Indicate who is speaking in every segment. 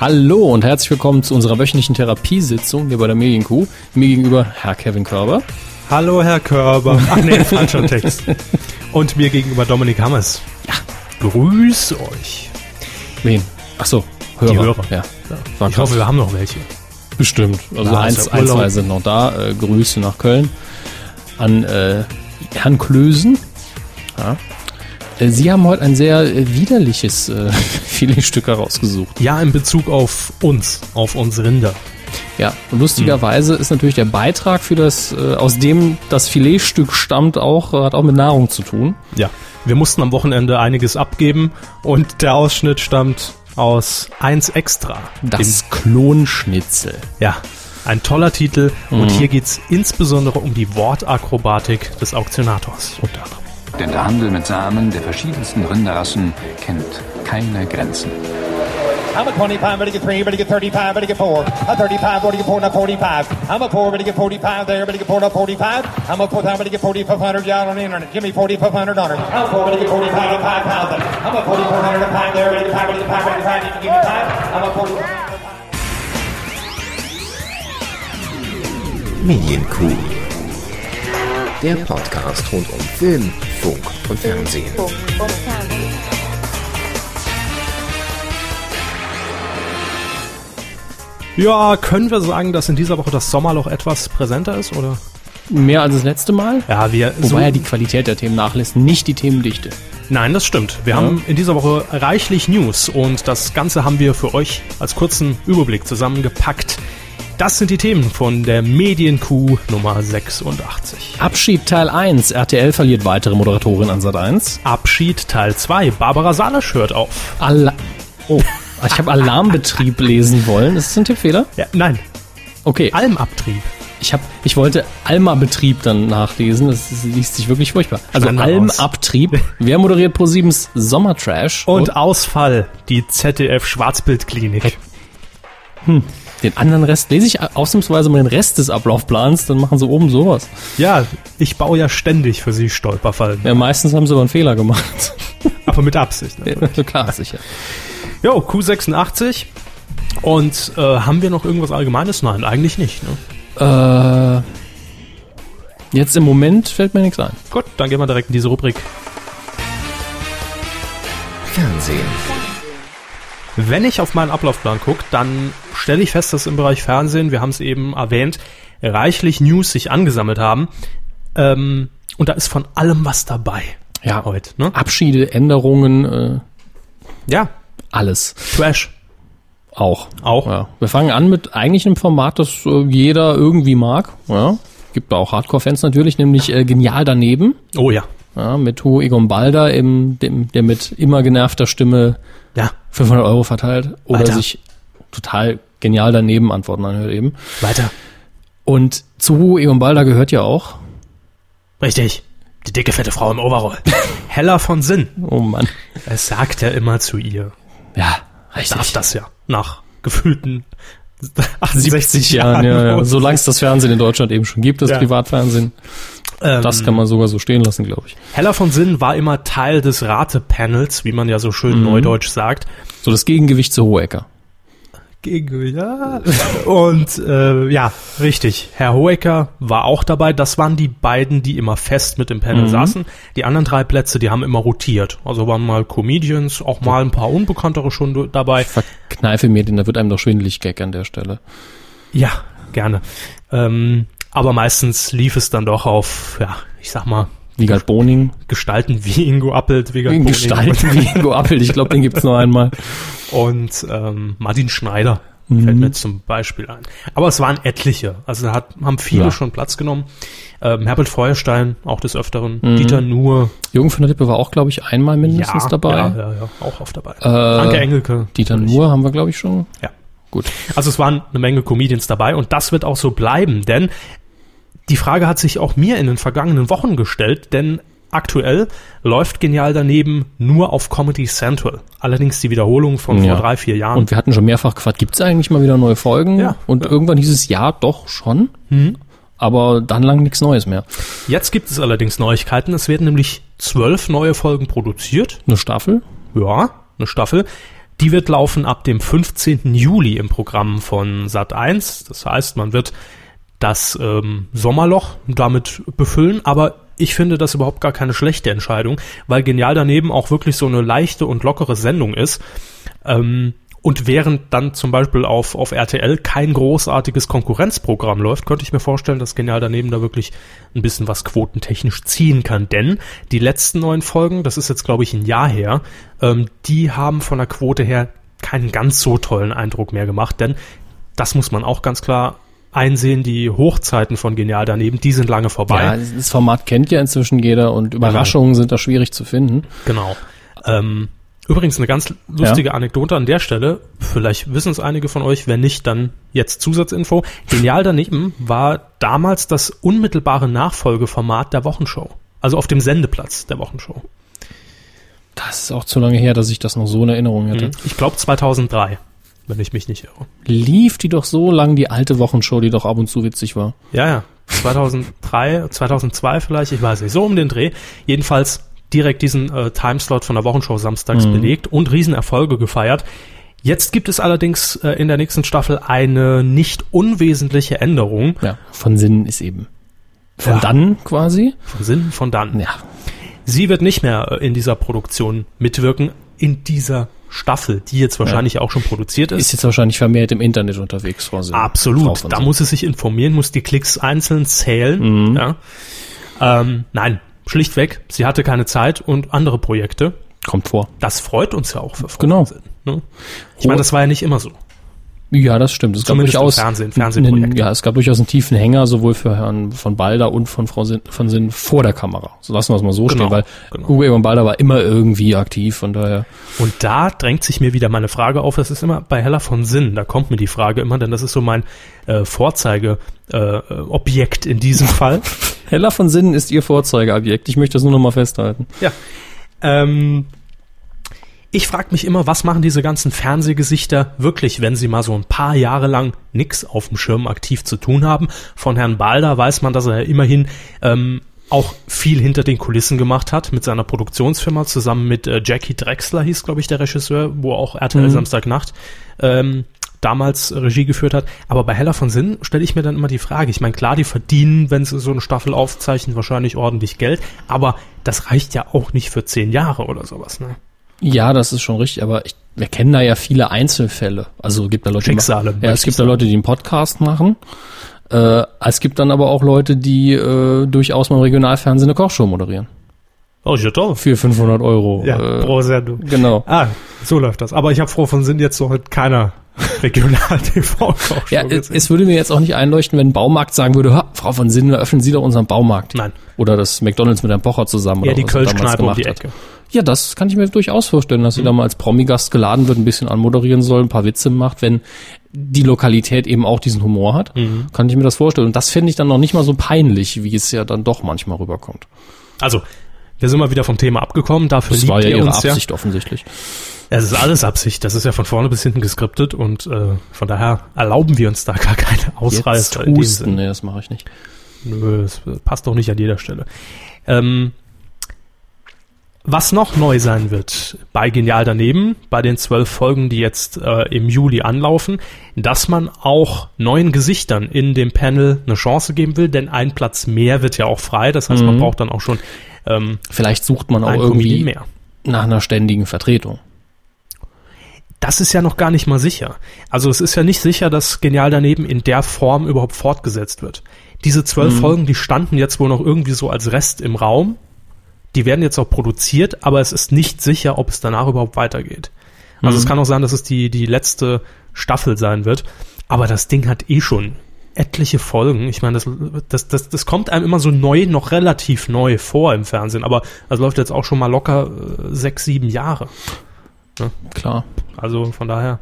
Speaker 1: Hallo und herzlich willkommen zu unserer wöchentlichen Therapiesitzung hier bei der Medienkuh. Mir gegenüber Herr Kevin Körber.
Speaker 2: Hallo, Herr Körber. Ach nee, falscher Text. Und mir gegenüber Dominik Hammers.
Speaker 1: Ja.
Speaker 2: Grüß euch.
Speaker 1: Wen? Achso, Hörer.
Speaker 2: Die Hörer.
Speaker 1: Ja. War
Speaker 2: Ich hoffe, wir haben noch welche.
Speaker 1: Bestimmt. Also
Speaker 2: Na,
Speaker 1: eins,
Speaker 2: ist ja Urlaub.
Speaker 1: eins, zwei sind noch da. Äh, Grüße nach Köln an äh, Herrn Klösen. Ja. Äh, Sie haben heute ein sehr äh, widerliches äh, Filetstück herausgesucht.
Speaker 2: Ja, in Bezug auf uns, auf uns Rinder.
Speaker 1: Ja, und
Speaker 2: Hm.
Speaker 1: lustigerweise ist natürlich der Beitrag für das, äh, aus dem das Filetstück stammt, auch äh, hat auch mit Nahrung zu tun.
Speaker 2: Ja. Wir mussten am Wochenende einiges abgeben und der Ausschnitt stammt aus 1 Extra.
Speaker 1: Das Klonschnitzel.
Speaker 2: Dem, ja. Ein toller Titel und hier geht's insbesondere um die Wortakrobatik des Auktionators. Unter anderem.
Speaker 3: Denn der Handel mit Samen der verschiedensten Rinderrassen kennt keine Grenzen.
Speaker 4: I'm a 25, ready to get three, ready to get 35, ready to get four. A 35, ready to get four, not 45. I'm a four, ready to get 45 there, ready to get four, not 45. I'm a four time, ready to get 4,500 out on the internet. Give me 4,500 on her. I'm a four, ready to get 45 and 5,000. I'm a 4,400 and five there, ready to get five, ready to get five, ready to get five, you can give me five. I'm a 40.
Speaker 5: Medienkuh. Der Podcast rund um Film, Funk und Fernsehen.
Speaker 2: Ja, können wir sagen, dass in dieser Woche das Sommerloch etwas präsenter ist, oder?
Speaker 1: Mehr als das letzte Mal.
Speaker 2: Ja, wir
Speaker 1: Wobei
Speaker 2: so-
Speaker 1: ja die Qualität der Themen nachlässt, nicht die Themendichte.
Speaker 2: Nein, das stimmt. Wir haben in dieser Woche reichlich News und das Ganze haben wir für euch als kurzen Überblick zusammengepackt. Das sind die Themen von der Medienkuh Nummer 86.
Speaker 1: Abschied Teil 1. RTL verliert weitere Moderatorin an Sat 1.
Speaker 2: Abschied Teil 2. Barbara Salisch hört auf.
Speaker 1: Ala oh, ich habe Alarmbetrieb lesen wollen. Ist das ein Tippfehler?
Speaker 2: Ja, nein,
Speaker 1: Okay,
Speaker 2: Almabtrieb.
Speaker 1: ich, hab, ich wollte Alma-Betrieb dann nachlesen. Das ist- liest sich wirklich furchtbar. Also
Speaker 2: Schneiden wir raus.
Speaker 1: Almabtrieb. Wer moderiert ProSiebens Sommertrash?
Speaker 2: Und Ausfall, die ZDF-Schwarzbildklinik.
Speaker 1: den anderen Rest lese ich ausnahmsweise mal den Rest des Ablaufplans. Dann machen sie oben sowas.
Speaker 2: Ja, ich baue ja ständig für sie Stolperfallen.
Speaker 1: Ja, meistens haben sie aber einen Fehler gemacht.
Speaker 2: Aber mit Absicht. Ne?
Speaker 1: Klar, sicher.
Speaker 2: Jo, Q86. Und äh, haben wir noch irgendwas Allgemeines? Nein, eigentlich nicht. Ne?
Speaker 1: Äh, jetzt im Moment fällt mir nichts ein.
Speaker 2: Gut, dann gehen wir direkt in diese Rubrik
Speaker 5: Fernsehen.
Speaker 2: Wenn ich auf meinen Ablaufplan gucke, dann stelle ich fest, dass im Bereich Fernsehen, wir haben es eben erwähnt, reichlich News sich angesammelt haben. Ähm, und da ist von allem was dabei.
Speaker 1: Ja,
Speaker 2: heute, ne?
Speaker 1: Abschiede, Änderungen, äh,
Speaker 2: Ja,
Speaker 1: alles.
Speaker 2: Trash
Speaker 1: Auch.
Speaker 2: auch.
Speaker 1: Ja. Wir fangen an mit eigentlich einem Format, das äh, jeder irgendwie mag. Ja. Gibt da auch Hardcore-Fans natürlich, nämlich äh, Genial daneben.
Speaker 2: Oh ja.
Speaker 1: Ja, mit Hu Egon Balder, im, dem, der mit immer genervter Stimme
Speaker 2: Ja,
Speaker 1: 500 Euro verteilt. Oder
Speaker 2: Alter.
Speaker 1: sich total genial daneben Antworten anhört eben.
Speaker 2: weiter.
Speaker 1: Und zu Hu Egon Balder gehört ja auch.
Speaker 2: Richtig. Die dicke, fette Frau im Overall. Hella von Sinn.
Speaker 1: Oh Mann.
Speaker 2: Es sagt ja immer zu ihr.
Speaker 1: Ja, richtig.
Speaker 2: Darf das ja. Nach gefühlten
Speaker 1: 70 Jahren, ja, ja. solange es das Fernsehen in Deutschland eben schon gibt, das
Speaker 2: Ja.
Speaker 1: Privatfernsehen.
Speaker 2: Ähm,
Speaker 1: Das kann man sogar so stehen lassen, glaube ich.
Speaker 2: Hella von Sinn war immer Teil des Rate-Panels, wie man ja so schön
Speaker 1: Mhm.
Speaker 2: neudeutsch sagt.
Speaker 1: So das Gegengewicht zu Hohecker.
Speaker 2: Gegen, ja. Und äh, ja, richtig. Herr Hoecker war auch dabei. Das waren die beiden, die immer fest mit im Panel saßen. Die anderen drei Plätze, die haben immer rotiert. Also waren mal Comedians, auch mal ein paar unbekanntere schon du- dabei.
Speaker 1: Verkneife mir den, da wird einem doch schwindelig Gag an der Stelle.
Speaker 2: Ja, gerne. Ähm, aber meistens lief es dann doch auf, ja, ich sag mal,
Speaker 1: Wiegald Boning,
Speaker 2: Gestalten wie Ingo Appelt, Vega
Speaker 1: in Gestalten wie Ingo Appelt, ich glaube, den gibt's nur einmal.
Speaker 2: und ähm, Martin Schneider
Speaker 1: Mhm.
Speaker 2: fällt mir zum Beispiel ein. Aber es waren etliche. Also da hat, haben viele
Speaker 1: Ja.
Speaker 2: schon Platz genommen. Ähm, Herbert Feuerstein auch des Öfteren.
Speaker 1: Mhm.
Speaker 2: Dieter Nuhr.
Speaker 1: Jürgen von der Lippe war auch, glaube ich, einmal mindestens dabei. Äh.
Speaker 2: Ja, ja, ja, auch oft dabei. Anke Engelke.
Speaker 1: Dieter Nuhr haben wir, glaube ich, schon.
Speaker 2: Ja.
Speaker 1: Gut.
Speaker 2: Also es waren eine Menge Comedians dabei und das wird auch so bleiben, denn die Frage hat sich auch mir in den vergangenen Wochen gestellt, denn aktuell läuft Genial daneben nur auf Comedy Central. Allerdings die Wiederholung von
Speaker 1: Ja.
Speaker 2: vor drei, vier Jahren.
Speaker 1: Und wir hatten schon mehrfach gefragt, gibt's eigentlich mal wieder neue Folgen?
Speaker 2: Ja. Hm.
Speaker 1: Und irgendwann hieß es ja, doch schon. Aber dann lang nichts Neues mehr.
Speaker 2: Jetzt gibt es allerdings Neuigkeiten. Es werden nämlich zwölf neue Folgen produziert.
Speaker 1: Eine Staffel?
Speaker 2: Ja, eine Staffel. Die wird laufen ab dem 15. Juli im Programm von Sat1. Das heißt, man wird das ähm, Sommerloch damit befüllen, aber ich finde das überhaupt gar keine schlechte Entscheidung, weil Genial daneben auch wirklich so eine leichte und lockere Sendung ist. Ähm, und während dann zum Beispiel auf, auf RTL kein großartiges Konkurrenzprogramm läuft, könnte ich mir vorstellen, dass Genial daneben da wirklich ein bisschen was quotentechnisch ziehen kann. Denn die letzten neun Folgen, das ist jetzt glaube ich ein Jahr her, ähm, die haben von der Quote her keinen ganz so tollen Eindruck mehr gemacht. Denn das muss man auch ganz klar einsehen, die Hochzeiten von Genial daneben, die sind lange
Speaker 1: Ja,
Speaker 2: vorbei.
Speaker 1: das Format kennt ja inzwischen jeder und Überraschungen sind da schwierig zu finden.
Speaker 2: Genau. Ähm, übrigens eine ganz lustige Anekdote an der Stelle. Vielleicht wissen es einige von euch, wenn nicht, dann jetzt Zusatzinfo. Genial daneben war damals das unmittelbare Nachfolgeformat der Wochenshow. Also auf dem Sendeplatz der Wochenshow.
Speaker 1: Das ist auch zu lange her, dass ich das noch so in Erinnerung hatte.
Speaker 2: Ich glaube 2003, wenn ich mich nicht irre.
Speaker 1: Lief die doch so lang, die alte Wochenshow, die doch ab und zu witzig war.
Speaker 2: Ja, ja. 2003, 2002 vielleicht, ich weiß nicht. So um den Dreh. Jedenfalls direkt diesen äh, Timeslot von der Wochenshow samstags belegt und Riesenerfolge gefeiert. Jetzt gibt es allerdings äh, in der nächsten Staffel eine nicht unwesentliche Änderung
Speaker 1: Ja, von Sinnen ist eben. Von
Speaker 2: Ja.
Speaker 1: dann quasi?
Speaker 2: von Sinn von dann.
Speaker 1: Ja.
Speaker 2: Sie wird nicht mehr äh, in dieser Produktion mitwirken, in dieser Staffel, die jetzt wahrscheinlich auch schon produziert ist.
Speaker 1: Ist jetzt wahrscheinlich vermehrt im Internet unterwegs, Frau Sinnen. Frau
Speaker 2: Absolut.
Speaker 1: von
Speaker 2: Da
Speaker 1: Sinnen.
Speaker 2: muss es sich informieren, muss die Klicks einzeln zählen. Ja. Ähm, nein, schlichtweg, sie hatte keine Zeit und andere Projekte.
Speaker 1: Kommt vor.
Speaker 2: Das freut uns ja auch für Frau
Speaker 1: Genau.
Speaker 2: Sinn, Ne? Ich meine, das war ja nicht immer so.
Speaker 1: Ja, das stimmt. Es gab
Speaker 2: Zumindest im
Speaker 1: durchaus
Speaker 2: Fernsehen, Fernsehprojekte.
Speaker 1: einen, ja, es gab durchaus einen tiefen Hänger, sowohl für Herrn von Balder und von Frau Sinn, von Sinn vor der Kamera. So lassen wir es mal so
Speaker 2: Genau,
Speaker 1: stehen, weil
Speaker 2: genau.
Speaker 1: Uwe Egon Balder war immer irgendwie aktiv, von daher.
Speaker 2: Und da drängt sich mir wieder meine Frage auf. Das ist immer bei Hella von Sinn. Da kommt mir die Frage immer, denn das ist so mein äh, Vorzeigeobjekt äh, Objekt in diesem Fall.
Speaker 1: Hella von Sinnen ist ihr Vorzeigeobjekt. Ich möchte das nur noch mal festhalten.
Speaker 2: Ja. Ähm, ich frage mich immer, was machen diese ganzen Fernsehgesichter wirklich, wenn sie mal so ein paar Jahre lang nix auf dem Schirm aktiv zu tun haben? Von Herrn Balder weiß man, dass er immerhin ähm, auch viel hinter den Kulissen gemacht hat mit seiner Produktionsfirma zusammen mit äh, Jackie Drexler hieß, glaube ich, der Regisseur, wo auch
Speaker 1: Mhm.
Speaker 2: RTL Samstagnacht ähm, damals Regie geführt hat. Aber bei Hella von Sinn stelle ich mir dann immer die Frage. Ich meine, klar, die verdienen, wenn sie so eine Staffel aufzeichnen, wahrscheinlich ordentlich Geld. Aber das reicht ja auch nicht für zehn Jahre oder sowas. Ne?
Speaker 1: Ja, das ist schon richtig, aber ich, wir kennen da ja viele Einzelfälle. Also es gibt da Leute,
Speaker 2: Schicksale,
Speaker 1: Die, ma- ja,
Speaker 2: möchte
Speaker 1: es
Speaker 2: ich
Speaker 1: gibt da Leute, die einen Podcast machen. Äh, es gibt dann aber auch Leute, die äh, durchaus mal im Regionalfernsehen eine Kochshow moderieren.
Speaker 2: Oh, ja, toll.
Speaker 1: Für 500 Euro.
Speaker 2: Ja,
Speaker 1: äh,
Speaker 2: pro Sendung.
Speaker 1: genau.
Speaker 2: Ah, so läuft das. Aber ich habe froh von Sinn jetzt noch mit keiner Regional-TV-Kochshow
Speaker 1: Ja, es, es würde mir jetzt auch nicht einleuchten, wenn ein Baumarkt sagen würde, "Ha, Frau von Sinnen, öffnen Sie doch unseren Baumarkt.
Speaker 2: Nein.
Speaker 1: Oder das McDonalds mit einem Pocher zusammen.
Speaker 2: Ja,
Speaker 1: oder
Speaker 2: die
Speaker 1: was er damals
Speaker 2: Kölschkneipe um
Speaker 1: gemacht
Speaker 2: die
Speaker 1: hat.
Speaker 2: Ecke.
Speaker 1: Ja, das kann ich mir durchaus vorstellen, dass sie da mal als Promi-Gast geladen wird, ein bisschen anmoderieren soll, ein paar Witze macht, wenn die Lokalität eben auch diesen Humor hat,
Speaker 2: Mhm.
Speaker 1: kann ich mir das vorstellen. Und das fände ich dann noch nicht mal so peinlich, wie es ja dann doch manchmal rüberkommt.
Speaker 2: Also, wir sind mal wieder vom Thema abgekommen. Dafür
Speaker 1: Das
Speaker 2: liebt
Speaker 1: war ja
Speaker 2: ihr
Speaker 1: ihre
Speaker 2: uns ja.
Speaker 1: Absicht offensichtlich.
Speaker 2: Es ist alles Absicht. Das ist ja von vorne bis hinten geskriptet und äh, von daher erlauben wir uns da gar keine
Speaker 1: Jetzt
Speaker 2: Ausreißer. in dem
Speaker 1: husten, nee, das mache ich nicht.
Speaker 2: Nö, das passt doch nicht an jeder Stelle. Ähm, was noch neu sein wird bei Genial daneben, bei den zwölf Folgen, die jetzt äh, im Juli anlaufen, dass man auch neuen Gesichtern in dem Panel eine Chance geben will, denn ein Platz mehr wird ja auch frei. Das heißt, man braucht dann auch schon ähm,
Speaker 1: Vielleicht sucht man Mhm. auch
Speaker 2: ein Comedian
Speaker 1: irgendwie
Speaker 2: mehr.
Speaker 1: nach einer ständigen Vertretung.
Speaker 2: Das ist ja noch gar nicht mal sicher. Also es ist ja nicht sicher, dass Genial daneben in der Form überhaupt fortgesetzt wird. Diese zwölf Folgen, die standen jetzt wohl noch irgendwie so als Rest im Raum. Die werden jetzt auch produziert, aber es ist nicht sicher, ob es danach überhaupt weitergeht. Also es kann auch sein, dass es die, die letzte Staffel sein wird. Aber das Ding hat eh schon etliche Folgen. Ich meine, das, das, das, das kommt einem immer so neu, noch relativ neu vor im Fernsehen. Aber das läuft jetzt auch schon mal locker äh, sechs, sieben Jahre.
Speaker 1: Klar.
Speaker 2: Also von daher.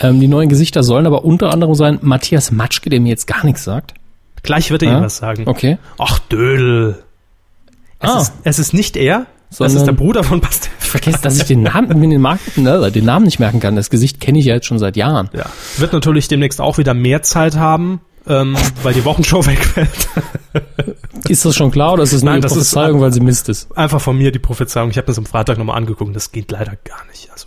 Speaker 1: Ähm, die neuen Gesichter sollen aber unter anderem sein Matthias Matschke, der mir jetzt gar nichts sagt.
Speaker 2: Gleich wird er
Speaker 1: Ja?
Speaker 2: ihm was sagen.
Speaker 1: Okay.
Speaker 2: Ach, Dödel. Es,
Speaker 1: Ah.
Speaker 2: ist, es ist nicht er, es ist
Speaker 1: Sondern-
Speaker 2: der Bruder von Pastel.
Speaker 1: Vergesst, dass ich den Namen, mir den, Mark- ne, den Namen nicht merken kann. Das Gesicht kenne ich ja jetzt schon seit Jahren.
Speaker 2: Ja. Wird natürlich demnächst auch wieder mehr Zeit haben, ähm, weil die Wochenshow wegfällt.
Speaker 1: Ist das schon klar oder ist das nur
Speaker 2: Nein,
Speaker 1: eine
Speaker 2: das ist-
Speaker 1: Prophezeiung, weil sie Mist ist?
Speaker 2: Einfach von mir die Prophezeiung. Ich habe mir das am Freitag nochmal angeguckt. und Das geht leider gar nicht. Also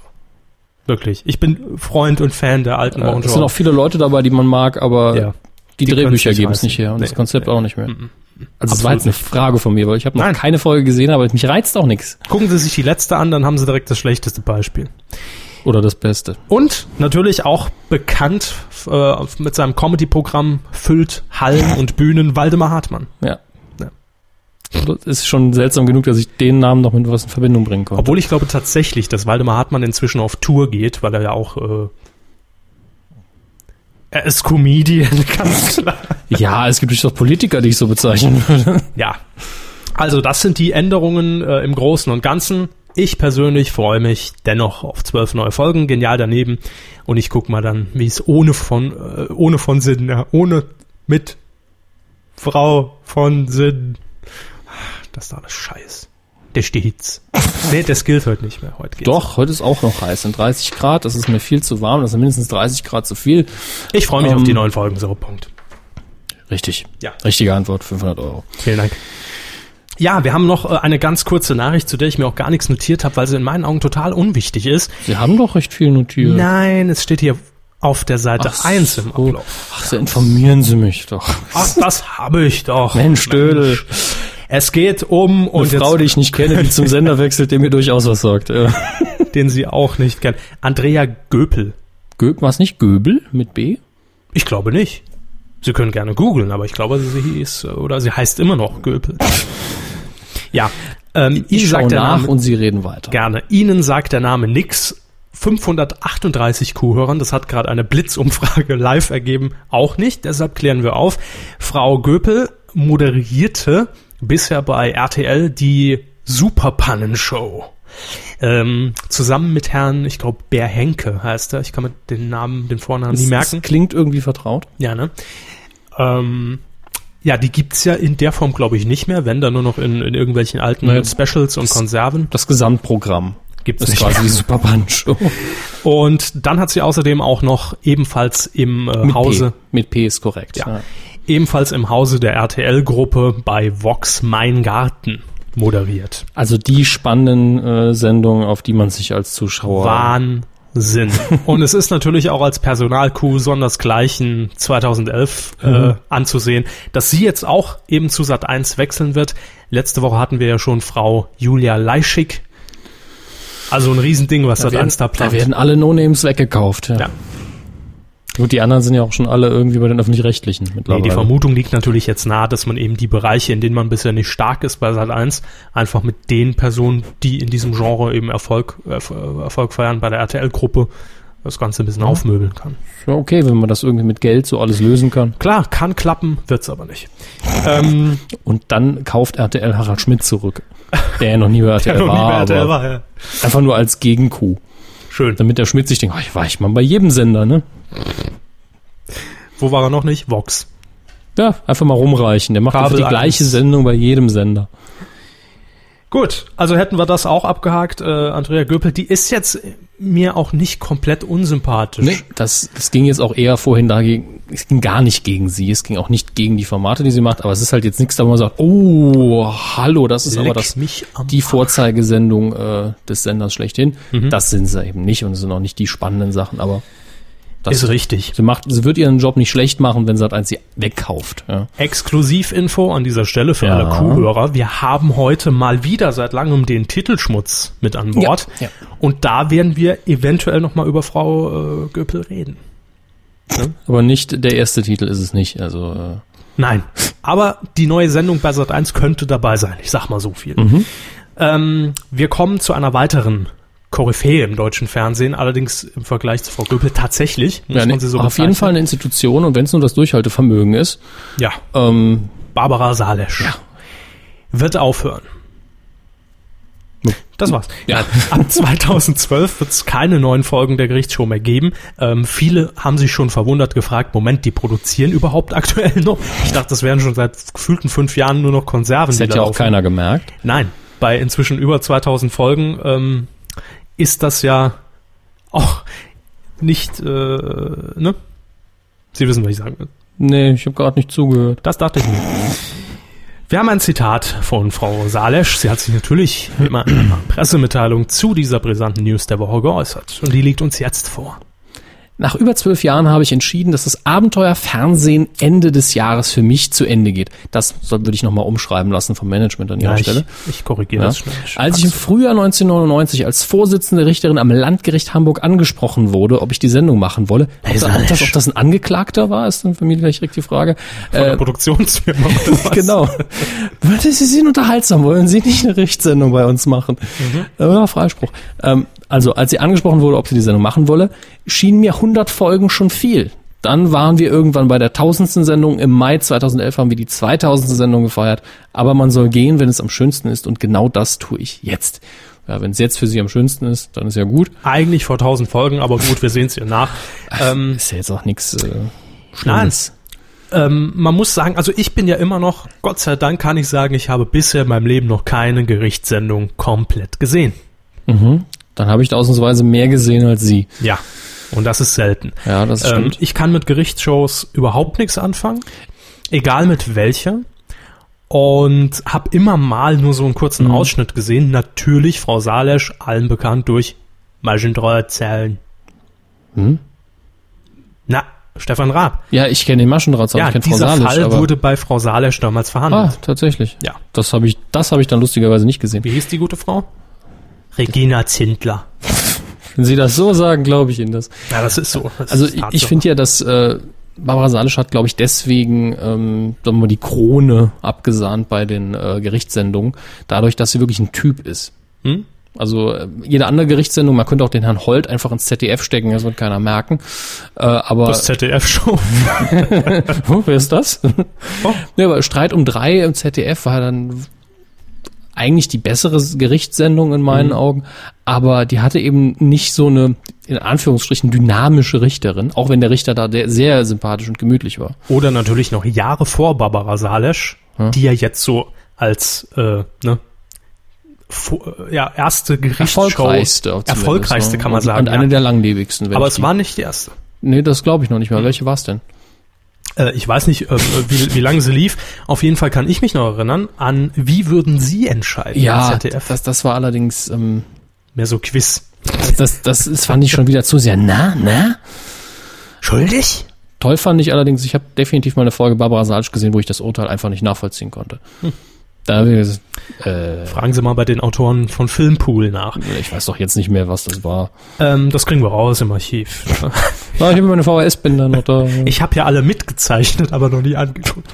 Speaker 2: Wirklich. Ich bin Freund und Fan der alten
Speaker 1: Äh,
Speaker 2: Orange
Speaker 1: es sind auch viele Leute dabei, die man mag, aber
Speaker 2: Ja.
Speaker 1: die,
Speaker 2: Die können's
Speaker 1: Drehbücher
Speaker 2: nicht
Speaker 1: geben es
Speaker 2: reißen.
Speaker 1: nicht her und das
Speaker 2: Nee, Mhm.
Speaker 1: Konzept auch nicht mehr. Also es war
Speaker 2: Absolut
Speaker 1: jetzt eine Frage von mir, weil ich habe noch
Speaker 2: Nein.
Speaker 1: keine Folge gesehen, aber mich reizt auch nichts.
Speaker 2: Gucken Sie sich die letzte an, dann haben Sie direkt das schlechteste Beispiel.
Speaker 1: Oder das Beste.
Speaker 2: Und natürlich auch bekannt äh, mit seinem Comedy-Programm füllt Hallen und Bühnen Waldemar Hartmann.
Speaker 1: Ja.
Speaker 2: Ja.
Speaker 1: Das ist schon seltsam genug, dass ich den Namen noch mit was in Verbindung bringen konnte.
Speaker 2: Obwohl ich glaube tatsächlich, dass Waldemar Hartmann inzwischen auf Tour geht, weil er ja auch äh, er ist Comedian, ganz klar.
Speaker 1: ja, es gibt durchaus Politiker, die ich so bezeichnen würde.
Speaker 2: Ja. Also, das sind die Änderungen äh, im Großen und Ganzen. Ich persönlich freue mich dennoch auf zwölf neue Folgen, genial daneben. Und ich guck mal dann, wie es ohne von, äh, ohne von Sinn, ja, ohne mit Frau von Sinn. Das ist alles Scheiß. Der Stehitz. nee, das gilt heute nicht mehr. Heute geht's.
Speaker 1: Doch, heute ist auch noch heiß. Sind 30 Grad, das ist mir viel zu warm, das sind mindestens 30 Grad zu viel.
Speaker 2: Ich freue mich auf
Speaker 1: Ähm,
Speaker 2: die neuen Folgen, so Punkt.
Speaker 1: Richtig.
Speaker 2: Ja.
Speaker 1: Richtige Antwort, 500 Euro.
Speaker 2: Vielen Dank. Ja, wir haben noch äh, eine ganz kurze Nachricht, zu der ich mir auch gar nichts notiert habe, weil sie in meinen Augen total unwichtig ist.
Speaker 1: Sie haben doch recht viel notiert.
Speaker 2: Nein, es steht hier auf der Seite
Speaker 1: Äh. Ach
Speaker 2: 1 im
Speaker 1: so.
Speaker 2: Ablauf.
Speaker 1: Ach, so informieren Sie mich doch.
Speaker 2: Ach, das habe ich doch.
Speaker 1: Mensch, Dödel.
Speaker 2: Es geht um
Speaker 1: Eine
Speaker 2: und
Speaker 1: Frau, die ich nicht kenne, die zum Sender wechselt, der mir durchaus was sagt. Äh,
Speaker 2: den sie auch nicht kennen. Andrea Göpel.
Speaker 1: Göb, war es nicht Göbel mit B?
Speaker 2: Ich glaube nicht. Sie können gerne googeln, aber ich glaube, sie hieß äh, oder sie heißt immer noch Göpel. Ja, ähm, Ihnen
Speaker 1: Ich schaue
Speaker 2: sagt der
Speaker 1: nach
Speaker 2: Name
Speaker 1: und Sie reden weiter.
Speaker 2: gerne. Ihnen sagt der Name nix. 538 Kuhhörern, das hat gerade eine Blitzumfrage live ergeben, auch nicht. Deshalb klären wir auf. Frau Göpel moderierte bisher bei RTL die Superpannenshow. Ähm, zusammen mit Herrn, ich glaube, Bär Henke heißt er. Ich kann mir den Namen, den Vornamen nie merken.
Speaker 1: Das klingt irgendwie vertraut.
Speaker 2: Ja, ne? Ähm, ja, die gibt's ja in der Form, glaube ich, nicht mehr, wenn dann nur noch in, in irgendwelchen alten
Speaker 1: Naja,
Speaker 2: Specials und Konserven.
Speaker 1: Das Gesamtprogramm
Speaker 2: Gibt's
Speaker 1: ist
Speaker 2: nicht.
Speaker 1: quasi die Super Show.
Speaker 2: Und dann hat sie außerdem auch noch ebenfalls im äh, Hause,
Speaker 1: P. Mit P ist korrekt.
Speaker 2: Ja. ebenfalls im Hause der RTL-Gruppe bei Vox Mein Garten moderiert.
Speaker 1: Also die spannenden äh, Sendungen, auf die man sich als Zuschauer
Speaker 2: Wahnsinn. Und es ist natürlich auch als Personalkuh sondersgleichen 2011
Speaker 1: Mhm.
Speaker 2: äh, anzusehen, dass sie jetzt auch eben zu Sat 1 wechseln wird. Letzte Woche hatten wir ja schon Frau Julia Leischig. Also ein Riesending, was Sat 1 da
Speaker 1: da
Speaker 2: plant.
Speaker 1: werden alle No-Names weggekauft. Ja.
Speaker 2: Ja.
Speaker 1: Gut, die anderen sind ja auch schon alle irgendwie bei den öffentlich-rechtlichen
Speaker 2: Nee,
Speaker 1: mittlerweile.
Speaker 2: die Vermutung liegt natürlich jetzt nahe, dass man eben die Bereiche, in denen man bisher nicht stark ist bei Sat 1, einfach mit den Personen, die in diesem Genre eben Erfolg, Erf- Erfolg feiern bei der RTL-Gruppe, das Ganze ein bisschen
Speaker 1: Mhm.
Speaker 2: aufmöbeln kann.
Speaker 1: ja, okay, wenn man das irgendwie mit Geld so alles lösen kann.
Speaker 2: Klar, kann klappen, wird's aber nicht. ähm,
Speaker 1: Und dann kauft RTL Harald Schmidt zurück. Der ja noch nie bei RTL,
Speaker 2: noch nie
Speaker 1: war,
Speaker 2: bei RTL
Speaker 1: aber
Speaker 2: war, ja.
Speaker 1: Einfach nur als Gegenkuh.
Speaker 2: Schön.
Speaker 1: Damit der Schmidt sich denkt, oh, ich war ich mal bei jedem Sender, ne?
Speaker 2: Wo war er noch nicht? Vox.
Speaker 1: Ja, einfach mal rumreichen. Der macht einfach
Speaker 2: Kabel
Speaker 1: die
Speaker 2: eins.
Speaker 1: gleiche Sendung bei jedem Sender.
Speaker 2: Gut, also hätten wir das auch abgehakt. Äh, Andrea Göpel, die ist jetzt mir auch nicht komplett unsympathisch.
Speaker 1: Das, das ging jetzt auch eher vorhin dagegen. Es ging gar nicht gegen sie. Es ging auch nicht gegen die Formate, die sie macht. Aber es ist halt jetzt nichts, da wo man sagt, oh, hallo, das ist
Speaker 2: Leck
Speaker 1: aber das,
Speaker 2: mich am
Speaker 1: die Vorzeigesendung äh, des Senders schlechthin.
Speaker 2: Mhm.
Speaker 1: Das sind sie eben nicht und es sind auch nicht die spannenden Sachen. Aber das
Speaker 2: Ist richtig.
Speaker 1: Sie, macht, sie wird ihren Job nicht schlecht machen, wenn Sat1 sie wegkauft. Ja.
Speaker 2: Exklusivinfo an dieser Stelle für
Speaker 1: Ja.
Speaker 2: alle Kuhhörer. Wir haben heute mal wieder seit langem den Titelschmutz mit an Bord.
Speaker 1: Ja,
Speaker 2: Und da werden wir eventuell nochmal über Frau äh, Göpel reden.
Speaker 1: Aber nicht der erste Titel ist es nicht. Also äh,
Speaker 2: Nein. Aber die neue Sendung bei Sat1 könnte dabei sein. Ich sag mal so viel.
Speaker 1: Mhm.
Speaker 2: Ähm, wir kommen zu einer weiteren Koryphäe im deutschen Fernsehen. Allerdings im Vergleich zu Frau Göpel tatsächlich. Muss
Speaker 1: ja,
Speaker 2: man
Speaker 1: ne,
Speaker 2: sie so
Speaker 1: auf jeden Fall eine Institution und wenn es nur das Durchhaltevermögen ist,
Speaker 2: bezeichnen. Ja.
Speaker 1: ähm,
Speaker 2: Barbara Salesch. Wird aufhören. Das war's.
Speaker 1: Ja.
Speaker 2: Ab 2012 wird es keine neuen Folgen der Gerichtsshow mehr geben. Ähm, viele haben sich schon verwundert gefragt, Moment, die produzieren überhaupt aktuell noch? Ich dachte, das wären schon seit gefühlten fünf Jahren nur noch Konserven.
Speaker 1: das
Speaker 2: die
Speaker 1: hätte
Speaker 2: da
Speaker 1: ja auch
Speaker 2: laufen.
Speaker 1: keiner gemerkt.
Speaker 2: Nein, bei inzwischen über 2000 Folgen ähm, ist das ja auch nicht, äh, ne? Sie wissen, was ich sagen will.
Speaker 1: Nee, ich habe gerade nicht zugehört.
Speaker 2: Das dachte ich mir. Wir haben ein Zitat von Frau Salesch. Sie hat sich natürlich immer in einer Pressemitteilung zu dieser brisanten News der Woche geäußert. Und die liegt uns jetzt vor.
Speaker 1: Nach über zwölf Jahren habe ich entschieden, dass das Abenteuer Fernsehen Ende des Jahres für mich zu Ende geht. Das soll- würde ich nochmal umschreiben lassen vom Management an ihrer
Speaker 2: Ja,
Speaker 1: Stelle.
Speaker 2: ich, ich korrigiere
Speaker 1: Ja. Äh,
Speaker 2: das schnell.
Speaker 1: Als ich im Frühjahr 1999 als Vorsitzende Richterin am Landgericht Hamburg angesprochen wurde, ob ich die Sendung machen wolle, ob, da, ob, das, ob das ein Angeklagter war, ist dann für mich gleich direkt die Frage.
Speaker 2: Von der
Speaker 1: Äh,
Speaker 2: Produktionsfirma. oder was?
Speaker 1: genau. Würde Sie sind unterhaltsam, wollen Sie nicht eine Richtsendung bei uns machen?
Speaker 2: Mhm.
Speaker 1: Äh, Ja, Freispruch. Ähm, also, als sie angesprochen wurde, ob sie die Sendung machen wolle, schienen mir 100 Folgen schon viel. Dann waren wir irgendwann bei der tausendsten Sendung. Im Mai 2011 haben wir die 2000. Sendung gefeiert. Aber man soll gehen, wenn es am schönsten ist. Und genau das tue ich jetzt. Ja, wenn es jetzt für Sie am schönsten ist, dann ist ja gut.
Speaker 2: Eigentlich vor 1000 Folgen, aber gut, wir sehen es ihr nach. Ähm,
Speaker 1: Ist ja jetzt auch nichts äh, Schlimmes.
Speaker 2: ähm, man muss sagen, also ich bin ja immer noch, Gott sei Dank kann ich sagen, ich habe bisher in meinem Leben noch keine Gerichtssendung komplett gesehen.
Speaker 1: Dann habe ich da ausnahmsweise mehr gesehen als Sie.
Speaker 2: Ja. Und das ist selten.
Speaker 1: Ja, das
Speaker 2: Ähm,
Speaker 1: stimmt.
Speaker 2: ich kann mit Gerichtsshows überhaupt nichts anfangen, egal mit welcher. Und habe immer mal nur so einen kurzen
Speaker 1: Mhm.
Speaker 2: Ausschnitt gesehen. Natürlich Frau Salesch, allen bekannt durch Maschentreuer Zellen.
Speaker 1: Mhm.
Speaker 2: Na, Stefan Raab.
Speaker 1: Ja, ich kenne den Maschendrahtzaun,
Speaker 2: ja,
Speaker 1: ich kenne Frau
Speaker 2: dieser
Speaker 1: Salisch,
Speaker 2: Fall
Speaker 1: aber
Speaker 2: wurde bei Frau Salesch damals
Speaker 1: Ah,
Speaker 2: verhandelt.
Speaker 1: tatsächlich.
Speaker 2: Ja.
Speaker 1: Das habe ich, das habe ich dann lustigerweise nicht gesehen.
Speaker 2: Wie hieß die gute Frau? Regina Zindler.
Speaker 1: Wenn Sie das so sagen, glaube ich Ihnen das.
Speaker 2: Ja, das ist so. Das
Speaker 1: Also
Speaker 2: ist
Speaker 1: ich, ich
Speaker 2: Tatsache.
Speaker 1: finde ja, dass äh, Barbara Salisch hat, glaube ich, deswegen ähm, sagen wir mal, die Krone abgesahnt bei den äh, Gerichtssendungen, dadurch, dass sie wirklich ein Typ ist.
Speaker 2: Hm?
Speaker 1: Also äh, jede andere Gerichtssendung, man könnte auch den Herrn Holt einfach ins ZDF stecken, das wird keiner merken. Äh, aber
Speaker 2: Das ZDF-Show.
Speaker 1: Oh, wer ist das?
Speaker 2: Oh.
Speaker 1: Ja, aber Streit um drei im ZDF war dann eigentlich die bessere Gerichtssendung in meinen
Speaker 2: Mhm.
Speaker 1: Augen, aber die hatte eben nicht so eine, in Anführungsstrichen, dynamische Richterin, auch wenn der Richter da der- sehr sympathisch und gemütlich war.
Speaker 2: Oder natürlich noch Jahre vor Barbara Salesch,
Speaker 1: Hm.
Speaker 2: die ja jetzt so als äh, ne, vor, ja, erste Gerichtsshow.
Speaker 1: Erfolgreichste. zumindest,
Speaker 2: erfolgreichste
Speaker 1: ne?
Speaker 2: kann man
Speaker 1: und,
Speaker 2: sagen.
Speaker 1: Und eine
Speaker 2: ja.
Speaker 1: der langlebigsten. wenn
Speaker 2: Aber
Speaker 1: ich
Speaker 2: es Hm. war nicht die erste.
Speaker 1: Die, nee, das glaube ich noch nicht mal. Welche war es denn?
Speaker 2: Äh, ich weiß nicht, äh, wie, wie lange sie lief. Auf jeden Fall kann ich mich noch erinnern an Wie würden Sie entscheiden? im ZDF.
Speaker 1: das, das war allerdings... Ähm,
Speaker 2: Mehr so Quiz.
Speaker 1: Das, das ist, fand ich schon wieder zu sehr. Na, na?
Speaker 2: Schuldig?
Speaker 1: Toll fand ich allerdings, ich habe definitiv mal eine Folge Barbara Salisch gesehen, wo ich das Urteil einfach nicht nachvollziehen konnte.
Speaker 2: Hm.
Speaker 1: Da hab ich, gesagt, äh,
Speaker 2: Fragen Sie mal bei den Autoren von Filmpool nach.
Speaker 1: ich weiß doch jetzt nicht mehr, was das war.
Speaker 2: Ähm, das kriegen wir raus im Archiv.
Speaker 1: Na, ich habe meine VHS-Bänder noch da.
Speaker 2: Ich habe ja alle mitgezeichnet, aber noch nie angeguckt.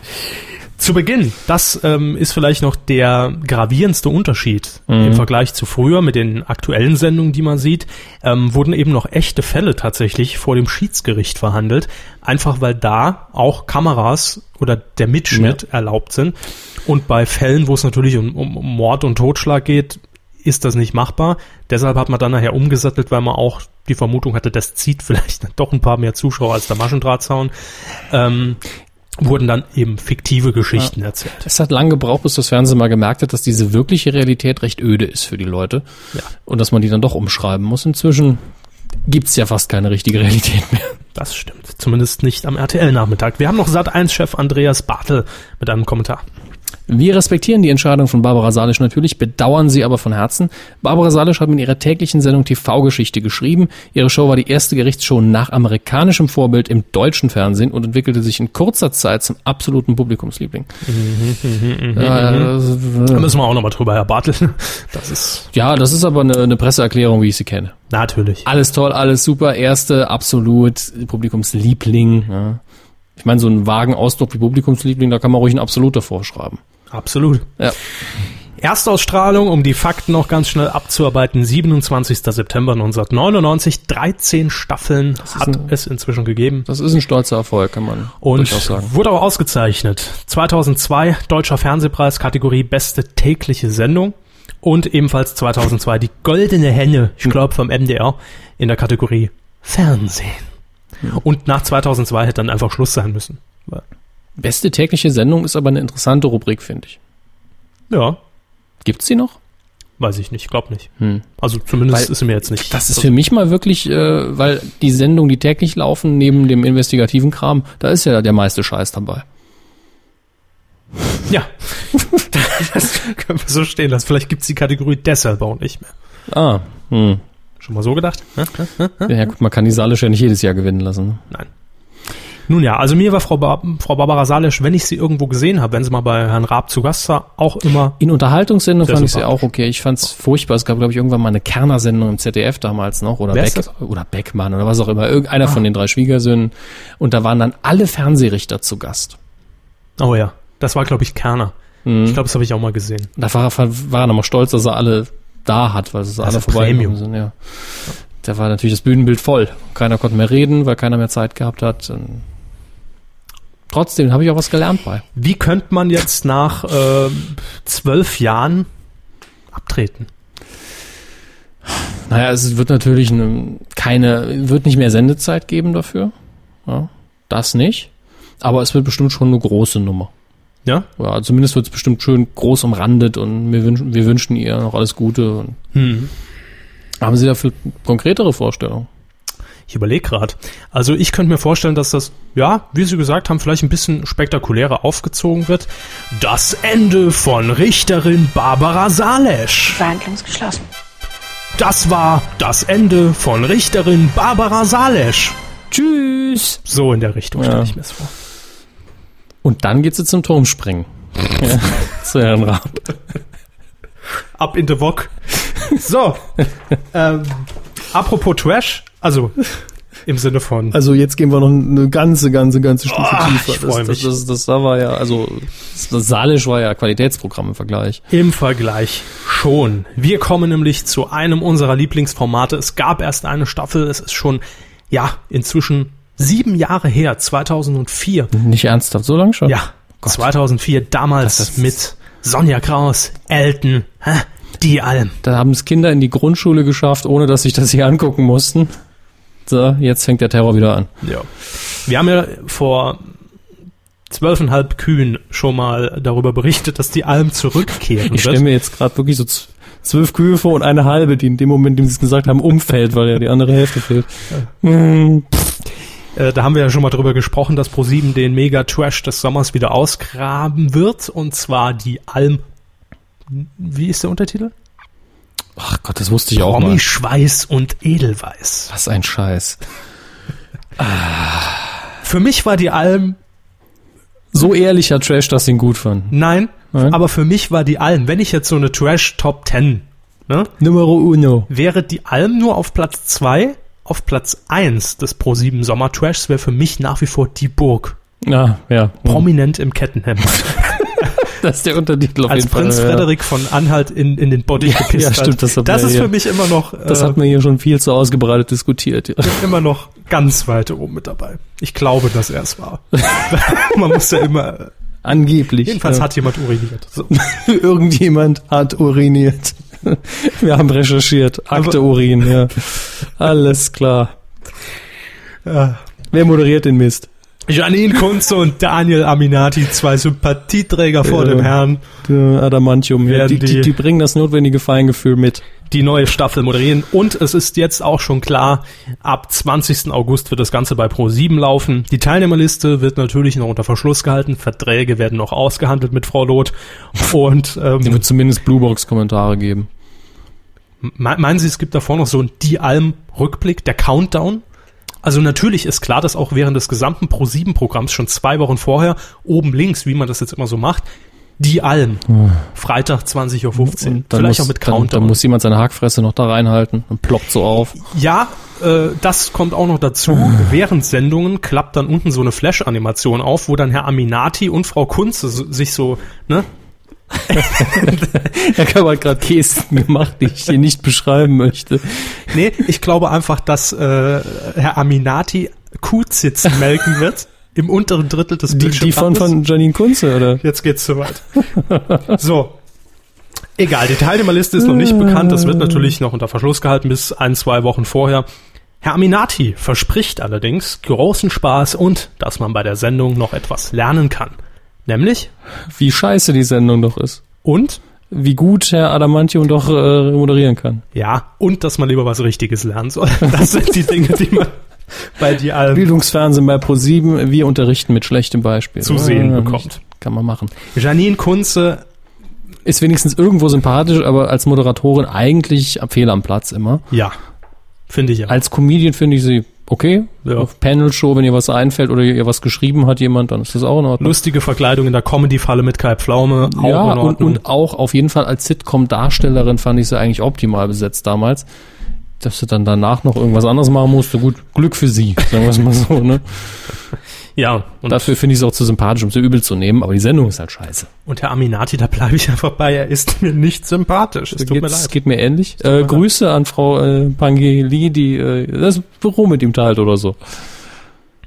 Speaker 2: Zu Beginn, das ähm, ist vielleicht noch der gravierendste Unterschied im Vergleich zu früher mit den aktuellen Sendungen, die man sieht, ähm, wurden eben noch echte Fälle tatsächlich vor dem Schiedsgericht verhandelt, einfach weil da auch Kameras oder der Mitschnitt erlaubt sind. Und bei Fällen, wo es natürlich um, um um Mord und Totschlag geht, ist das nicht machbar. Deshalb hat man dann nachher umgesattelt, weil man auch die Vermutung hatte, das zieht vielleicht dann doch ein paar mehr Zuschauer als der Maschendrahtzaun. Ähm, wurden dann eben fiktive Geschichten erzählt.
Speaker 1: Es hat lange gebraucht, bis das Fernsehen mal gemerkt hat, dass diese wirkliche Realität recht öde ist für die Leute.
Speaker 2: Ja.
Speaker 1: Und dass man die dann doch umschreiben muss. Inzwischen gibt's ja fast keine richtige Realität mehr.
Speaker 2: Das stimmt. Zumindest nicht am RTL-Nachmittag. Wir haben noch Sat1-Chef Andreas Bartel mit einem Kommentar.
Speaker 1: Wir respektieren die Entscheidung von Barbara Salisch natürlich, bedauern sie aber von Herzen. Barbara Salisch hat mit ihrer täglichen Sendung TV-Geschichte geschrieben. Ihre Show war die erste Gerichtsshow nach amerikanischem Vorbild im deutschen Fernsehen und entwickelte sich in kurzer Zeit zum absoluten Publikumsliebling. Äh,
Speaker 2: Da müssen wir auch nochmal drüber, Herr Bartel. Das ist
Speaker 1: Ja, das ist aber eine, eine Presseerklärung, wie ich sie kenne.
Speaker 2: natürlich.
Speaker 1: Alles toll, alles super, erste, absolut, Publikumsliebling. Ja. Ich meine, so einen vagen Ausdruck wie Publikumsliebling, da kann man ruhig ein Absolut davor schreiben.
Speaker 2: Absolut.
Speaker 1: Ja.
Speaker 2: Erstausstrahlung, um die Fakten noch ganz schnell abzuarbeiten, 27. September 1999, 13 Staffeln hat
Speaker 1: ein-
Speaker 2: es inzwischen gegeben
Speaker 1: Das ist ein stolzer Erfolg, kann man
Speaker 2: und
Speaker 1: durchaus sagen.
Speaker 2: wurde auch ausgezeichnet. 2002 Deutscher Fernsehpreis, Kategorie Beste tägliche Sendung und ebenfalls 2002 die Goldene Henne,
Speaker 1: Hm.
Speaker 2: ich glaube vom MDR, in der Kategorie Fernsehen. Und nach 2002 hätte dann einfach Schluss sein müssen.
Speaker 1: Beste tägliche Sendung ist aber eine interessante Rubrik, finde ich.
Speaker 2: Ja,
Speaker 1: Gibt's die noch?
Speaker 2: weiß ich nicht, glaube nicht. Also zumindest
Speaker 1: Hm. Weil
Speaker 2: ist sie mir jetzt nicht.
Speaker 1: Das ist für mich mal wirklich, äh, weil die Sendungen, die täglich laufen, neben dem investigativen Kram, da ist ja der meiste Scheiß dabei.
Speaker 2: Ja, das können wir so stehen lassen. Vielleicht gibt's die Kategorie deshalb auch nicht mehr.
Speaker 1: Ah, hm.
Speaker 2: Schon mal so gedacht? Hä? Hä? Hä?
Speaker 1: Ja, ja, gut, man kann die Salisch ja nicht jedes Jahr gewinnen lassen. ne?
Speaker 2: Nein. Nun ja, also mir war Frau, ba Frau Barbara Salisch, wenn ich sie irgendwo gesehen habe, wenn sie mal bei Herrn Raab zu Gast war, auch immer
Speaker 1: In Unterhaltungssendung
Speaker 2: Sehr
Speaker 1: fand ich sie
Speaker 2: sympathisch.
Speaker 1: auch okay. Ich fand's furchtbar. Es gab, glaube ich, irgendwann mal eine Kerner-Sendung im ZDF damals noch oder,
Speaker 2: Wer ist Ah.
Speaker 1: Beck, oder Beckmann oder was auch immer. Irgendeiner von den drei Schwiegersöhnen. Und da waren dann alle Fernsehrichter zu Gast.
Speaker 2: Oh ja, das war, glaube ich, Kerner. Ich glaube, das habe ich auch mal gesehen.
Speaker 1: Und Da war er, war er nochmal stolz, dass er alle da hat, weil es ist
Speaker 2: Also
Speaker 1: alle vorbei
Speaker 2: Premium.
Speaker 1: sind. Ja. Da war natürlich das Bühnenbild voll. Keiner konnte mehr reden, weil keiner mehr Zeit gehabt hat. Und Trotzdem habe ich auch was gelernt bei.
Speaker 2: Wie könnte man jetzt nach äh, zwölf Jahren abtreten?
Speaker 1: Naja, es wird natürlich eine, keine, wird nicht mehr Sendezeit geben dafür. Ja, das nicht. Aber es wird bestimmt schon eine große Nummer.
Speaker 2: Ja?
Speaker 1: Ja, zumindest wird es bestimmt schön groß umrandet und wir wünschen, wir wünschen ihr noch alles Gute. Und
Speaker 2: Hm.
Speaker 1: haben Sie dafür konkretere Vorstellungen?
Speaker 2: Ich überlege gerade. Also ich könnte mir vorstellen, dass das, ja, wie Sie gesagt haben, vielleicht ein bisschen spektakulärer aufgezogen wird. Das Ende von Richterin Barbara Salesch.
Speaker 6: Verhandlung geschlossen.
Speaker 2: Das war das Ende von Richterin Barbara Salesch.
Speaker 1: Tschüss!
Speaker 2: So in der Richtung
Speaker 1: Ja.
Speaker 2: stelle ich mir es vor.
Speaker 1: Und dann geht sie zum Turmspringen. ja, zu Herrn Raab.
Speaker 2: Ab in the Wok. So. ähm, apropos Trash, also im Sinne von.
Speaker 1: Also jetzt gehen wir noch eine ganze, ganze, ganze Stufe
Speaker 2: Ah,
Speaker 1: tiefer.
Speaker 2: ich freu
Speaker 1: das,
Speaker 2: mich.
Speaker 1: Das, das, das, da war ja, also das Salisch war ja Qualitätsprogramm im Vergleich.
Speaker 2: Im Vergleich schon. Wir kommen nämlich zu einem unserer Lieblingsformate. Es gab erst eine Staffel, es ist schon, ja, inzwischen sieben Jahre her, 2004.
Speaker 1: Nicht ernsthaft, so lang schon?
Speaker 2: Ja, 2004, damals
Speaker 1: Das ist-
Speaker 2: mit Sonja Kraus, Elton, hä, die Alm.
Speaker 1: Da haben es Kinder in die Grundschule geschafft, ohne dass sich das hier angucken mussten. So, jetzt fängt der Terror wieder an.
Speaker 2: Ja. Wir haben ja vor zwölfeinhalb Kühen schon mal darüber berichtet, dass die Alm zurückkehren
Speaker 1: Ich
Speaker 2: wird.
Speaker 1: stelle mir jetzt gerade wirklich so z- zwölf Kühe vor und eine halbe, die in dem Moment, in dem sie es gesagt haben, umfällt, weil ja die andere Hälfte fehlt. Hm,
Speaker 2: Äh, da haben wir ja schon mal drüber gesprochen, dass ProSieben den Mega-Trash des Sommers wieder ausgraben wird. Und zwar die Alm. Wie ist der Untertitel?
Speaker 1: Ach Gott, das wusste ich auch mal.
Speaker 2: Promi, Schweiß und Edelweiß.
Speaker 1: Was ein Scheiß.
Speaker 2: Für mich war die Alm.
Speaker 1: So ehrlicher Trash, dass sie ihn gut fanden.
Speaker 2: Nein,
Speaker 1: Nein.
Speaker 2: aber für mich war die Alm. Wenn ich jetzt so eine Trash-Top 10, ne,
Speaker 1: Numero uno.
Speaker 2: wäre die Alm nur auf Platz 2. Auf Platz 1 des ProSieben Sommer-Trashs wäre für mich nach wie vor die Burg.
Speaker 1: Ah, ja.
Speaker 2: Prominent im Kettenhemd.
Speaker 1: Das ist der Untertitel auf
Speaker 2: als
Speaker 1: jeden Fall.
Speaker 2: Prinz
Speaker 1: ja.
Speaker 2: Frederik von Anhalt in, in den Bottich
Speaker 1: Ja,
Speaker 2: gepisst
Speaker 1: ja, stimmt,
Speaker 2: hat.
Speaker 1: das hat
Speaker 2: das
Speaker 1: man
Speaker 2: ist
Speaker 1: ja-
Speaker 2: für mich immer noch,
Speaker 1: Das
Speaker 2: äh,
Speaker 1: hat man hier schon viel zu ausgebreitet diskutiert.
Speaker 2: immer noch ganz weit oben mit dabei. Ich glaube, dass er es war. man muss ja immer.
Speaker 1: Angeblich.
Speaker 2: Jedenfalls
Speaker 1: ja.
Speaker 2: hat jemand uriniert. So.
Speaker 1: Irgendjemand hat uriniert. Wir haben recherchiert. Akte
Speaker 2: Aber-
Speaker 1: Urin, ja. Alles klar.
Speaker 2: Ja.
Speaker 1: Wer moderiert den Mist?
Speaker 2: Janine Kunze und Daniel Aminati, zwei Sympathieträger vor
Speaker 1: Ja.
Speaker 2: dem Herrn,
Speaker 1: Der Adamantium. Ja, die,
Speaker 2: Werden
Speaker 1: die,
Speaker 2: die-
Speaker 1: die bringen das notwendige Feingefühl mit.
Speaker 2: die neue Staffel moderieren. Und es ist jetzt auch schon klar, ab 20. August wird das Ganze bei Pro7 laufen. Die Teilnehmerliste wird natürlich noch unter Verschluss gehalten. Verträge werden noch ausgehandelt mit Frau Loth. Und ähm,
Speaker 1: Es wird zumindest Bluebox-Kommentare geben.
Speaker 2: Me meinen Sie, es gibt davor noch so einen Die Alm-Rückblick, der Countdown? Also natürlich ist klar, dass auch während des gesamten Pro-7-Programms schon zwei Wochen vorher oben links, wie man das jetzt immer so macht, Die Alm, Freitag 20.15 Uhr,
Speaker 1: muss,
Speaker 2: vielleicht auch mit
Speaker 1: Ah. dann, dann
Speaker 2: Countdown.
Speaker 1: muss jemand seine Hackfresse noch da reinhalten und ploppt so auf.
Speaker 2: ja, äh, das kommt auch noch dazu.
Speaker 1: Ah.
Speaker 2: während Sendungen klappt dann unten so eine Flash-Animation auf, wo dann Herr Aminati und Frau Kunze so- sich so, ne,
Speaker 1: Herr Körber hat gerade Gesten gemacht, die ich hier nicht beschreiben möchte.
Speaker 2: Nee, ich glaube einfach, dass äh, Herr Aminati Kuzitz melken wird im unteren Drittel des
Speaker 1: Die, die von,
Speaker 2: Bildschirmrandes.
Speaker 1: von Janine Kunze, oder?
Speaker 2: Jetzt geht's zu weit. so. Egal, die Teilnehmerliste ist noch nicht bekannt. Das wird natürlich noch unter Verschluss gehalten bis ein, zwei Wochen vorher. Herr Aminati verspricht allerdings großen Spaß und dass man bei der Sendung noch etwas lernen kann. Nämlich
Speaker 1: Wie scheiße die Sendung doch ist.
Speaker 2: und
Speaker 1: Wie gut Herr Adamantium doch äh, moderieren kann.
Speaker 2: ja, und dass man lieber was Richtiges lernen soll. Das sind die Dinge, die man bei die allen
Speaker 1: Bildungsfernsehen bei ProSieben, wir unterrichten mit schlechtem Beispiel.
Speaker 2: zu sehen
Speaker 1: Ja,
Speaker 2: bekommt.
Speaker 1: Kann man machen.
Speaker 2: Janine Kunze,
Speaker 1: Ist wenigstens irgendwo sympathisch, aber als Moderatorin eigentlich am Fehl am Platz immer.
Speaker 2: ja, finde ich ja.
Speaker 1: Als Comedian finde ich sie okay.
Speaker 2: Ja.
Speaker 1: Auf Panel-Show, wenn ihr was einfällt oder ihr was geschrieben hat jemand, dann ist das auch in Ordnung.
Speaker 2: Lustige Verkleidung in der Comedy-Falle mit Kai Pflaume, auch
Speaker 1: ja,
Speaker 2: in
Speaker 1: und,
Speaker 2: Ordnung.
Speaker 1: und auch auf jeden Fall als Sitcom-Darstellerin fand ich sie eigentlich optimal besetzt damals. Dass sie dann danach noch irgendwas anderes machen musste, gut, Glück für sie, sagen wir es mal so. Ne?
Speaker 2: ja, und,
Speaker 1: Dafür finde ich es auch zu sympathisch, um sie übel zu nehmen, aber die Sendung ist halt scheiße.
Speaker 2: und Herr Aminati, da bleibe ich einfach bei, er ist mir nicht sympathisch. Es tut mir
Speaker 1: Geht's-
Speaker 2: leid.
Speaker 1: Geht mir ähnlich. Äh, Grüße an Frau äh, Pangeli, die äh, das Büro mit ihm teilt oder so.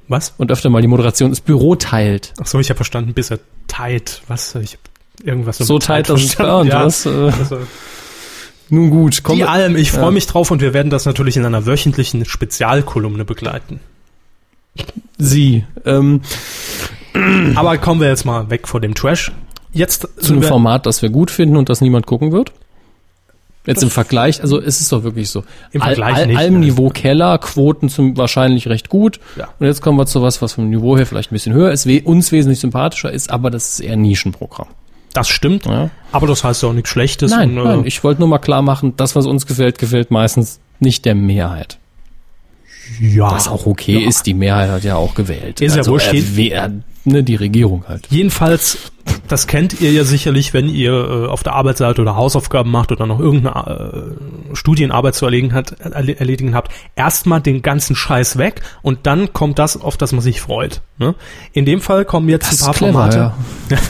Speaker 2: Was?
Speaker 1: Und öfter mal die Moderation das Büro teilt.
Speaker 2: Ach so, ich habe verstanden, bis er tight, was, ich hab irgendwas
Speaker 1: So
Speaker 2: mit
Speaker 1: teilt, dass es
Speaker 2: verstanden,
Speaker 1: ja, und
Speaker 2: ja.
Speaker 1: was. Äh,
Speaker 2: Also,
Speaker 1: nun gut, komm.
Speaker 2: Die Alm, ich freue
Speaker 1: Ja.
Speaker 2: mich drauf und wir werden das natürlich in einer wöchentlichen Spezialkolumne begleiten.
Speaker 1: Sie. Ähm,
Speaker 2: Aber kommen wir jetzt mal weg vor dem Trash. Jetzt
Speaker 1: zu
Speaker 2: sind
Speaker 1: einem
Speaker 2: wir-
Speaker 1: Format, das wir gut finden und das niemand gucken wird? Jetzt im Vergleich, also es ist doch wirklich so.
Speaker 2: Im Vergleich nicht,
Speaker 1: Almniveau Keller, Quoten zum wahrscheinlich recht gut.
Speaker 2: Ja.
Speaker 1: Und jetzt kommen wir zu was, was vom Niveau her vielleicht ein bisschen höher ist, we uns wesentlich sympathischer ist, aber das ist eher ein Nischenprogramm.
Speaker 2: Das stimmt,
Speaker 1: Ja.
Speaker 2: aber das heißt ja auch nichts Schlechtes.
Speaker 1: Nein,
Speaker 2: und, äh,
Speaker 1: nein, ich wollte nur mal klar machen, das, was uns gefällt, gefällt meistens nicht der Mehrheit.
Speaker 2: Ah. ja.
Speaker 1: Was auch okay ist, die Mehrheit hat ja auch gewählt.
Speaker 2: Ist ja wurscht.
Speaker 1: äh, wer, ne, die Regierung halt.
Speaker 2: Jedenfalls, das kennt ihr ja sicherlich, wenn ihr äh, auf der Arbeit seid oder Hausaufgaben macht oder noch irgendeine äh, Studienarbeit zu erledigen, hat, erle- erledigen habt. Erstmal den ganzen Scheiß weg und dann kommt das, auf das man sich freut. Ne? In dem Fall kommen jetzt
Speaker 1: Das
Speaker 2: ein paar
Speaker 1: ist clever,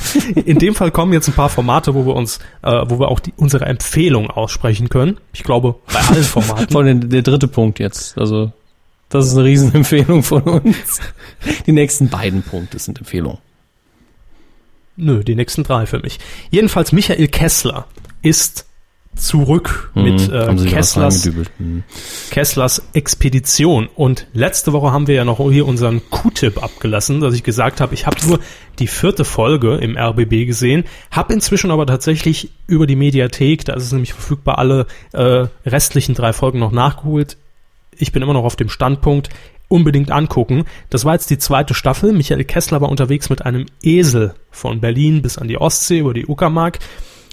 Speaker 2: Formate. In dem Fall kommen jetzt ein paar Formate, wo wir uns, äh, wo wir auch die, unsere Empfehlung aussprechen können. Ich glaube, bei allen Formaten.
Speaker 1: Vor allem der, der dritte Punkt jetzt. Also, das ist eine Riesenempfehlung von uns. Die nächsten beiden Punkte sind Empfehlungen.
Speaker 2: Nö, die nächsten drei für mich. Jedenfalls Michael Kessler ist zurück mit äh,
Speaker 1: Mhm, Haben Sie wieder was
Speaker 2: Kesslers
Speaker 1: reingedübelt? Hm.
Speaker 2: Kesslers Expedition. Und letzte Woche haben wir ja noch hier unseren Q-Tipp abgelassen, dass ich gesagt habe, ich habe nur die vierte Folge im RBB gesehen, habe inzwischen aber tatsächlich über die Mediathek, da ist es nämlich verfügbar, alle äh, restlichen drei Folgen noch nachgeholt. Ich bin immer noch auf dem Standpunkt, unbedingt angucken. Das war jetzt die zweite Staffel. Michael Kessler war unterwegs mit einem Esel von Berlin bis an die Ostsee über die Uckermark.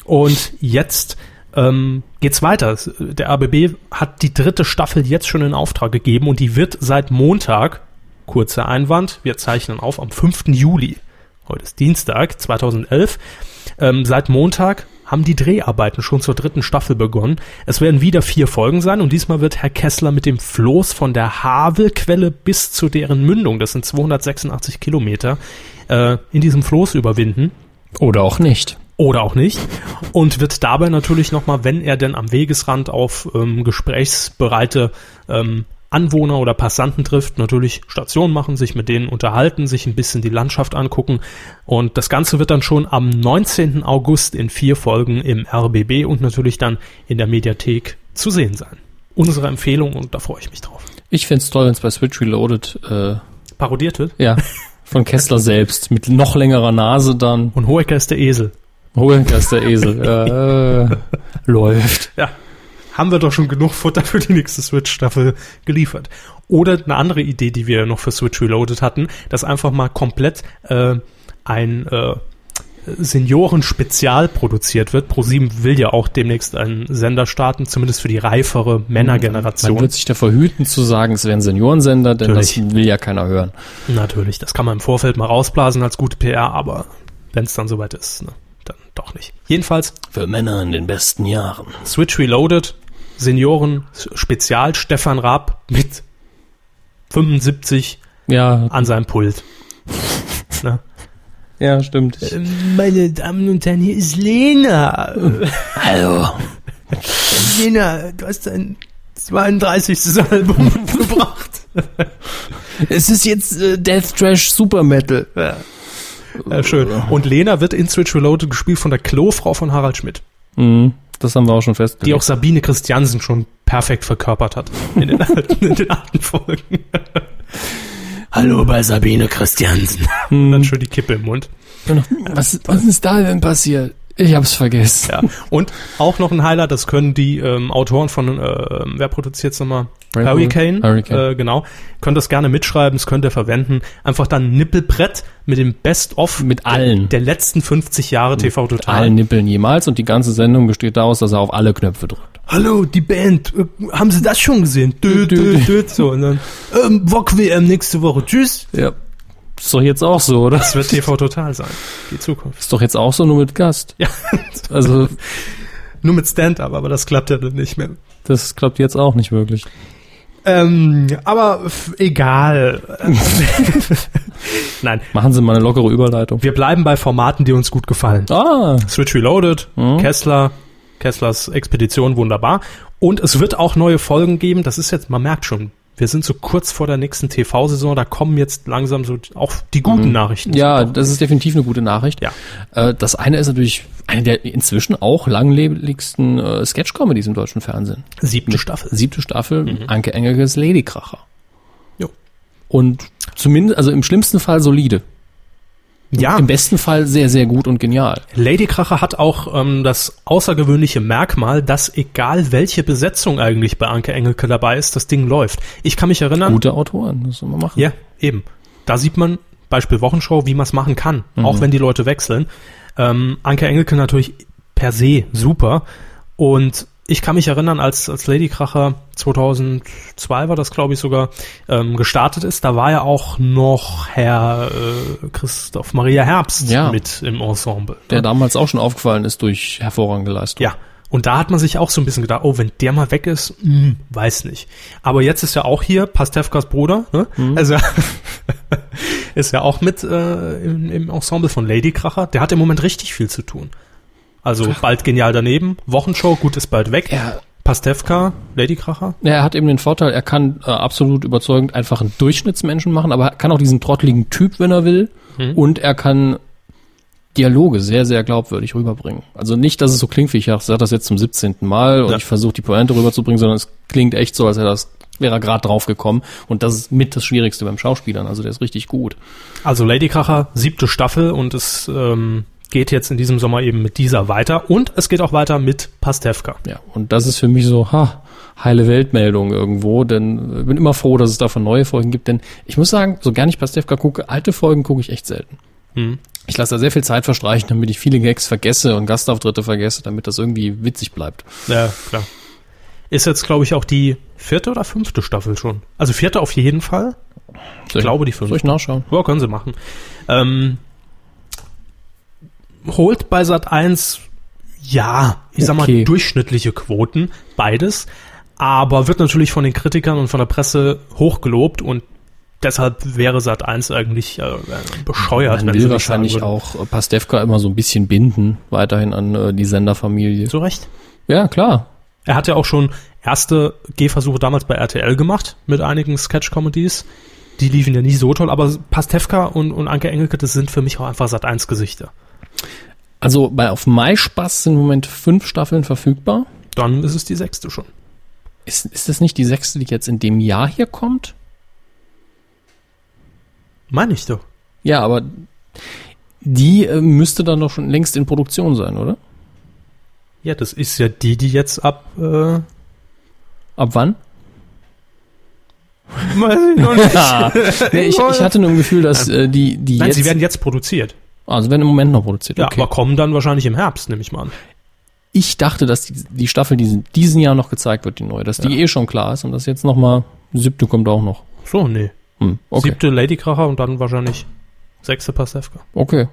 Speaker 2: Und jetzt ähm, geht's weiter. Es- Der RBB hat die dritte Staffel jetzt schon in Auftrag gegeben und die wird seit Montag, kurzer Einwand, wir zeichnen auf am 5. Juli, heute ist Dienstag 2011, ähm, seit Montag haben die Dreharbeiten schon zur dritten Staffel begonnen. Es werden wieder vier Folgen sein und diesmal wird Herr Kessler mit dem Floß von der Havelquelle bis zu deren Mündung, das sind 286 Kilometer, äh, in diesem Floß überwinden
Speaker 1: Oder auch nicht.
Speaker 2: oder auch nicht und wird dabei natürlich nochmal, wenn er denn am Wegesrand auf ähm, gesprächsbereite ähm, Anwohner oder Passanten trifft, natürlich Station machen, sich mit denen unterhalten, sich ein bisschen die Landschaft angucken und das Ganze wird dann schon am 19. August in vier Folgen im RBB und natürlich dann in der Mediathek zu sehen sein. Unsere Empfehlung und da freue ich mich drauf.
Speaker 1: Ich find's toll, wenn's bei Switch Reloaded, äh,
Speaker 2: Parodiert wird.
Speaker 1: ja, von Kessler selbst, mit noch längerer Nase dann.
Speaker 2: Und Hoeker ist der Esel.
Speaker 1: Holen ist der Esel. Äh, äh, läuft.
Speaker 2: Ja. Haben wir doch schon genug Futter für die nächste Switch-Staffel geliefert. Oder eine andere Idee, die wir noch für Switch Reloaded hatten, dass einfach mal komplett äh, ein äh, Senioren-Spezial produziert wird. ProSieben will ja auch demnächst einen Sender starten, zumindest für die reifere
Speaker 1: Man
Speaker 2: Männergeneration.
Speaker 1: wird sich davor hüten zu sagen, es wäre ein Seniorensender, denn das
Speaker 2: Natürlich.
Speaker 1: will ja keiner hören.
Speaker 2: Natürlich, das kann man im Vorfeld mal rausblasen als gute PR, aber wenn es dann soweit ist, ne, dann doch nicht. Jedenfalls
Speaker 1: Für Männer in den besten Jahren.
Speaker 2: Switch Reloaded, Senioren Spezial, Stefan Raab mit 75
Speaker 1: Ja,
Speaker 2: an seinem Pult. Ne?
Speaker 1: ja, stimmt.
Speaker 2: Meine Damen und Herren, hier ist Lena.
Speaker 1: Hallo.
Speaker 2: Lena, du hast dein 32. Album gebracht.
Speaker 1: Es ist jetzt äh, Death Trash Super Metal.
Speaker 2: Ja, schön. Und Lena wird in Switch Reloaded gespielt von der Klofrau von Harald Schmidt,
Speaker 1: Mhm, das haben wir auch schon festgelegt.
Speaker 2: die auch Sabine Christiansen schon perfekt verkörpert hat in den alten, in den alten Folgen.
Speaker 1: Hallo bei Sabine Christiansen.
Speaker 2: Und dann schon die Kippe im Mund.
Speaker 1: Was, was ist da denn passiert? Ich hab's vergessen.
Speaker 2: Ja. Und auch noch ein Highlight, das können die ähm, Autoren von, äh, wer produziert es nochmal? Hurricane,
Speaker 1: Hurricane.
Speaker 2: Äh, genau. Könnt das gerne mitschreiben, das könnt ihr verwenden. Einfach dann ein Nippelbrett mit dem Best-of
Speaker 1: Mit allen.
Speaker 2: der letzten 50 Jahre TV Total.
Speaker 1: allen Nippeln jemals und die ganze Sendung besteht daraus, dass er auf alle Knöpfe drückt.
Speaker 2: Hallo, die Band, äh, haben Sie das schon gesehen? Dö, dö, dö, so. Und dann, ähm, Wok WM nächste Woche, tschüss.
Speaker 1: Ja. Ist doch jetzt auch so, oder?
Speaker 2: Das wird TV Total sein, die Zukunft.
Speaker 1: Ist doch jetzt auch so, nur mit Gast.
Speaker 2: Ja,
Speaker 1: Also,
Speaker 2: nur mit Stand-Up, aber das klappt ja dann nicht mehr.
Speaker 1: das klappt jetzt auch nicht wirklich.
Speaker 2: Ähm, aber f- egal. Nein,
Speaker 1: Machen Sie mal eine lockere Überleitung.
Speaker 2: wir bleiben bei Formaten, die uns gut gefallen.
Speaker 1: Ah,
Speaker 2: Switch Reloaded,
Speaker 1: Mhm.
Speaker 2: Kessler, Kesslers Expedition, wunderbar. Und es wird auch neue Folgen geben. Das ist jetzt, man merkt schon, wir sind so kurz vor der nächsten TV-Saison. Da kommen jetzt langsam so auch die guten Nachrichten.
Speaker 1: Mhm. ja, das ist definitiv eine gute Nachricht.
Speaker 2: Ja.
Speaker 1: Äh, Das eine ist natürlich eine der inzwischen auch langlebigsten äh, Sketch-Comedies im deutschen Fernsehen.
Speaker 2: Siebte Staffel.
Speaker 1: Siebte Staffel, Anke Engelkes Ladykracher.
Speaker 2: Mhm. Jo.
Speaker 1: Und zumindest, also im schlimmsten Fall solide.
Speaker 2: Ja,
Speaker 1: Im besten Fall sehr, sehr gut und genial.
Speaker 2: Ladykracher hat auch ähm, das außergewöhnliche Merkmal, dass egal welche Besetzung eigentlich bei Anke Engelke dabei ist, das Ding läuft. Ich kann mich erinnern,
Speaker 1: Gute Autoren, das soll man machen.
Speaker 2: Ah. Ja, eben. Da sieht man, Beispiel Wochenshow, wie man es machen kann,
Speaker 1: Mhm.
Speaker 2: auch wenn die Leute wechseln. Ähm, Anke Engelke natürlich per se super. Und ich kann mich erinnern, als, als Ladykracher 2002 war das, glaube ich, sogar ähm, gestartet ist, da war ja auch noch Herr äh, Christoph Maria Herbst
Speaker 1: Ja.
Speaker 2: mit im Ensemble.
Speaker 1: Der damals auch schon aufgefallen ist durch hervorragende Leistung.
Speaker 2: Ja. Und da hat man sich auch so ein bisschen gedacht, oh, wenn der mal weg ist, hm, weiß nicht. Aber jetzt ist ja auch hier Pastewkas Bruder, ne? Also ist ja auch mit äh, im, im Ensemble von Ladykracher. Der hat im Moment richtig viel zu tun. Also bald genial daneben, Wochenshow, gut ist bald weg.
Speaker 1: Ja.
Speaker 2: Pastewka, Ladykracher.
Speaker 1: Ja, er hat eben den Vorteil, er kann äh, absolut überzeugend einfach einen Durchschnittsmenschen machen, aber er kann auch diesen trottligen Typ, wenn er will. Und er kann Dialoge sehr, sehr glaubwürdig rüberbringen. Also nicht, dass es so klingt, wie ich sage das jetzt zum 17. Mal und
Speaker 2: Ja.
Speaker 1: ich versuche die Pointe rüberzubringen, sondern es klingt echt so, als wäre das wäre er gerade drauf gekommen. Und das ist mit das Schwierigste beim Schauspielern. Also der ist richtig gut.
Speaker 2: Also Ladykracher, siebte Staffel und es ähm, geht jetzt in diesem Sommer eben mit dieser weiter. Und es geht auch weiter mit Pastewka.
Speaker 1: Ja, und das ist für mich so, ha, heile Weltmeldung irgendwo, denn ich bin immer froh, dass es davon neue Folgen gibt, denn ich muss sagen, so gern ich Pastewka gucke, alte Folgen gucke ich echt selten.
Speaker 2: Hm.
Speaker 1: Ich lasse da sehr viel Zeit verstreichen, damit ich viele Gags vergesse und Gastauftritte vergesse, damit das irgendwie witzig bleibt.
Speaker 2: Ja, klar. Ist jetzt, glaube ich, auch die vierte oder fünfte Staffel schon. Also vierte auf jeden Fall.
Speaker 1: Ich
Speaker 2: glaube, die
Speaker 1: Soll ich
Speaker 2: fünfte.
Speaker 1: nachschauen?
Speaker 2: Ja, können sie machen. Ähm, holt bei Sat 1, ja, ich sag
Speaker 1: Okay.
Speaker 2: mal, durchschnittliche Quoten, beides. Aber wird natürlich von den Kritikern und von der Presse hochgelobt und deshalb wäre Sat 1 eigentlich äh, bescheuert,
Speaker 1: Man will
Speaker 2: sie nicht sagen
Speaker 1: wahrscheinlich
Speaker 2: würden.
Speaker 1: auch äh, Pastewka immer so ein bisschen binden, weiterhin an äh, die Senderfamilie.
Speaker 2: So recht.
Speaker 1: Ja, klar.
Speaker 2: Er hat ja auch schon erste Gehversuche damals bei RTL gemacht mit einigen Sketch-Comedies. Die liefen ja nie so toll, aber Pastewka und, und Anke Engelke, das sind für mich auch einfach Sat1-Gesichter.
Speaker 1: Also bei Auf Mai-Spaß sind im Moment fünf Staffeln verfügbar.
Speaker 2: Dann ist es die sechste schon.
Speaker 1: Ist, ist das nicht die sechste, die jetzt in dem Jahr hier kommt?
Speaker 2: Meine ich doch.
Speaker 1: Ja, aber die äh, müsste dann doch schon längst in Produktion sein, oder?
Speaker 2: Ja, das ist ja die, die jetzt ab. Äh, weiß
Speaker 1: Ab wann?
Speaker 2: ich noch nicht.
Speaker 1: Ah, nee, ich, ich hatte nur ein Gefühl, dass äh, die, die
Speaker 2: Nein,
Speaker 1: jetzt...
Speaker 2: sie werden jetzt produziert.
Speaker 1: ah, sie werden im Moment noch produziert,
Speaker 2: Ja,
Speaker 1: okay.
Speaker 2: aber kommen dann wahrscheinlich im Herbst, nehme ich mal an.
Speaker 1: Ich dachte, dass die, die Staffel, die in diesem Jahr noch gezeigt wird, die neue, dass die eh schon klar ist und dass jetzt nochmal... Siebte kommt auch noch.
Speaker 2: So, nee.
Speaker 1: Hm, okay.
Speaker 2: Siebte Ladykracher und dann wahrscheinlich sechste Pastewka.
Speaker 1: Okay.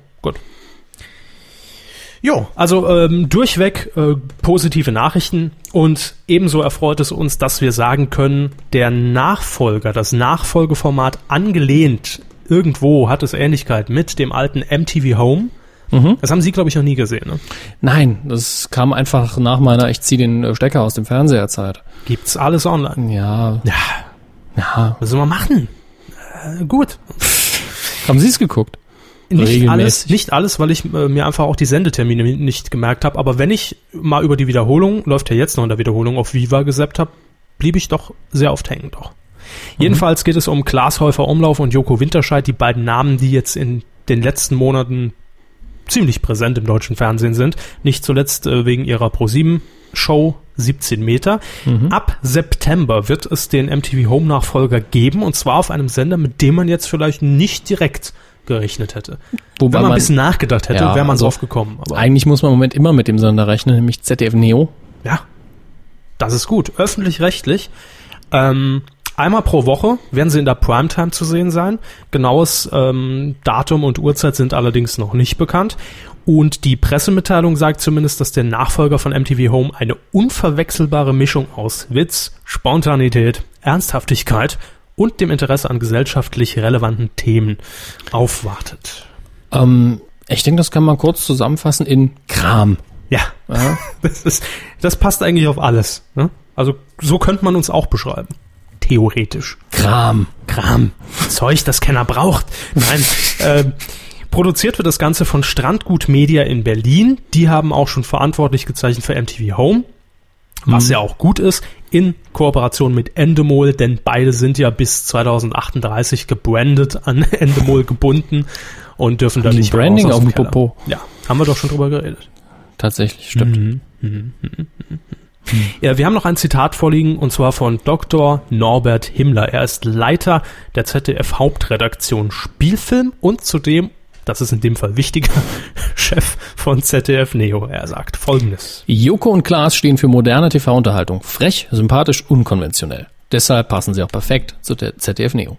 Speaker 2: Jo, also ähm, durchweg äh, positive Nachrichten und ebenso erfreut es uns, dass wir sagen können, der Nachfolger, das Nachfolgeformat angelehnt irgendwo hat es Ähnlichkeit mit dem alten MTV Home. Das haben Sie, glaube ich, noch nie gesehen. Ne?
Speaker 1: Nein, das kam einfach nach meiner Ich zieh den äh, Stecker aus dem Fernseher Zeit.
Speaker 2: Gibt's alles online.
Speaker 1: Ja,
Speaker 2: Ja,
Speaker 1: ja.
Speaker 2: was soll man machen? Äh, gut.
Speaker 1: Haben Sie es geguckt?
Speaker 2: Nicht
Speaker 1: Regelmäßig.
Speaker 2: alles, nicht alles, weil ich äh, mir einfach auch die Sendetermine nicht gemerkt habe. Aber wenn ich mal über die Wiederholung, läuft ja jetzt noch in der Wiederholung, auf Viva gesappt habe, blieb ich doch sehr oft hängen doch. Jedenfalls geht es um Klaas Häufer Umlauf und Joko Winterscheid, die beiden Namen, die jetzt in den letzten Monaten ziemlich präsent im deutschen Fernsehen sind. Nicht zuletzt äh, wegen ihrer ProSieben-Produktion Show 17 Meter. Ab September wird es den MTV Home Nachfolger geben und zwar auf einem Sender, mit dem man jetzt vielleicht nicht direkt gerechnet hätte.
Speaker 1: Wobei
Speaker 2: Wenn man
Speaker 1: man-
Speaker 2: ein bisschen nachgedacht hätte,
Speaker 1: Ja,
Speaker 2: wäre man
Speaker 1: also-
Speaker 2: drauf gekommen. Aber
Speaker 1: Eigentlich muss man im Moment immer mit dem Sender rechnen, nämlich ZDF Neo.
Speaker 2: Ja, das ist gut. Öffentlich-rechtlich. Ähm, einmal pro Woche werden sie in der Primetime zu sehen sein. Genaues ähm, Datum und Uhrzeit sind allerdings noch nicht bekannt. Und die Pressemitteilung sagt zumindest, dass der Nachfolger von MTV Home eine unverwechselbare Mischung aus Witz, Spontanität, Ernsthaftigkeit und dem Interesse an gesellschaftlich relevanten Themen aufwartet.
Speaker 1: Ähm, ich denke, das kann man kurz zusammenfassen in Kram.
Speaker 2: Ja,
Speaker 1: Ja?
Speaker 2: Das, ist, das passt eigentlich auf alles. Ne? Also so könnte man uns auch beschreiben. Theoretisch.
Speaker 1: Kram.
Speaker 2: Kram. Zeug, das Kenner braucht. Nein. ähm, produziert wird das Ganze von Strandgut Media in Berlin. Die haben auch schon verantwortlich gezeichnet für MTV Home.
Speaker 1: Mhm.
Speaker 2: Was ja auch gut ist, in Kooperation mit Endemol, denn beide sind ja bis 2038 gebrandet an Endemol gebunden und dürfen da
Speaker 1: die
Speaker 2: nicht
Speaker 1: ein Branding
Speaker 2: raus aus
Speaker 1: auf dem
Speaker 2: Keller.
Speaker 1: Popo?
Speaker 2: Ja, haben wir doch schon drüber geredet.
Speaker 1: Tatsächlich, stimmt.
Speaker 2: Mhm. Ja, wir haben noch ein Zitat vorliegen und zwar von Dr. Norbert Himmler. Er ist Leiter der ZDF Hauptredaktion Spielfilm und zudem, das ist in dem Fall wichtiger, Chef von ZDF Neo. Er sagt folgendes.
Speaker 1: Joko und Klaas stehen für moderne TV-Unterhaltung. Frech, sympathisch, unkonventionell. Deshalb passen sie auch perfekt zu der ZDF Neo.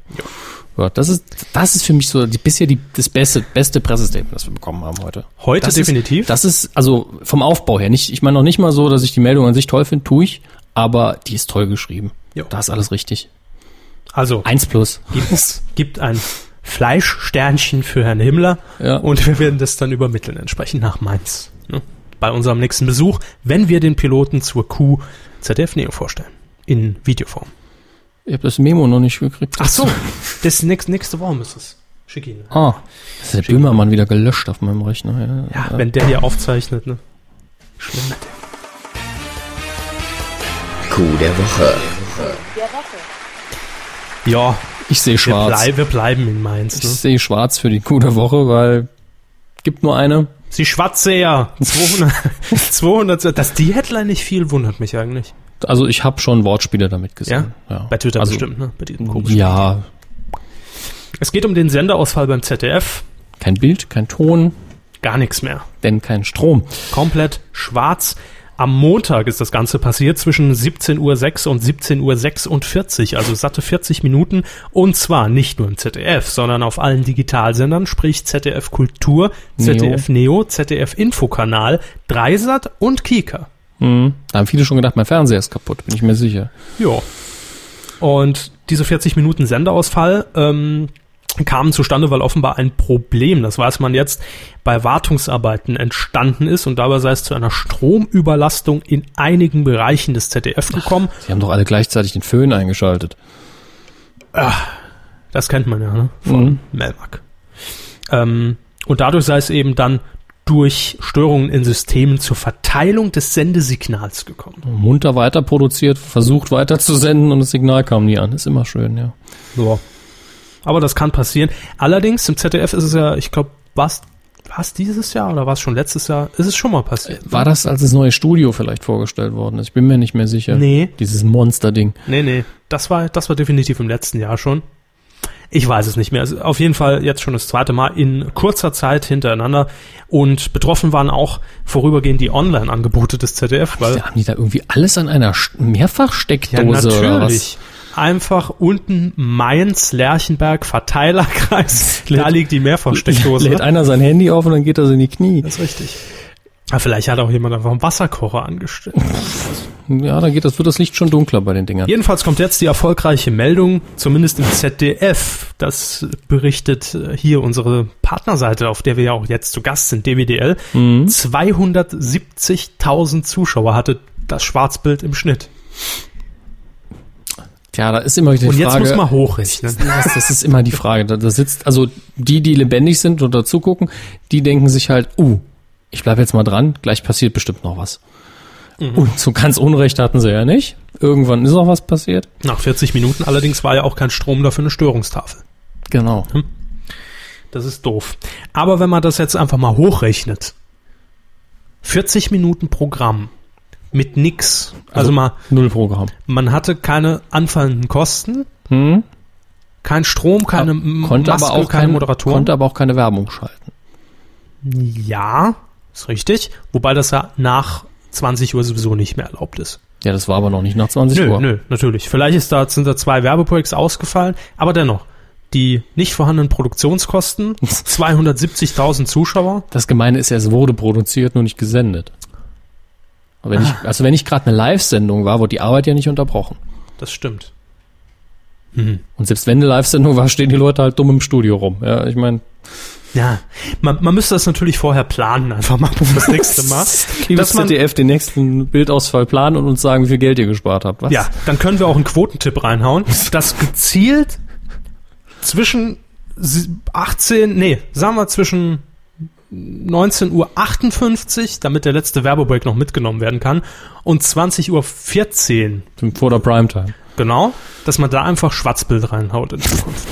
Speaker 1: Ja, das ist, das ist für mich so die, bisher die, das beste, beste Pressestatement, das wir bekommen haben heute.
Speaker 2: Heute
Speaker 1: das
Speaker 2: definitiv.
Speaker 1: Ist, das ist, also vom Aufbau her, nicht, ich meine noch nicht mal so, dass ich die Meldung an sich toll finde, tue ich, aber die ist toll geschrieben.
Speaker 2: Jo.
Speaker 1: Da ist alles richtig.
Speaker 2: Also,
Speaker 1: Eins plus.
Speaker 2: gibt, gibt ein Fleischsternchen für Herrn Himmler
Speaker 1: Ja.
Speaker 2: und wir werden das dann übermitteln, entsprechend nach Mainz. Ne? Bei unserem nächsten Besuch, wenn wir den Piloten zur Kuh ZDF Neo vorstellen. In Videoform.
Speaker 1: Ich habe das Memo noch nicht gekriegt.
Speaker 2: Ach so, das nächste, nächste Woche ist es. Schick ihn.
Speaker 1: Ah, das ist der Böhmermann wieder gelöscht auf meinem Rechner.
Speaker 2: Ja, wenn der hier aufzeichnet, ne? Schlimm.
Speaker 5: Coup der Woche.
Speaker 2: Ja,
Speaker 1: Ich sehe
Speaker 2: wir,
Speaker 1: schwarz.
Speaker 2: blei wir bleiben in Mainz,
Speaker 1: Ich
Speaker 2: ne?
Speaker 1: sehe schwarz für die Kuh der Woche, weil gibt nur eine.
Speaker 2: Sie schwatze ja. 200, 200, dass die Headline nicht viel wundert mich eigentlich.
Speaker 1: Also ich habe schon Wortspiele damit gesehen.
Speaker 2: Bei Twitter
Speaker 1: also,
Speaker 2: bestimmt, ne? Bei diesem komischen.
Speaker 1: Ja,
Speaker 2: Es geht um den Senderausfall beim ZDF.
Speaker 1: kein Bild, kein Ton,
Speaker 2: Gar nichts mehr.
Speaker 1: denn kein Strom.
Speaker 2: komplett schwarz. Am Montag ist das Ganze passiert zwischen 17.06 Uhr und 17.46 Uhr, also satte 40 Minuten. Und zwar nicht nur im ZDF, sondern auf allen Digitalsendern, sprich ZDF Kultur, ZDF Neo, ZDF Infokanal, Dreisat und Kika.
Speaker 1: Mhm. Da haben viele schon gedacht, mein Fernseher ist kaputt, bin ich mir sicher.
Speaker 2: Ja. Und diese 40 Minuten Senderausfall ähm, kamen zustande, weil offenbar ein Problem, das weiß man jetzt, bei Wartungsarbeiten entstanden ist und dabei sei es zu einer Stromüberlastung in einigen Bereichen des ZDF gekommen.
Speaker 1: Sie haben doch alle gleichzeitig den Föhn eingeschaltet.
Speaker 2: Das kennt man ja, ne?
Speaker 1: Mhm.
Speaker 2: Melmac. Ähm, und dadurch sei es eben dann durch Störungen in Systemen zur Verteilung des Sendesignals gekommen.
Speaker 1: Munter weiter produziert, versucht weiter zu senden und das Signal kam nie an. Ist immer schön, ja.
Speaker 2: Ja. Aber das kann passieren. Allerdings, im ZDF ist es ja, ich glaube, was was dieses Jahr oder war es schon letztes Jahr? Ist es schon mal passiert?
Speaker 1: War das, als das neue Studio vielleicht vorgestellt worden ist? Ich bin mir nicht mehr sicher.
Speaker 2: Nee.
Speaker 1: Dieses Monster-Ding.
Speaker 2: Nee, nee. Das war, das war definitiv im letzten Jahr schon. Ich weiß es nicht mehr. Also auf jeden Fall jetzt schon das zweite Mal in kurzer Zeit hintereinander. Und betroffen waren auch vorübergehend die Online-Angebote des ZDF, weil
Speaker 1: Da haben die da irgendwie alles an einer St- Mehrfachsteckdose oder was?
Speaker 2: Einfach unten Mainz, Lerchenberg, Verteilerkreis. da
Speaker 1: Lädt-
Speaker 2: liegt die Mehrfachsteckdose.
Speaker 1: Lädt einer sein Handy auf und dann geht das in die Knie.
Speaker 2: Das ist richtig. Aber vielleicht hat auch jemand einfach einen Wasserkocher angestellt.
Speaker 1: Ja, dann geht das, wird das Licht schon dunkler bei den Dingern.
Speaker 2: Jedenfalls kommt jetzt die erfolgreiche Meldung, zumindest im ZDF. Das berichtet äh, hier unsere Partnerseite, auf der wir ja auch jetzt zu Gast sind, DWDL.
Speaker 1: Mhm.
Speaker 2: 270.000 Zuschauer hatte das Schwarzbild im Schnitt.
Speaker 1: Tja, da ist immer die
Speaker 2: Und
Speaker 1: Frage.
Speaker 2: jetzt muss man hochrechnen.
Speaker 1: das, das ist immer die Frage. Da, da sitzt, also die, die lebendig sind oder zugucken, die denken sich halt, uh, ich bleib jetzt mal dran, gleich passiert bestimmt noch was.
Speaker 2: Mhm.
Speaker 1: Und so ganz Unrecht hatten sie ja nicht. Irgendwann ist auch was passiert.
Speaker 2: Nach 40 Minuten allerdings war ja auch kein Strom dafür eine Störungstafel.
Speaker 1: Genau.
Speaker 2: Hm. Das ist doof. Aber wenn man das jetzt einfach mal hochrechnet, 40 Minuten Programm mit nix. Also, mal,
Speaker 1: Null Programm.
Speaker 2: man hatte keine anfallenden Kosten,
Speaker 1: Hm?
Speaker 2: kein Strom, keine M-
Speaker 1: Konnte aber auch
Speaker 2: keine
Speaker 1: keine,
Speaker 2: Moderatoren.
Speaker 1: Konnte aber auch keine Werbung schalten.
Speaker 2: Ja, ist richtig. Wobei das ja nach 20 Uhr sowieso nicht mehr erlaubt ist.
Speaker 1: Ja, das war aber noch nicht nach 20
Speaker 2: Nö,
Speaker 1: Uhr.
Speaker 2: nö, natürlich. Vielleicht ist da, sind da zwei Werbeprojekte ausgefallen, aber dennoch, die nicht vorhandenen Produktionskosten, 270.000 Zuschauer,
Speaker 1: Das Gemeine ist, ja, es wurde produziert, nur nicht gesendet. Aber Wenn ich,
Speaker 2: Ah.
Speaker 1: also wenn ich gerade eine Live-Sendung war, wurde die Arbeit ja nicht unterbrochen.
Speaker 2: das stimmt.
Speaker 1: Und selbst wenn eine Live-Sendung war, stehen die Leute halt dumm im Studio rum. Ja, ich meine,
Speaker 2: Ja, man, man müsste das natürlich vorher planen, einfach mal für das nächste Mal.
Speaker 1: liebes
Speaker 2: dass man,
Speaker 1: ZDF, den nächsten Bildausfall planen und uns sagen, wie viel Geld ihr gespart habt. Was?
Speaker 2: ja, dann können wir auch einen Quotentipp reinhauen, dass gezielt zwischen sie- 18, nee, sagen wir zwischen 19.58 Uhr, damit der letzte Werbebreak noch mitgenommen werden kann, und 20.14 Uhr
Speaker 1: Vor der Primetime.
Speaker 2: Genau, dass man da einfach Schwarzbild reinhaut in Zukunft.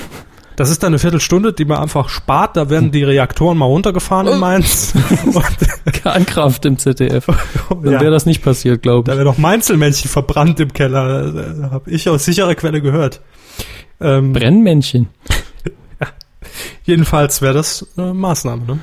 Speaker 2: Das ist dann eine Viertelstunde, die man einfach spart. Da werden die Reaktoren mal runtergefahren in Mainz. Und,
Speaker 1: Kernkraft im ZDF. Dann
Speaker 2: Ja.
Speaker 1: wäre das nicht passiert, glaube
Speaker 2: da
Speaker 1: ich.
Speaker 2: werden auch Mainzelmännchen verbrannt im Keller. Habe ich aus sicherer Quelle gehört. Ähm,
Speaker 1: Brennmännchen.
Speaker 2: jedenfalls wäre das eine Maßnahme. Ne?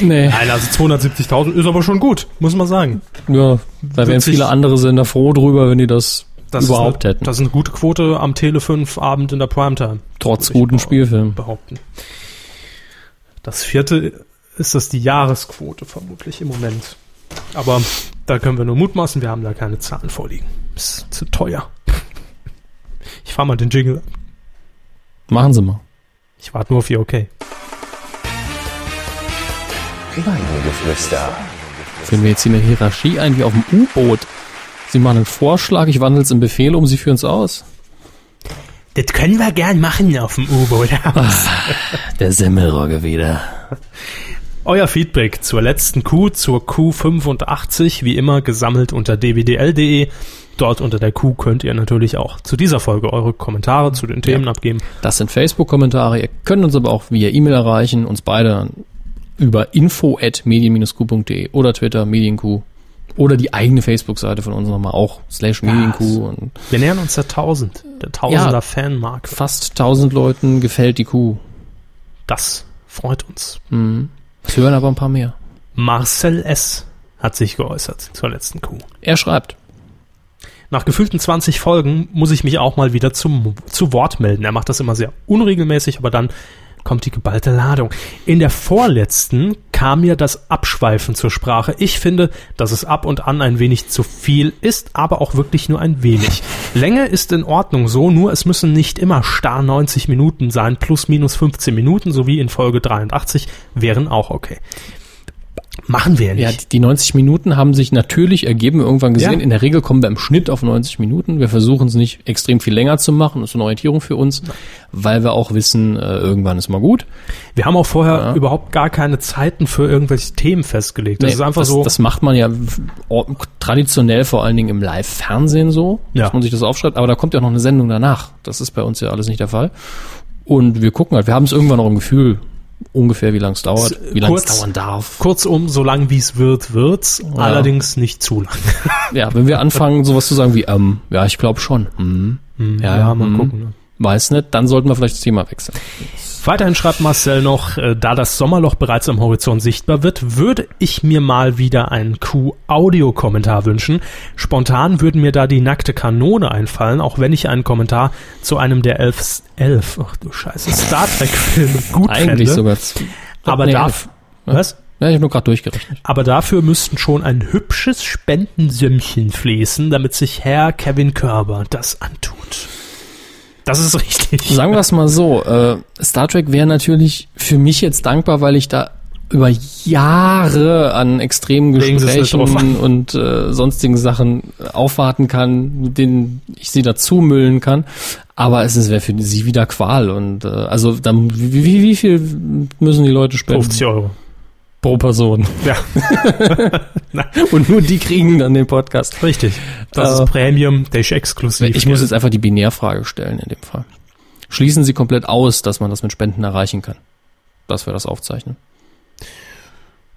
Speaker 1: Nee.
Speaker 2: Nein, also 270.000 ist aber schon gut, muss man sagen.
Speaker 1: Ja, da wären
Speaker 2: Witzig.
Speaker 1: viele andere Sender froh drüber, wenn die das, überhaupt
Speaker 2: ist eine,
Speaker 1: hätten.
Speaker 2: Das ist eine gute Quote am Tele 5 Abend in der Primetime.
Speaker 1: trotz
Speaker 2: ich
Speaker 1: guten
Speaker 2: glaube.
Speaker 1: Spielfilmen.
Speaker 2: behaupten. Das vierte ist das die Jahresquote vermutlich im Moment. Aber da können wir nur mutmaßen, wir haben da keine Zahlen vorliegen. Ist zu teuer. Ich fahr mal den Jingle. ab.
Speaker 1: Machen Sie mal.
Speaker 2: Ich warte nur auf ihr okay.
Speaker 5: Weidengeflüster.
Speaker 1: Führen wir jetzt hier eine Hierarchie ein wie auf dem U-Boot. Sie machen einen Vorschlag, ich wandle es in Befehl um, Sie führen es aus.
Speaker 2: Das können wir gern machen auf dem U-Boot.
Speaker 1: Ah, Der Semmelrogge wieder.
Speaker 2: Euer Feedback zur letzten Q, zur Q85, wie immer gesammelt unter dwdl.de. e. Dort unter der Q könnt ihr natürlich auch zu dieser Folge eure Kommentare zu den Themen abgeben.
Speaker 1: Das sind Facebook-Kommentare. Ihr könnt uns aber auch via E-Mail erreichen, uns beide über info.medien-q.de oder Twitter, medienq oder die eigene Facebook-Seite von uns nochmal auch, slash medienq und
Speaker 2: Wir nähern uns der 1000, der
Speaker 1: Ja.
Speaker 2: 1000er Fanmarke.
Speaker 1: fast 1000 Leuten gefällt die Kuh.
Speaker 2: Das freut uns.
Speaker 1: Es hören aber ein paar mehr.
Speaker 2: Marcel S. hat sich geäußert zur letzten Kuh.
Speaker 1: Er schreibt.
Speaker 2: Nach gefühlten 20 Folgen muss ich mich auch mal wieder zum, zu Wort melden. Er macht das immer sehr unregelmäßig, aber dann kommt die geballte Ladung. In der vorletzten kam mir das Abschweifen zur Sprache. Ich finde, dass es ab und an ein wenig zu viel ist, aber auch wirklich nur ein wenig. Länge ist in Ordnung so, nur es müssen nicht immer starr 90 Minuten sein, plus minus 15 Minuten, sowie in Folge 83 wären auch okay. Machen wir
Speaker 1: Ja,
Speaker 2: nicht.
Speaker 1: die die 90 Minuten haben sich natürlich ergeben, wir irgendwann gesehen.
Speaker 2: Ja.
Speaker 1: In der Regel kommen wir im Schnitt auf 90 Minuten. Wir versuchen es nicht extrem viel länger zu machen. Das ist eine Orientierung für uns, weil wir auch wissen, äh, irgendwann ist mal gut.
Speaker 2: Wir haben auch vorher überhaupt gar keine Zeiten für irgendwelche Themen festgelegt. Das
Speaker 1: Nee,
Speaker 2: ist einfach
Speaker 1: das,
Speaker 2: so.
Speaker 1: Das macht man ja or- traditionell vor allen Dingen im Live-Fernsehen so,
Speaker 2: Ja.
Speaker 1: dass man sich das aufschreibt. Aber da kommt ja noch eine Sendung danach. Das ist bei uns ja alles nicht der Fall. Und wir gucken halt. Wir haben es irgendwann noch im Gefühl, ungefähr wie lange es dauert,
Speaker 2: S-
Speaker 1: wie lange es
Speaker 2: kurz-
Speaker 1: dauern darf.
Speaker 2: Kurzum, so lang wie es wird, wird's. Allerdings nicht zu lang.
Speaker 1: Ja, wenn wir anfangen, sowas zu sagen wie, ähm, ja, ich glaube schon. Hm, ja, hm,
Speaker 2: ne?
Speaker 1: Weiß nicht, dann sollten wir vielleicht das Thema wechseln.
Speaker 2: Weiterhin schreibt Marcel noch, äh, da das Sommerloch bereits am Horizont sichtbar wird, würde ich mir mal wieder einen Q-Audio-Kommentar wünschen. Spontan würden mir da die nackte Kanone einfallen, auch wenn ich einen Kommentar zu einem der elf, elf ach du Scheiße, Star Trek-Filme gut
Speaker 1: Eigentlich
Speaker 2: fände.
Speaker 1: sogar. z-
Speaker 2: aber
Speaker 1: Nee,
Speaker 2: darf,
Speaker 1: elf.
Speaker 2: was?
Speaker 1: Ja, ich habe nur gerade durchgerechnet.
Speaker 2: Aber dafür müssten schon ein hübsches Spendensümmchen fließen, damit sich Herr Kevin Körber das antut. Das ist richtig.
Speaker 1: Sagen wir es mal so, äh, Star Trek wäre natürlich für mich jetzt dankbar, weil ich da über Jahre an extremen
Speaker 2: Legen Sie es nicht drauf
Speaker 1: Gesprächen
Speaker 2: an.
Speaker 1: und äh, sonstigen Sachen aufwarten kann, mit denen ich sie dazumüllen kann. Aber es wäre für sie wieder Qual. Und äh, also dann, wie, wie, wie viel müssen die Leute spenden?
Speaker 2: 50 Euro.
Speaker 1: pro Person.
Speaker 2: Ja,
Speaker 1: Und nur die kriegen dann den Podcast.
Speaker 2: richtig. Das
Speaker 1: Äh,
Speaker 2: ist Premium, der ist exklusiv.
Speaker 1: Ich muss jetzt einfach die Binärfrage stellen in dem Fall. Schließen Sie komplett aus, dass man das mit Spenden erreichen kann. Dass wir das aufzeichnen.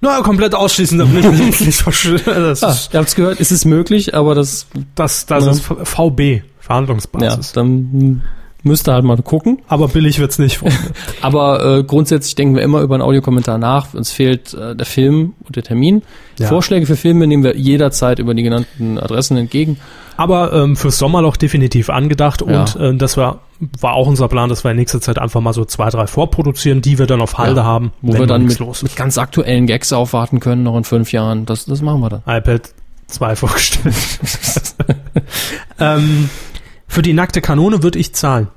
Speaker 2: Na, komplett ausschließen, das will ich mich jetzt nicht verschwören. Das,
Speaker 1: Ah,
Speaker 2: ist,
Speaker 1: ihr habt's gehört, es ist möglich, aber das,
Speaker 2: das, das ist VB, Verhandlungsbasis.
Speaker 1: Ah. ja, dann hm, müsst ihr halt mal gucken.
Speaker 2: Aber billig wird's nicht. Freunde.
Speaker 1: Aber äh, grundsätzlich denken wir immer über einen Audiokommentar nach. Uns fehlt äh, der Film und der Termin.
Speaker 2: Ja.
Speaker 1: Vorschläge für Filme nehmen wir jederzeit über die genannten Adressen entgegen.
Speaker 2: Aber ähm, fürs Sommerloch definitiv angedacht und
Speaker 1: Ja.
Speaker 2: ähm, das war, war auch unser Plan, dass wir in nächster Zeit einfach mal so zwei, drei vorproduzieren, die wir dann auf Halde
Speaker 1: Ja.
Speaker 2: haben,
Speaker 1: Wo wir dann
Speaker 2: nichts
Speaker 1: mit,
Speaker 2: los
Speaker 1: mit
Speaker 2: ist.
Speaker 1: ganz aktuellen Gags aufwarten können, noch in fünf Jahren. Das, das machen wir dann.
Speaker 2: iPad 2 vorgestellt. ähm, für die nackte Kanone würde ich zahlen.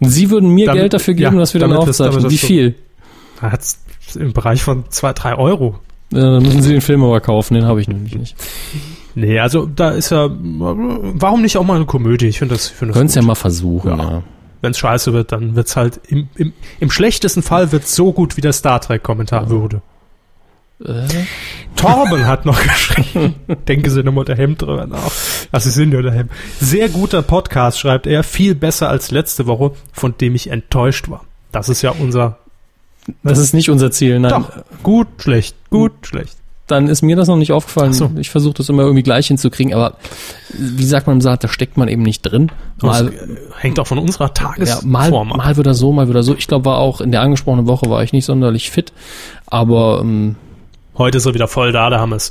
Speaker 1: Sie würden mir
Speaker 2: Damit-
Speaker 1: Geld dafür
Speaker 2: ja,
Speaker 1: geben, dass wir dann
Speaker 2: damit das-
Speaker 1: aufzeichnen.
Speaker 2: damit das
Speaker 1: Wie
Speaker 2: so-
Speaker 1: viel?
Speaker 2: Da hat's im Bereich von zwei, drei Euro.
Speaker 1: Äh, Dann müssen Sie den Film aber kaufen, den habe ich nämlich nicht.
Speaker 2: Nee, also da ist ja, warum nicht auch mal eine Komödie? Ich finde das, ich find
Speaker 1: Können es
Speaker 2: das
Speaker 1: ja mal versuchen. Ja.
Speaker 2: Ja. wenn es scheiße wird, dann wird's halt im, im, im schlechtesten Fall wird's so gut, wie der Star Trek-Kommentar würde.
Speaker 1: Äh,
Speaker 2: Torben hat noch geschrieben. Denke Sie nochmal unter Hemd drüber nach. Also Sie sind ja unter Hemd. Sehr guter Podcast, schreibt er. Viel besser als letzte Woche, von dem ich enttäuscht war. Das ist ja unser.
Speaker 1: Das ist nicht unser Ziel. Nein,
Speaker 2: Doch. äh, Gut, schlecht, gut, schlecht.
Speaker 1: dann ist mir das noch nicht aufgefallen.
Speaker 2: Ach so.
Speaker 1: Ich versuche das immer irgendwie gleich hinzukriegen, aber wie sagt man im Saat, da steckt man eben nicht drin. Mal,
Speaker 2: Das hängt auch von unserer
Speaker 1: ja, mal,
Speaker 2: Tagesform ab.
Speaker 1: mal wieder so, mal wieder so. Ich glaube, war auch in der angesprochenen Woche war ich nicht sonderlich fit, aber ähm,
Speaker 2: Heute ist er wieder voll da, da haben wir's.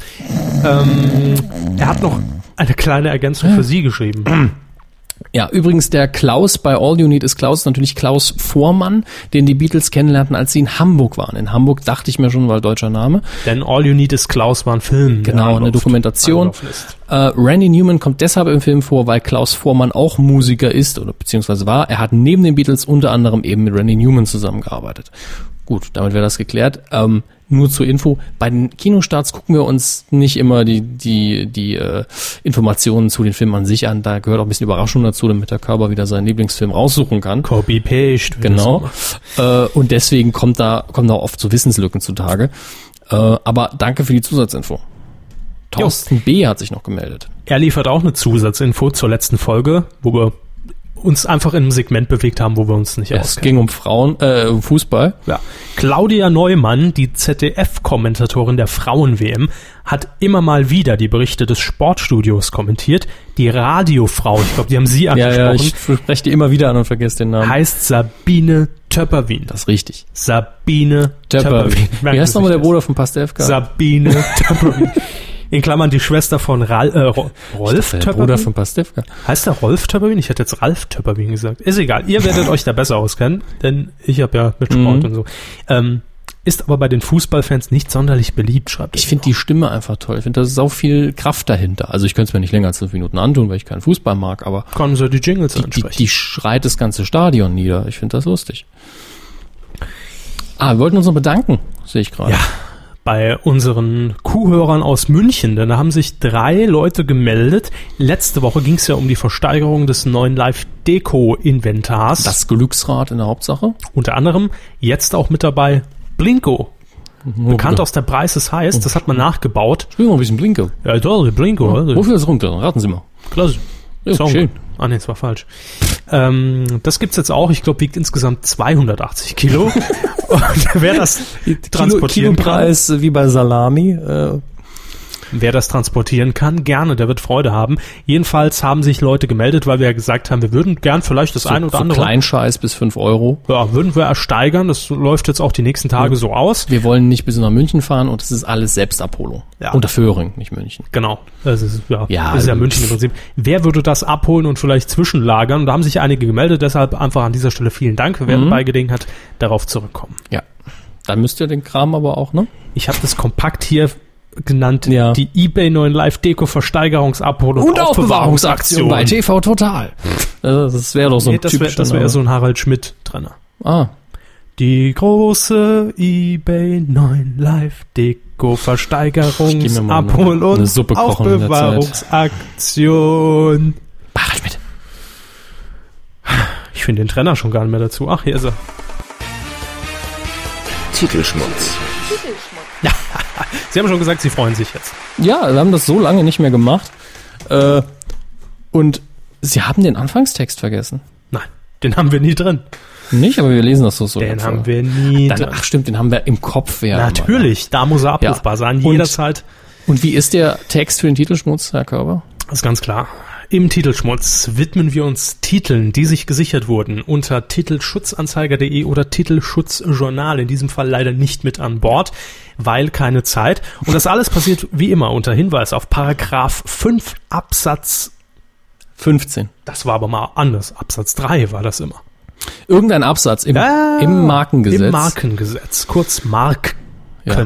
Speaker 2: Ähm, er hat noch eine kleine Ergänzung für Sie geschrieben.
Speaker 1: Ja, übrigens der Klaus bei All You Need is Klaus, natürlich Klaus Vormann, den die Beatles kennenlernten, als sie in Hamburg waren. In Hamburg dachte ich mir schon, weil deutscher Name.
Speaker 2: Denn All You Need is Klaus war ein Film. der
Speaker 1: Genau, eine
Speaker 2: angelaufen-
Speaker 1: Dokumentation.
Speaker 2: angelaufen ist.
Speaker 1: Äh, Randy Newman kommt deshalb im Film vor, weil Klaus Vormann auch Musiker ist oder beziehungsweise war. Er hat neben den Beatles unter anderem eben mit Randy Newman zusammengearbeitet. Gut, damit wäre das geklärt. Ähm, nur zur Info, bei den Kinostarts gucken wir uns nicht immer die, die, die äh, Informationen zu den Filmen an sich an. Da gehört auch ein bisschen Überraschung dazu, damit der Körper wieder seinen Lieblingsfilm raussuchen kann.
Speaker 2: Copy-Paste.
Speaker 1: Genau. Äh, und deswegen kommt da, kommen da oft so Wissenslücken zutage. Äh, aber danke für die Zusatzinfo. Thorsten B. hat sich noch gemeldet.
Speaker 2: Er liefert auch eine Zusatzinfo zur letzten Folge, wo wir uns einfach in einem Segment bewegt haben, wo wir uns nicht
Speaker 1: Es
Speaker 2: auskennen.
Speaker 1: ging um Frauen, äh, um Fußball.
Speaker 2: Ja. Claudia Neumann, die ZDF-Kommentatorin der Frauen-WM, hat immer mal wieder die Berichte des Sportstudios kommentiert. Die Radiofrau, ich glaube, die haben Sie
Speaker 1: Ja,
Speaker 2: angesprochen,
Speaker 1: ja, ich spreche die immer wieder an und vergesse den Namen.
Speaker 2: heißt Sabine Töpperwien.
Speaker 1: Das ist richtig.
Speaker 2: Sabine
Speaker 1: Töpper. Wie,
Speaker 2: Merken
Speaker 1: wie heißt
Speaker 2: Sie
Speaker 1: nochmal
Speaker 2: sich
Speaker 1: der
Speaker 2: das.
Speaker 1: Bruder von Pastelka?
Speaker 2: Sabine Töpperwien. In Klammern die Schwester von Ral, äh, Ro- Rolf
Speaker 1: der Bruder von Pastewka.
Speaker 2: Heißt der Rolf Töpperwien? Ich hätte jetzt Ralf Töpperwien gesagt. Ist egal, ihr werdet euch da besser auskennen, denn ich habe ja mit Sport
Speaker 1: Mhm.
Speaker 2: und so. Ähm, ist aber bei den Fußballfans nicht sonderlich beliebt, schreibt
Speaker 1: Ich
Speaker 2: er.
Speaker 1: finde die Stimme einfach toll. Ich finde, da ist auch viel Kraft dahinter. Also ich könnte es mir nicht länger als fünf Minuten antun, weil ich keinen Fußball mag, aber
Speaker 2: Kann so die Jingles
Speaker 1: die, die,
Speaker 2: ansprechen.
Speaker 1: die schreit das ganze Stadion nieder. Ich finde das lustig. Ah, wir wollten uns noch bedanken, sehe ich gerade.
Speaker 2: Ja. bei unseren Kuhhörern aus München, denn da haben sich drei Leute gemeldet. Letzte Woche ging es ja um die Versteigerung des neuen Live-Deko-Inventars.
Speaker 1: Das Glücksrad in der Hauptsache.
Speaker 2: Unter anderem jetzt auch mit dabei Blinko. Bekannt aus der Preis ist heiß, das hat man nachgebaut.
Speaker 1: Spielen wir mal ein bisschen Blinke.
Speaker 2: Ja, toll, Blinko. also,
Speaker 1: Wofür ist runter? Raten Sie mal.
Speaker 2: Klasse.
Speaker 1: Ja,
Speaker 2: Song.
Speaker 1: schön.
Speaker 2: Ah nee, das war falsch. Ähm, das gibt's jetzt auch. Ich glaube, wiegt insgesamt 280 Kilo. Und wer das transportieren kann,
Speaker 1: Kilopreis äh, wie bei Salami. Äh,
Speaker 2: wer das transportieren kann, gerne, der wird Freude haben. Jedenfalls haben sich Leute gemeldet, weil wir ja gesagt haben, wir würden gern vielleicht das ein oder
Speaker 1: so
Speaker 2: andere
Speaker 1: Kleinscheiß bis 5 Euro.
Speaker 2: ja, würden wir ersteigern. Das läuft jetzt auch die nächsten Tage so aus.
Speaker 1: Wir wollen nicht bis nach München fahren und es ist alles Selbstabholung.
Speaker 2: Ja.
Speaker 1: Unter Föhring, nicht München.
Speaker 2: Genau. Das ist, ja,
Speaker 1: Ja,
Speaker 2: ist ja
Speaker 1: also-
Speaker 2: München im Prinzip. Wer würde das abholen und vielleicht zwischenlagern? Und da haben sich einige gemeldet, deshalb einfach an dieser Stelle vielen Dank. Wir
Speaker 1: Mhm.
Speaker 2: werden bei Gelegenheit darauf zurückkommen.
Speaker 1: Ja. Dann müsst ihr den Kram aber auch, ne?
Speaker 2: Ich habe das kompakt hier genannt,
Speaker 1: Ja.
Speaker 2: die eBay neuen Live-Deko-Versteigerungsabholung
Speaker 1: bei TV Total. Äh, Das wäre doch so ein
Speaker 2: Hm. nee, das wäre
Speaker 1: typischer
Speaker 2: das wär
Speaker 1: Name.
Speaker 2: so ein Harald Schmidt drin.
Speaker 1: Ah,
Speaker 2: Die große eBay 9 Live-Deko
Speaker 1: Ich geh mir
Speaker 2: Versteigerungs
Speaker 1: mal eine-
Speaker 2: Abhol
Speaker 1: eine
Speaker 2: und
Speaker 1: Suppe kochen in der Zeit.
Speaker 2: Aufbewahrungsaktion.
Speaker 1: Harald Schmidt.
Speaker 2: Ich finde den Trainer schon gar nicht mehr dazu. Ach, hier ist er.
Speaker 5: Titelschmutz.
Speaker 2: Sie haben schon gesagt, Sie freuen sich jetzt.
Speaker 1: Ja, wir haben das so lange nicht mehr gemacht. Äh, und sie haben den Anfangstext vergessen.
Speaker 2: Nein, den haben wir nie drin.
Speaker 1: Nicht, aber wir lesen das doch so.
Speaker 2: Den
Speaker 1: davor.
Speaker 2: haben wir nie.
Speaker 1: Dann,
Speaker 2: drin.
Speaker 1: ach stimmt, den haben wir im Kopf. Ja,
Speaker 2: Natürlich, da muss er abrufbar
Speaker 1: Ja.
Speaker 2: sein.
Speaker 1: Und-
Speaker 2: Jederzeit.
Speaker 1: Und wie ist der Text für den Titelschmutz, Herr Körber?
Speaker 2: Das ist ganz klar. Im Titelschmutz widmen wir uns Titeln, die sich gesichert wurden, unter titelschutzanzeiger.de oder Titelschutzjournal, in diesem Fall leider nicht mit an Bord, weil keine Zeit. Und das alles passiert wie immer unter Hinweis auf Paragraph 5 Absatz,
Speaker 1: 15.
Speaker 2: das war aber mal anders, Absatz 3 war das immer.
Speaker 1: Irgendein Absatz im,
Speaker 2: Ja,
Speaker 1: im Markengesetz.
Speaker 2: Im Markengesetz, kurz Marken.
Speaker 1: Ja.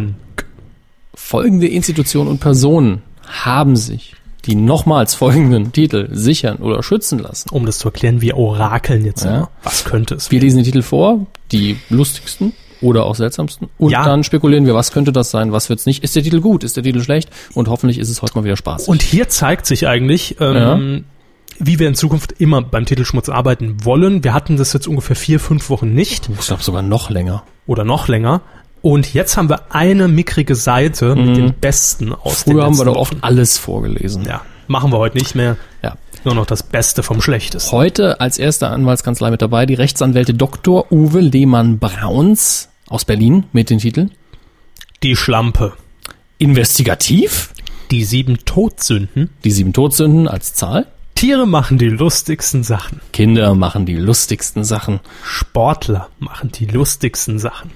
Speaker 1: Folgende Institutionen und Personen haben sich die nochmals folgenden Titel sichern oder schützen lassen.
Speaker 2: Um das zu erklären, wir orakeln jetzt
Speaker 1: Ja.
Speaker 2: immer. Was könnte es
Speaker 1: Wir lesen die Titel vor, die lustigsten oder auch seltsamsten. Und
Speaker 2: Ja.
Speaker 1: dann spekulieren wir, was könnte das sein, was wird's nicht. Ist der Titel gut, ist der Titel schlecht? Und hoffentlich ist es heute mal wieder Spaß.
Speaker 2: Und hier zeigt sich eigentlich, ähm, wie wir in Zukunft immer beim Titelschmutz arbeiten wollen. Wir hatten das jetzt ungefähr vier, fünf Wochen nicht
Speaker 1: ich glaube sogar noch länger.
Speaker 2: oder noch länger. Und jetzt haben wir eine mickrige Seite mit den Besten aus den
Speaker 1: Mhm. Früher haben wir
Speaker 2: letzten
Speaker 1: doch oft alles vorgelesen.
Speaker 2: Wochen. Ja, machen wir heute nicht mehr.
Speaker 1: ja.
Speaker 2: Nur noch das Beste vom Schlechtesten.
Speaker 1: Heute als erste Anwaltskanzlei mit dabei die Rechtsanwälte Dr. Uwe Lehmann-Brauns aus Berlin mit den Titeln
Speaker 2: Die Schlampe.
Speaker 1: Investigativ,
Speaker 2: Die sieben Todsünden.
Speaker 1: die sieben Todsünden als Zahl,
Speaker 2: Tiere machen die lustigsten Sachen.
Speaker 1: Kinder machen die lustigsten Sachen.
Speaker 2: Sportler machen die lustigsten Sachen.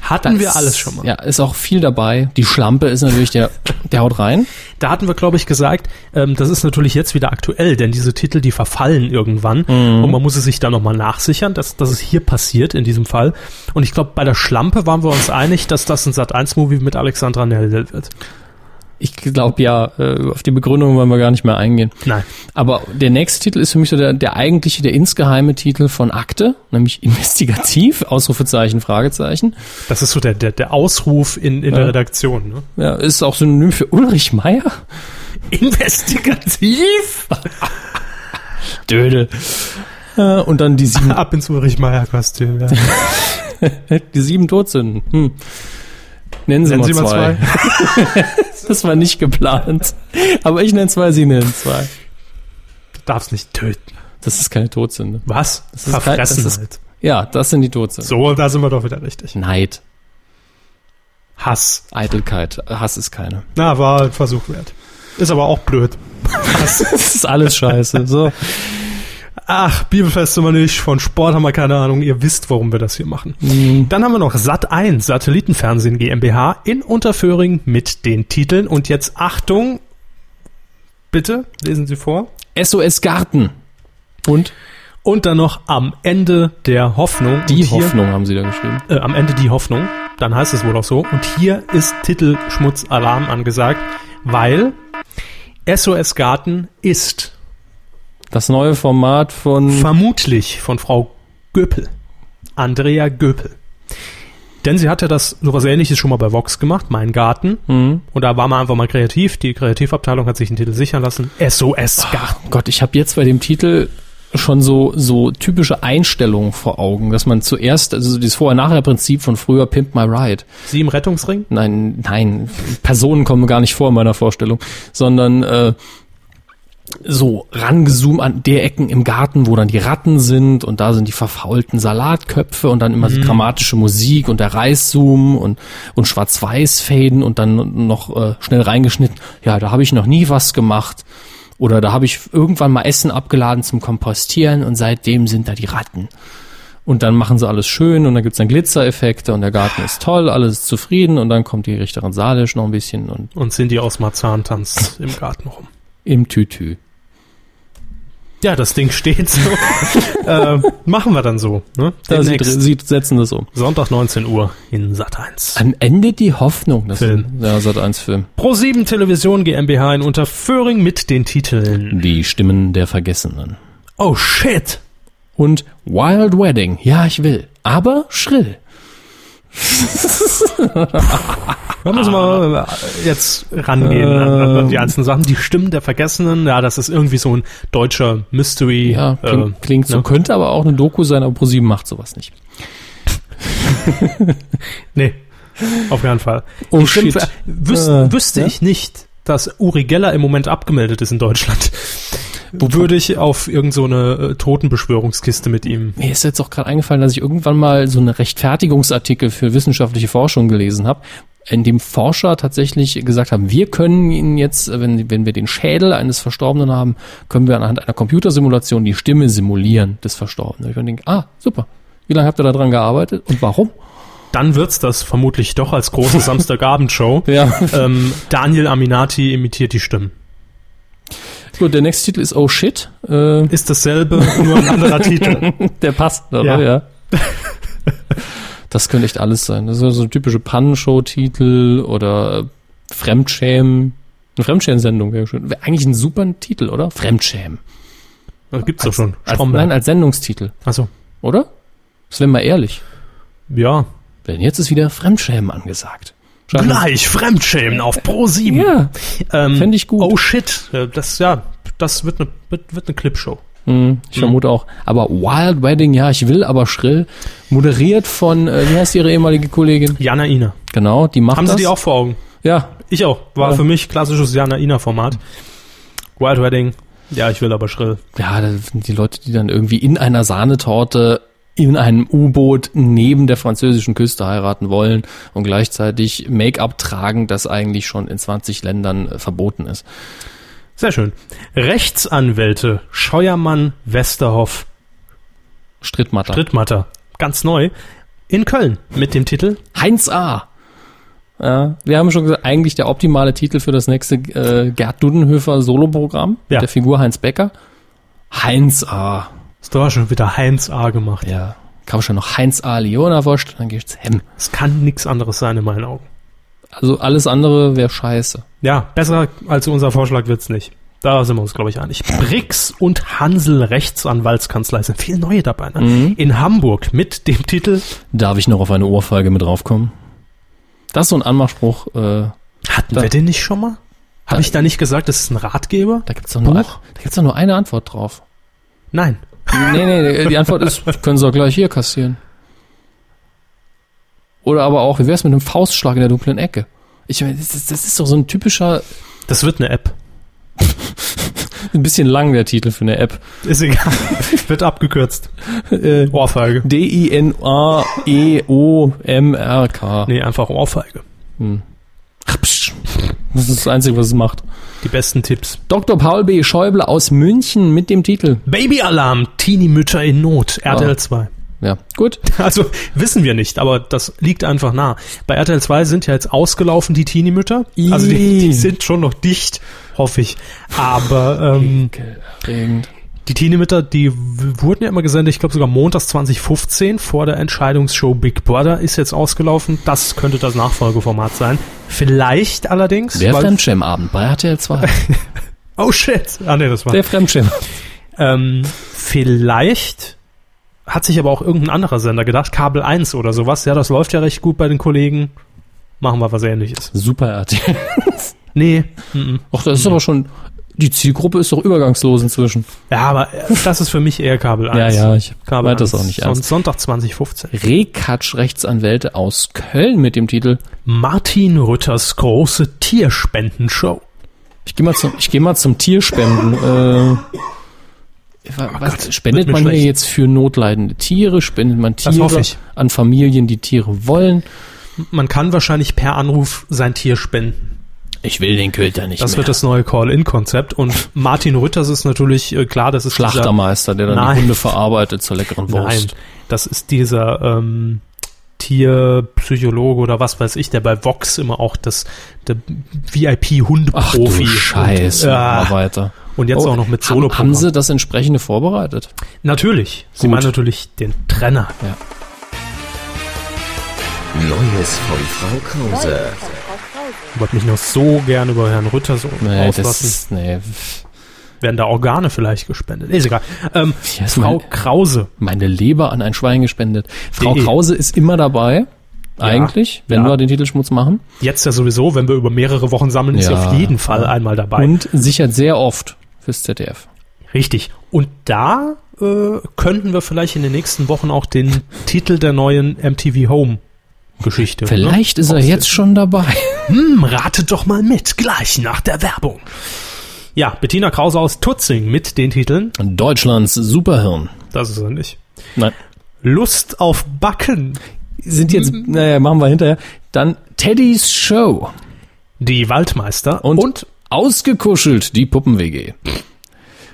Speaker 2: Hatten wir alles schon mal.
Speaker 1: Ja, ist auch viel dabei. Die Schlampe ist natürlich der, der haut rein.
Speaker 2: Da hatten wir, glaube ich, gesagt, ähm, das ist natürlich jetzt wieder aktuell, denn diese Titel, die verfallen irgendwann und man muss es sich da nochmal nachsichern, dass, dass es hier passiert in diesem Fall. Und ich glaube, bei der Schlampe waren wir uns einig, dass das ein Sat1-Movie mit Alexandra Nell wird.
Speaker 1: Ich glaube ja, äh, auf die Begründung wollen wir gar nicht mehr eingehen.
Speaker 2: Nein.
Speaker 1: Aber der nächste Titel ist für mich so der, der eigentliche, der insgeheime Titel von Akte, nämlich Investigativ, Ausrufezeichen, Fragezeichen.
Speaker 2: Das ist so der, der, der Ausruf in, in der Redaktion. Ne?
Speaker 1: Ja, ist auch Synonym für Ulrich Meier.
Speaker 2: Investigativ?
Speaker 1: Dödel. Äh, Und dann die sieben,
Speaker 2: Ab ins Ulrich Meier-Kostüm. Ja.
Speaker 1: die sieben Todsünden. Hm. Nennen Sie,
Speaker 2: Nennen
Speaker 1: mal,
Speaker 2: Sie mal
Speaker 1: zwei. das war nicht geplant. Aber ich nenne zwei, Sie nennen zwei.
Speaker 2: Darf's nicht töten.
Speaker 1: Das ist keine Todsünde.
Speaker 2: Was?
Speaker 1: ist kein- das ist-
Speaker 2: halt.
Speaker 1: Ja, das sind die Todsünden.
Speaker 2: So, da sind wir doch wieder richtig.
Speaker 1: Neid,
Speaker 2: Hass.
Speaker 1: Eitelkeit, Hass ist keine.
Speaker 2: Na, war ein Versuch wert. Ist aber auch blöd.
Speaker 1: Das ist alles scheiße. So.
Speaker 2: Ach, Bibelfest sind wir nicht, von Sport haben wir keine Ahnung, ihr wisst, warum wir das hier machen.
Speaker 1: Mhm.
Speaker 2: Dann haben wir noch Sat1, Satellitenfernsehen GmbH in Unterföhring mit den Titeln. Und jetzt Achtung, bitte lesen Sie vor.
Speaker 1: SOS Garten. Und
Speaker 2: Und dann noch am Ende der Hoffnung.
Speaker 1: die
Speaker 2: Und hier,
Speaker 1: Hoffnung haben Sie da geschrieben.
Speaker 2: Äh, am Ende die Hoffnung, dann heißt es wohl auch so. Und hier ist Titel Schmutzalarm angesagt, weil SOS Garten ist
Speaker 1: Das neue Format von
Speaker 2: Mhm. Vermutlich von Frau Göpel. Andrea Göpel. Denn sie hatte das sowas ähnliches schon mal bei Vox gemacht, Mein Garten. Und da war man einfach mal kreativ. Die Kreativabteilung hat sich einen Titel sichern lassen. SOS Garten.
Speaker 1: oh Gott, ich habe jetzt bei dem Titel schon so so typische Einstellungen vor Augen, dass man zuerst also dieses Vorher-Nachher-Prinzip von früher Pimp My Ride.
Speaker 2: Sie im Rettungsring?
Speaker 1: Nein, nein, Personen kommen gar nicht vor in meiner Vorstellung, sondern äh, so rangezoomt an der Ecken im Garten, wo dann die Ratten sind und da sind die verfaulten Salatköpfe und dann immer so dramatische Musik und der Reiszoom und, und Schwarz-Weiß-Fäden und dann noch äh, schnell reingeschnitten. Ja, da habe ich noch nie was gemacht. Oder da habe ich irgendwann mal Essen abgeladen zum Kompostieren und seitdem sind da die Ratten. Und dann machen sie alles schön und dann gibt's dann Glitzereffekte und der Garten ist toll, alles ist zufrieden und dann kommt die Richterin Salisch noch ein bisschen und
Speaker 2: Und Cindy aus Marzahn tanzt im Garten rum.
Speaker 1: im Tütü.
Speaker 2: Ja, das Ding steht so. äh, machen wir dann so. Ne?
Speaker 1: Da sie,
Speaker 2: Demnächst.
Speaker 1: sie setzen das um.
Speaker 2: Sonntag 19 Uhr in Sat 1.
Speaker 1: Am Ende die Hoffnung. Das
Speaker 2: Film.
Speaker 1: Ja, Sat 1 Film.
Speaker 2: Pro7 Television GmbH in Unterföhring mit den Titeln.
Speaker 1: Die Stimmen der Vergessenen.
Speaker 2: Oh shit!
Speaker 1: Und Wild Wedding. Ja, ich will. Aber schrill.
Speaker 2: Da müssen
Speaker 1: Ah.
Speaker 2: wir jetzt rangehen an,
Speaker 1: Äh.
Speaker 2: an die einzelnen Sachen. Die Stimmen der Vergessenen, ja, das ist irgendwie so ein deutscher Mystery.
Speaker 1: Ja,
Speaker 2: äh,
Speaker 1: klingt, klingt so.
Speaker 2: ne?
Speaker 1: Könnte aber auch eine Doku sein, aber ProSieben macht sowas nicht.
Speaker 2: Nee, auf keinen Fall.
Speaker 1: Oh,
Speaker 2: Die Stimmen
Speaker 1: shit.
Speaker 2: ver- Wüs
Speaker 1: Äh,
Speaker 2: wüsste
Speaker 1: ja?
Speaker 2: ich nicht, dass Uri Geller im Moment abgemeldet ist in Deutschland. Wo würde ich auf irgendeine so eine, äh, Totenbeschwörungskiste mit ihm?
Speaker 1: Mir ist jetzt auch gerade eingefallen, dass ich irgendwann mal so eine Rechtfertigungsartikel für wissenschaftliche Forschung gelesen habe, in dem Forscher tatsächlich gesagt haben, wir können ihn jetzt, äh, wenn, wenn wir den Schädel eines Verstorbenen haben, können wir anhand einer Computersimulation die Stimme simulieren des Verstorbenen. Ich denke, ah, super. Wie lange habt ihr daran gearbeitet und warum?
Speaker 2: Dann wird's das vermutlich doch als große Samstagabendshow.
Speaker 1: Ja.
Speaker 2: ähm, Daniel Aminati imitiert die Stimmen.
Speaker 1: Gut, der nächste Titel ist Oh Shit. Äh,
Speaker 2: Ist dasselbe, nur ein anderer Titel.
Speaker 1: der passt, oder?
Speaker 2: Ja.
Speaker 1: Ja. Das könnte echt alles sein. Das ist so typische Pannenshow-Titel oder Fremdschämen. Eine Fremdschämen-Sendung wäre schön. Wäre eigentlich ein super Titel, oder? Fremdschämen.
Speaker 2: Das Äh, gibt's doch schon.
Speaker 1: Als,
Speaker 2: Stromberg.
Speaker 1: nein, als Sendungstitel,
Speaker 2: Achso.
Speaker 1: oder? Sven mal ehrlich.
Speaker 2: Ja.
Speaker 1: Denn jetzt ist wieder Fremdschämen angesagt. Scheint-
Speaker 2: Gleich Fremdschämen auf Pro 7.
Speaker 1: Ja.
Speaker 2: Ähm,
Speaker 1: Fänd ich gut.
Speaker 2: Oh shit. Äh, Das, ja, das wird eine, wird, wird eine Clipshow.
Speaker 1: Hm, ich vermute auch. Aber Wild Wedding, ja, ich will, aber schrill. Moderiert von, äh, wie heißt ihre ehemalige Kollegin?
Speaker 2: Jana Ina.
Speaker 1: Genau, die macht
Speaker 2: Haben
Speaker 1: das.
Speaker 2: Sie die auch vor Augen?
Speaker 1: Ja,
Speaker 2: Ich auch. War
Speaker 1: Ja.
Speaker 2: für mich klassisches Jana Ina-Format. Wild Wedding. Ja, ich will aber schrill.
Speaker 1: ja, da sind die Leute, die dann irgendwie in einer Sahnetorte in einem U-Boot neben der französischen Küste heiraten wollen und gleichzeitig Make-up tragen, das eigentlich schon in 20 Ländern äh, verboten ist.
Speaker 2: Sehr schön. Rechtsanwälte Scheuermann, Westerhoff,
Speaker 1: Strittmatter.
Speaker 2: Drittmatter. Ganz neu. In Köln mit dem Titel
Speaker 1: Heinz A. Ja, wir haben schon gesagt, eigentlich der optimale Titel für das nächste äh, Gerd Dudenhöfer Soloprogramm mit
Speaker 2: Ja.
Speaker 1: der Figur Heinz Becker. Heinz A.
Speaker 2: Hast du auch schon wieder Heinz A gemacht.
Speaker 1: Ja, kann man schon noch Heinz A. Leona vorstellen, dann geht's hem.
Speaker 2: Es kann nichts anderes sein in meinen Augen.
Speaker 1: Also alles andere wäre scheiße.
Speaker 2: Ja, besser als unser Vorschlag wird's nicht. Da sind wir uns, glaube ich, einig. Brix und Hansel Rechtsanwaltskanzlei sind viel neue dabei. Ne? In Hamburg mit dem Titel
Speaker 1: Darf ich noch auf eine Ohrfeige mit draufkommen? Das ist so ein Anmachspruch. Äh, da
Speaker 2: Hatten
Speaker 1: Da-
Speaker 2: wir den nicht schon mal? Habe ich da nicht gesagt, das ist ein Ratgeber?
Speaker 1: gibt's doch nur, ein,
Speaker 2: Buch?
Speaker 1: da gibt's doch nur eine Antwort drauf.
Speaker 2: Nein.
Speaker 1: Nee, nee, die Antwort ist, können sie auch gleich hier kassieren. Oder aber auch, wie wär's mit einem Faustschlag in der dunklen Ecke? Ich meine, das, ist- das ist doch so ein typischer,
Speaker 2: Das wird eine App.
Speaker 1: ein bisschen lang der Titel für eine App.
Speaker 2: Ist egal. wird abgekürzt. Äh. Ohrfeige.
Speaker 1: E D-I-N-A-E-O-M-R-K.
Speaker 2: Nee, einfach Ohrfeige.
Speaker 1: Psch. Das ist das Einzige, was es macht.
Speaker 2: Die besten Tipps.
Speaker 1: Dr. Paul B. Schäuble aus München mit dem Titel.
Speaker 2: Babyalarm, Teenie-Mütter in Not, RTL 2.
Speaker 1: Ja, gut.
Speaker 2: Also wissen wir nicht, aber das liegt einfach nah. Bei RTL 2 sind ja jetzt ausgelaufen die Teenie-Mütter. Also die, die
Speaker 1: Ih.
Speaker 2: sind schon noch dicht, hoffe ich. Aber ähm,
Speaker 1: Regend.
Speaker 2: die Teenie-Mütter, die w- wurden ja immer gesendet, ich glaube sogar montags 2015 vor der Entscheidungsshow Big Brother ist jetzt ausgelaufen. Das könnte das Nachfolgeformat sein. Vielleicht allerdings.
Speaker 1: Der
Speaker 2: weil-
Speaker 1: Fremdschirmabend bei RTL 2.
Speaker 2: oh shit. Ah nee, das war.
Speaker 1: Der Fremdschirm.
Speaker 2: Ähm, vielleicht hat sich aber auch irgendein anderer Sender gedacht, Kabel 1 oder sowas. Ja, das läuft ja recht gut bei den Kollegen. Machen wir was ähnliches.
Speaker 1: Super RTL.
Speaker 2: Nee.
Speaker 1: Ach, das ist aber schon. Die Zielgruppe ist doch übergangslos inzwischen.
Speaker 2: Ja, aber äh, das ist für mich eher Kabel 1.
Speaker 1: ich
Speaker 2: Kabel 1.
Speaker 1: das auch nicht
Speaker 2: Son-
Speaker 1: ernst.
Speaker 2: Sonntag 2015.
Speaker 1: Rekatsch-Rechtsanwälte aus Köln mit dem Titel.
Speaker 2: Martin Rütters große Tierspendenshow.
Speaker 1: Ich gehe mal zum, ich geh mal zum Tierspenden. Äh, wa- was,
Speaker 2: Oh Gott, wird
Speaker 1: spendet
Speaker 2: mir
Speaker 1: man hier
Speaker 2: schlecht.
Speaker 1: jetzt für notleidende Tiere? Spendet man
Speaker 2: Das
Speaker 1: Tiere
Speaker 2: hoffe ich.
Speaker 1: an Familien, die Tiere wollen?
Speaker 2: Man kann wahrscheinlich per Anruf sein Tier spenden.
Speaker 1: Ich will den Köter nicht
Speaker 2: Das wird das neue Call-In-Konzept. Und Martin Rütters ist natürlich, äh, klar, das ist dieser-
Speaker 1: Schlachtermeister, der dann
Speaker 2: Nein.
Speaker 1: die Hunde verarbeitet zur leckeren
Speaker 2: Nein,
Speaker 1: Wurst.
Speaker 2: das ist dieser ähm, Tierpsychologe oder was weiß ich, der bei Vox immer auch das der
Speaker 1: Ach
Speaker 2: VIP-Hundeprofi.
Speaker 1: du Scheiß,
Speaker 2: Und,
Speaker 1: mach mal
Speaker 2: äh,
Speaker 1: weiter.
Speaker 2: und jetzt auch noch mit
Speaker 1: haben,
Speaker 2: Solo.
Speaker 1: haben sie das entsprechende vorbereitet?
Speaker 2: Natürlich. Sie
Speaker 1: Gut.
Speaker 2: meinen natürlich den Trenner.
Speaker 5: Neues von Frau Krause.
Speaker 2: Ich wollte mich noch so gern über Herrn Rütter so
Speaker 1: Nee,
Speaker 2: auslassen.
Speaker 1: das, nee,
Speaker 2: Werden da Organe vielleicht gespendet? Ist egal. Ähm,
Speaker 1: Ja, ist
Speaker 2: Frau
Speaker 1: mein-
Speaker 2: Krause.
Speaker 1: meine Leber an ein Schwein gespendet. Frau
Speaker 2: DE.
Speaker 1: Krause ist immer dabei, eigentlich, wenn
Speaker 2: ja.
Speaker 1: wir den Titelschmutz machen.
Speaker 2: Jetzt ja sowieso, wenn wir über mehrere Wochen sammeln, ist sie
Speaker 1: Ja.
Speaker 2: auf jeden Fall einmal dabei.
Speaker 1: Und sichert sehr oft fürs ZDF.
Speaker 2: Richtig. Und da äh, könnten wir vielleicht in den nächsten Wochen auch den Titel der neuen MTV Home Geschichte.
Speaker 1: Vielleicht ist er jetzt schon dabei.
Speaker 2: Hm, ratet doch mal mit, gleich nach der Werbung. Ja, Bettina Krause aus Tutzing mit den Titeln.
Speaker 1: Deutschlands Superhirn.
Speaker 2: Das ist er nicht.
Speaker 1: Nein.
Speaker 2: Lust auf Backen. Hm.
Speaker 1: Sind jetzt, naja, machen wir hinterher. Dann Teddys Show.
Speaker 2: Die Waldmeister.
Speaker 1: Und, ausgekuschelt, die Puppen-WG.
Speaker 2: Oh,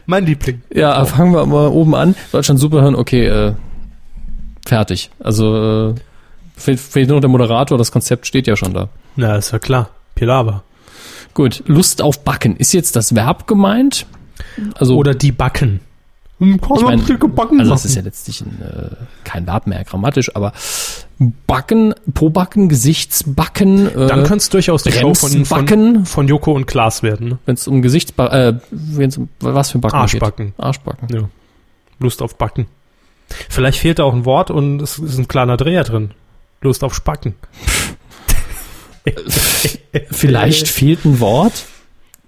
Speaker 2: mein Liebling.
Speaker 1: Ja, fangen wir mal oben an. Deutschland Superhirn, okay, äh, fertig. Also, äh, fehlt, fehlt nur noch der Moderator, das Konzept steht ja schon da.
Speaker 2: Na, ist ja klar. Pilava.
Speaker 1: Gut, Lust auf Backen. Ist jetzt das Verb gemeint? Also,
Speaker 2: Oder die Backen.
Speaker 1: ich mein,
Speaker 2: Backen
Speaker 1: also das ist ja letztlich ein, äh, kein Verb mehr, grammatisch, aber Backen, Probacken, Gesichtsbacken, äh,
Speaker 2: Dann könnte es durchaus die Show von, von,
Speaker 1: Bremsbacken.
Speaker 2: von Joko und Klaas werden. ne?
Speaker 1: wenn es um Gesichtsbacken, äh, wenn's um was für Backen
Speaker 2: Arschbacken.
Speaker 1: geht. Arschbacken.
Speaker 2: Ja. Lust auf Backen. Vielleicht fehlt da auch ein Wort und es ist ein kleiner Dreher drin. Lust auf Spacken.
Speaker 1: Vielleicht fehlt ein Wort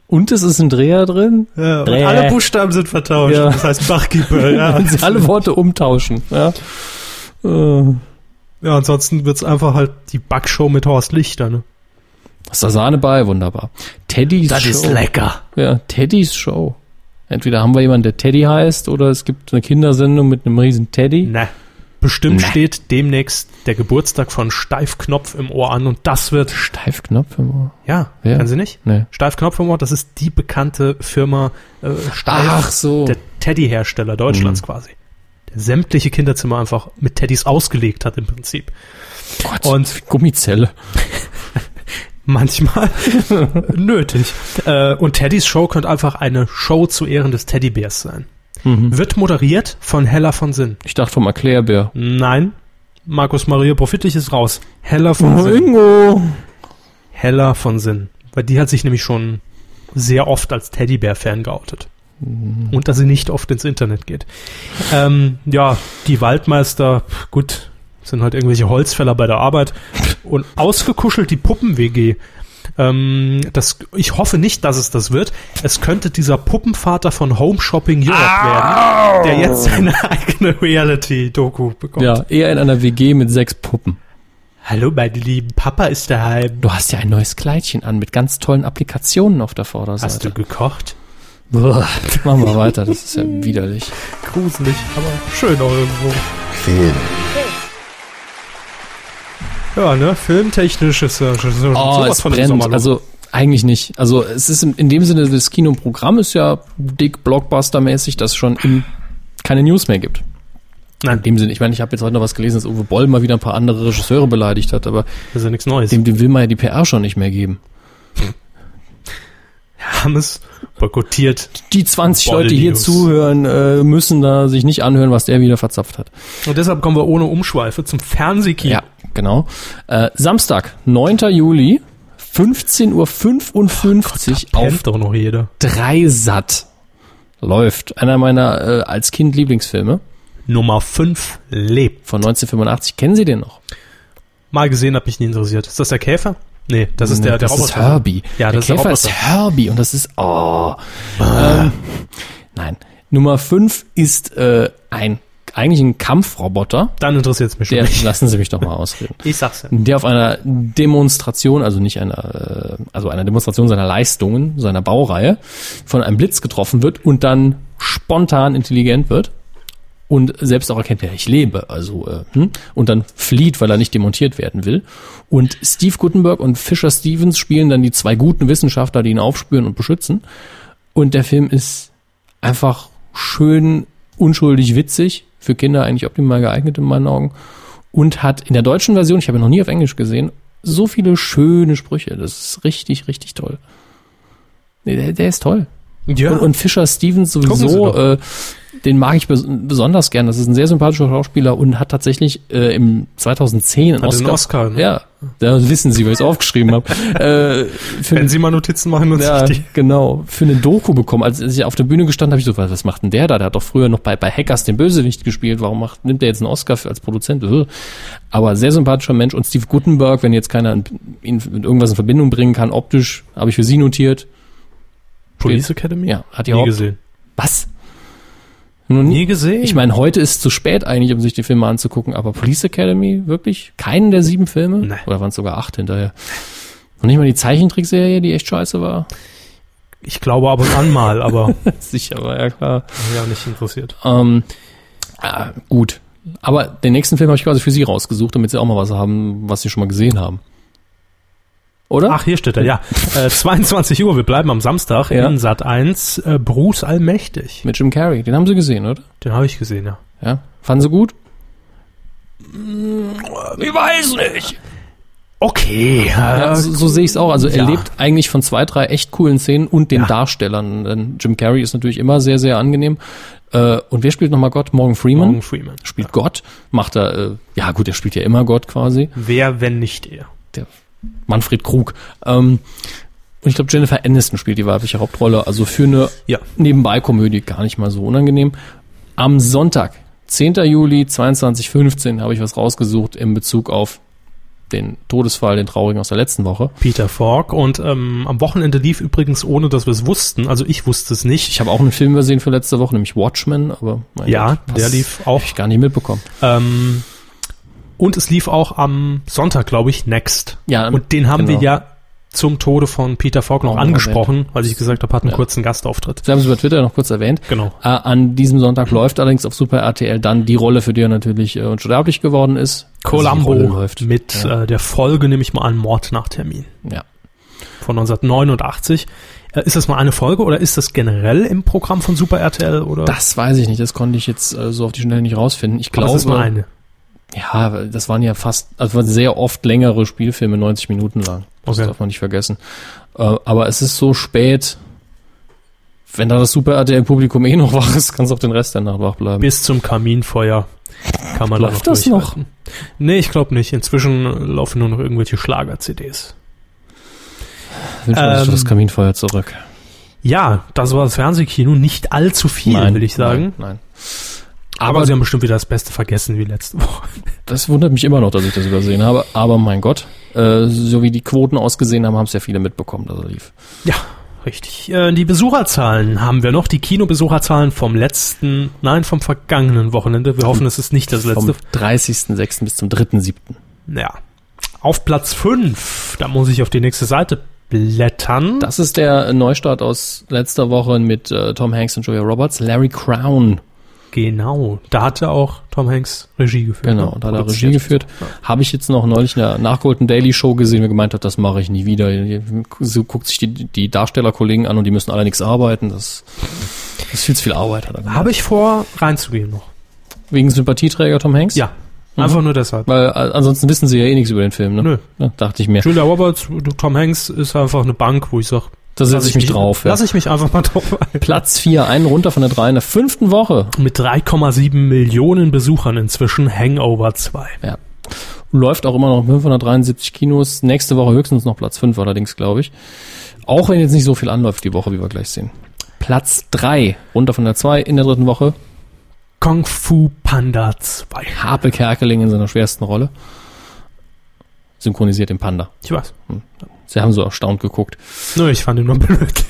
Speaker 1: und es ist ein Dreher drin.
Speaker 2: Ja, und
Speaker 1: Dräh.
Speaker 2: alle Buchstaben sind vertauscht.
Speaker 1: Ja.
Speaker 2: Das heißt Bachkeeper. Ja.
Speaker 1: Wenn sie alle Worte umtauschen. Ja. Äh,
Speaker 2: ja, ansonsten wird's einfach halt die Backshow mit Horst Lichter. Ne?
Speaker 1: ist da Sahne bei? Wunderbar. Teddys Show.
Speaker 2: lecker.
Speaker 1: Ja, Teddys Show. Entweder haben wir jemanden, der Teddy heißt, oder es gibt eine Kindersendung mit einem riesen Teddy.
Speaker 2: Na, Ne. bestimmt
Speaker 1: Na.
Speaker 2: steht demnächst der Geburtstag von Steifknopf im Ohr an und das wird.
Speaker 1: Steifknopf im Ohr.
Speaker 2: Ja,
Speaker 1: Ja.
Speaker 2: kennen Sie nicht?
Speaker 1: Nee.
Speaker 2: Steifknopf im Ohr, das ist die bekannte Firma äh, Steif,
Speaker 1: Ach so.
Speaker 2: der Teddy-Hersteller Deutschlands quasi. Der sämtliche Kinderzimmer einfach mit Teddys ausgelegt hat im Prinzip.
Speaker 1: Gott,
Speaker 2: Und
Speaker 1: Gummizelle.
Speaker 2: manchmal nötig. Äh, und Teddys Show könnte einfach eine Show zu Ehren des Teddybärs sein. Wird moderiert von Hella von Sinn.
Speaker 1: Ich dachte vom Erklärbär.
Speaker 2: Nein, Markus Maria Profitlich ist raus. Hella von
Speaker 1: Also,
Speaker 2: Sinn.
Speaker 1: Ingo.
Speaker 2: Hella von Sinn. Weil die hat sich nämlich schon sehr oft als Teddybär-Fan geoutet. Und dass sie nicht oft ins Internet geht. Ähm, ja, die Waldmeister, pf, gut, sind halt irgendwelche Holzfäller bei der Arbeit. Und ausgekuschelt die Puppen-WG. Ähm, das, ich hoffe nicht, dass es das wird. Es könnte dieser Puppenvater von Home Shopping Europe werden, der jetzt seine eigene Reality-Doku bekommt.
Speaker 1: Ja, eher in einer WG mit sechs Puppen.
Speaker 2: Hallo, meine Lieben, Papa ist daheim.
Speaker 1: Du hast ja ein neues Kleidchen an mit ganz tollen Applikationen auf der Vorderseite.
Speaker 2: Hast du gekocht?
Speaker 1: Boah, machen wir weiter, das ist ja widerlich.
Speaker 2: gruselig, aber schön auch irgendwo.
Speaker 5: Film.
Speaker 2: Ja, ne? Filmtechnisch ist ja schon so
Speaker 1: Oh, es brennt. Also eigentlich nicht. Also es ist in, in dem Sinne, das Kinoprogramm ist ja dick Blockbuster-mäßig, dass schon im, keine News mehr gibt. In
Speaker 2: Nein,
Speaker 1: dem Sinne, ich meine, ich habe jetzt heute noch was gelesen, dass Uwe Boll mal wieder ein paar andere Regisseure beleidigt hat, aber
Speaker 2: das ist ja nichts Neues.
Speaker 1: dem, dem will man ja die PR schon nicht mehr geben.
Speaker 2: haben es boykottiert.
Speaker 1: Die 20
Speaker 2: Boll
Speaker 1: Leute die hier
Speaker 2: News.
Speaker 1: zuhören, äh, müssen da sich nicht anhören, was der wieder verzapft hat.
Speaker 2: Und deshalb kommen wir ohne Umschweife zum Fernsehkino.
Speaker 1: Ja, genau. Äh, Samstag, 9. Juli, 15.55 Uhr auf
Speaker 2: Kennt doch noch jeder.
Speaker 1: Dreisat läuft. Einer meiner äh, als Kind Lieblingsfilme
Speaker 2: Nummer 5 lebt.
Speaker 1: von 1985. Kennen Sie den noch?
Speaker 2: Mal gesehen, hat mich nie interessiert. Ist das der Käfer? Nee, das ist der, der
Speaker 1: das ist Herbie.
Speaker 2: Ja,
Speaker 1: der
Speaker 2: das ist der
Speaker 1: Käfer
Speaker 2: Roboter. Ah.
Speaker 1: ist Herbie und das ist oh. Ähm, nein, Nummer 5 ist äh, ein eigentlich ein Kampfroboter.
Speaker 2: Dann interessiert es mich schon
Speaker 1: Der,
Speaker 2: nicht.
Speaker 1: lassen Sie mich doch mal ausreden.
Speaker 2: Ich sag's ja.
Speaker 1: der auf einer Demonstration, also nicht einer, äh, also einer Demonstration seiner Leistungen, seiner Baureihe, von einem Blitz getroffen wird und dann spontan intelligent wird und selbst auch erkennt, ja, ich lebe, also äh, hm, und dann flieht, weil er nicht demontiert werden will. Und Steve Gutenberg und Fisher Stevens spielen dann die zwei guten Wissenschaftler, die ihn aufspüren und beschützen. Und der Film ist einfach schön unschuldig witzig, für Kinder eigentlich optimal geeignet in meinen Augen und hat in der deutschen Version, ich habe ihn noch nie auf Englisch gesehen, so viele schöne Sprüche. Das ist richtig, richtig toll. Nee, der, der ist toll.
Speaker 2: Ja.
Speaker 1: Und, und Fisher Stevens
Speaker 2: Gucken Sie
Speaker 1: sowieso,
Speaker 2: doch.
Speaker 1: äh, den mag ich bes besonders gern. Das ist ein sehr sympathischer Schauspieler und hat tatsächlich äh, im 2010 einen
Speaker 2: Hat
Speaker 1: Oscar.
Speaker 2: einen Oscar, ne?
Speaker 1: Ja, da wissen Sie, weil ich es aufgeschrieben habe. Äh, für
Speaker 2: Wenn Sie mal Notizen machen und
Speaker 1: ja,
Speaker 2: sich die
Speaker 1: genau. Für eine Doku bekommen. Als ich auf der Bühne gestanden habe, ich so, was was macht denn der da? Der hat doch früher noch bei, bei Hackers den Bösewicht gespielt. Warum macht, nimmt der jetzt einen Oscar für, als Produzent? Äh. Aber sehr sympathischer Mensch. Und Steve Gutenberg, wenn jetzt keiner ihn mit irgendwas in Verbindung bringen kann, optisch, habe ich für sie notiert.
Speaker 2: Police Academy?
Speaker 1: Ja, hat die
Speaker 2: Nie
Speaker 1: Haupt-
Speaker 2: gesehen.
Speaker 1: Was? Nur nie?
Speaker 2: gesehen?
Speaker 1: Ich meine, heute ist zu spät eigentlich, um sich die Filme anzugucken, aber Police Academy, wirklich? Keinen der sieben Filme?
Speaker 2: Nee.
Speaker 1: Oder waren es sogar acht hinterher? Und nicht mal die Zeichentrickserie, die echt scheiße war?
Speaker 2: Ich glaube ab und an mal, aber
Speaker 1: Sicher, aber ja klar.
Speaker 2: ja nicht interessiert.
Speaker 1: Ähm, ah, gut. Aber den nächsten Film habe ich quasi für Sie rausgesucht, damit Sie auch mal was haben, was Sie schon mal gesehen haben. Oder?
Speaker 2: Ach, hier steht er, ja. Äh, 22 Uhr, wir bleiben am Samstag
Speaker 1: Ja.
Speaker 2: in Sat 1. Äh, Bruce Allmächtig.
Speaker 1: Mit Jim Carrey. Den haben Sie gesehen, oder?
Speaker 2: Den habe ich gesehen, ja.
Speaker 1: Ja. Fanden Sie gut? Ich weiß nicht.
Speaker 2: Okay.
Speaker 1: Ja,
Speaker 2: Äh,
Speaker 1: so so sehe ich es auch. Also er
Speaker 2: ja.
Speaker 1: lebt eigentlich von zwei, drei echt coolen Szenen und den Darstellern. Denn Jim Carrey ist natürlich immer sehr, sehr angenehm. Äh, und wer spielt nochmal Gott? Morgan Freeman.
Speaker 2: Morgan Freeman.
Speaker 1: Spielt Gott. Macht er, äh, ja gut, er spielt ja immer Gott quasi.
Speaker 2: Wer, wenn nicht er?
Speaker 1: der Manfred Krug. Ähm, und ich glaube, Jennifer Aniston spielt die weibliche Hauptrolle. Also für eine
Speaker 2: Ja.
Speaker 1: Nebenbei-Komödie gar nicht mal so unangenehm. Am Sonntag, 10. Juli 22.15, habe ich was rausgesucht in Bezug auf den Todesfall, den traurigen aus der letzten Woche.
Speaker 2: Peter Falk. Und ähm, am Wochenende lief übrigens, ohne dass wir es wussten, also ich wusste es nicht.
Speaker 1: Ich habe auch einen Film gesehen für letzte Woche, nämlich Watchmen, aber mein
Speaker 2: ja,
Speaker 1: Gott, was
Speaker 2: der lief auch.
Speaker 1: hab ich gar nicht mitbekommen.
Speaker 2: Ähm, und es lief auch am Sonntag, glaube ich, Next.
Speaker 1: Ja,
Speaker 2: und den haben
Speaker 1: genau.
Speaker 2: wir ja zum Tode von Peter Falk noch
Speaker 1: Auch noch
Speaker 2: angesprochen, weil ich gesagt habe, hat einen kurzen Gastauftritt.
Speaker 1: Sie haben es über Twitter noch kurz erwähnt.
Speaker 2: Genau.
Speaker 1: Äh, an diesem Sonntag läuft allerdings auf Super RTL dann die Rolle, für die er natürlich äh, unsterblich geworden ist.
Speaker 2: Columbo
Speaker 1: Also die Rolle läuft.
Speaker 2: mit äh, der Folge, nehme ich mal an, Mord nach Termin
Speaker 1: Ja.
Speaker 2: von 1989. Äh, ist das mal eine Folge oder ist das generell im Programm von Super RTL oder?
Speaker 1: Das weiß ich nicht, das konnte ich jetzt äh, so auf die Schnelle nicht rausfinden. Ich
Speaker 2: Aber es
Speaker 1: glaube,
Speaker 2: ist mal eine.
Speaker 1: ja, weil das waren ja fast, also waren sehr oft längere Spielfilme, 90 Minuten lang. Das
Speaker 2: Okay.
Speaker 1: darf man nicht vergessen. Äh, aber es ist so spät, wenn da das Super RTL-Publikum eh noch wach ist, kann es auch den Rest der Nacht wach bleiben.
Speaker 2: Bis zum Kaminfeuer kann man da
Speaker 1: Läuft das noch?
Speaker 2: durchhalten. Nee, ich glaube nicht. Inzwischen laufen nur noch irgendwelche Schlager-CDs.
Speaker 1: Wünschen wir uns
Speaker 2: ähm,
Speaker 1: das Kaminfeuer zurück.
Speaker 2: Ja, das war das Fernsehkino. Nicht allzu viel, will ich sagen.
Speaker 1: Nein. nein.
Speaker 2: Aber,
Speaker 1: Aber
Speaker 2: sie haben bestimmt wieder das Beste vergessen wie letzte Woche.
Speaker 1: das wundert mich immer noch, dass ich das übersehen habe. Aber mein Gott, äh, so wie die Quoten ausgesehen haben, haben es ja viele mitbekommen, dass er lief.
Speaker 2: Ja, richtig. Äh, die Besucherzahlen haben wir noch. Die Kinobesucherzahlen vom letzten, nein, vom vergangenen Wochenende. Wir hoffen, es ist nicht das
Speaker 1: Vom
Speaker 2: letzte.
Speaker 1: 30.06. bis zum 3.07.
Speaker 2: Ja. Auf Platz 5, da muss ich auf die nächste Seite blättern.
Speaker 1: Das ist der Neustart aus letzter Woche mit äh, Tom Hanks und Julia Roberts. Larry Crown,
Speaker 2: Genau. Da hatte auch Tom Hanks Regie geführt.
Speaker 1: genau,
Speaker 2: ne?
Speaker 1: da hat er
Speaker 2: Produziert.
Speaker 1: Regie geführt. Habe ich jetzt noch neulich in der nachgeholten Daily Show gesehen, mir gemeint hat, das mache ich nie wieder. So guckt sich die, die Darstellerkollegen an und die müssen alle nichts arbeiten. Das, das ist viel zu viel Arbeit. Hat er gemacht.
Speaker 2: Habe ich vor, reinzugehen noch.
Speaker 1: Wegen Sympathieträger Tom Hanks?
Speaker 2: Ja. Einfach nur deshalb.
Speaker 1: Weil äh, ansonsten wissen sie ja eh nichts über den Film, ne?
Speaker 2: Nö.
Speaker 1: Ja, dachte ich mir.
Speaker 2: Julia Roberts, Tom Hanks ist einfach eine Bank, wo ich sag,
Speaker 1: Da
Speaker 2: lass
Speaker 1: setze ich mich drauf. Ja.
Speaker 2: Lass ich mich einfach mal drauf ein.
Speaker 1: Platz 4, einen runter von der 3 in der fünften Woche.
Speaker 2: Mit 3,7 Millionen Besuchern inzwischen Hangover 2.
Speaker 1: läuft auch immer noch in 573 Kinos. Nächste Woche höchstens noch Platz 5 allerdings, glaube ich. Auch wenn jetzt nicht so viel anläuft die Woche, wie wir gleich sehen. Platz 3, runter von der 2 in der dritten Woche.
Speaker 2: Kung Fu Panda 2.
Speaker 1: Harpe Kerkeling in seiner schwersten Rolle. Synchronisiert den Panda.
Speaker 2: Ich weiß.
Speaker 1: Sie haben so erstaunt geguckt.
Speaker 2: Nö, ich fand ihn nur blöd.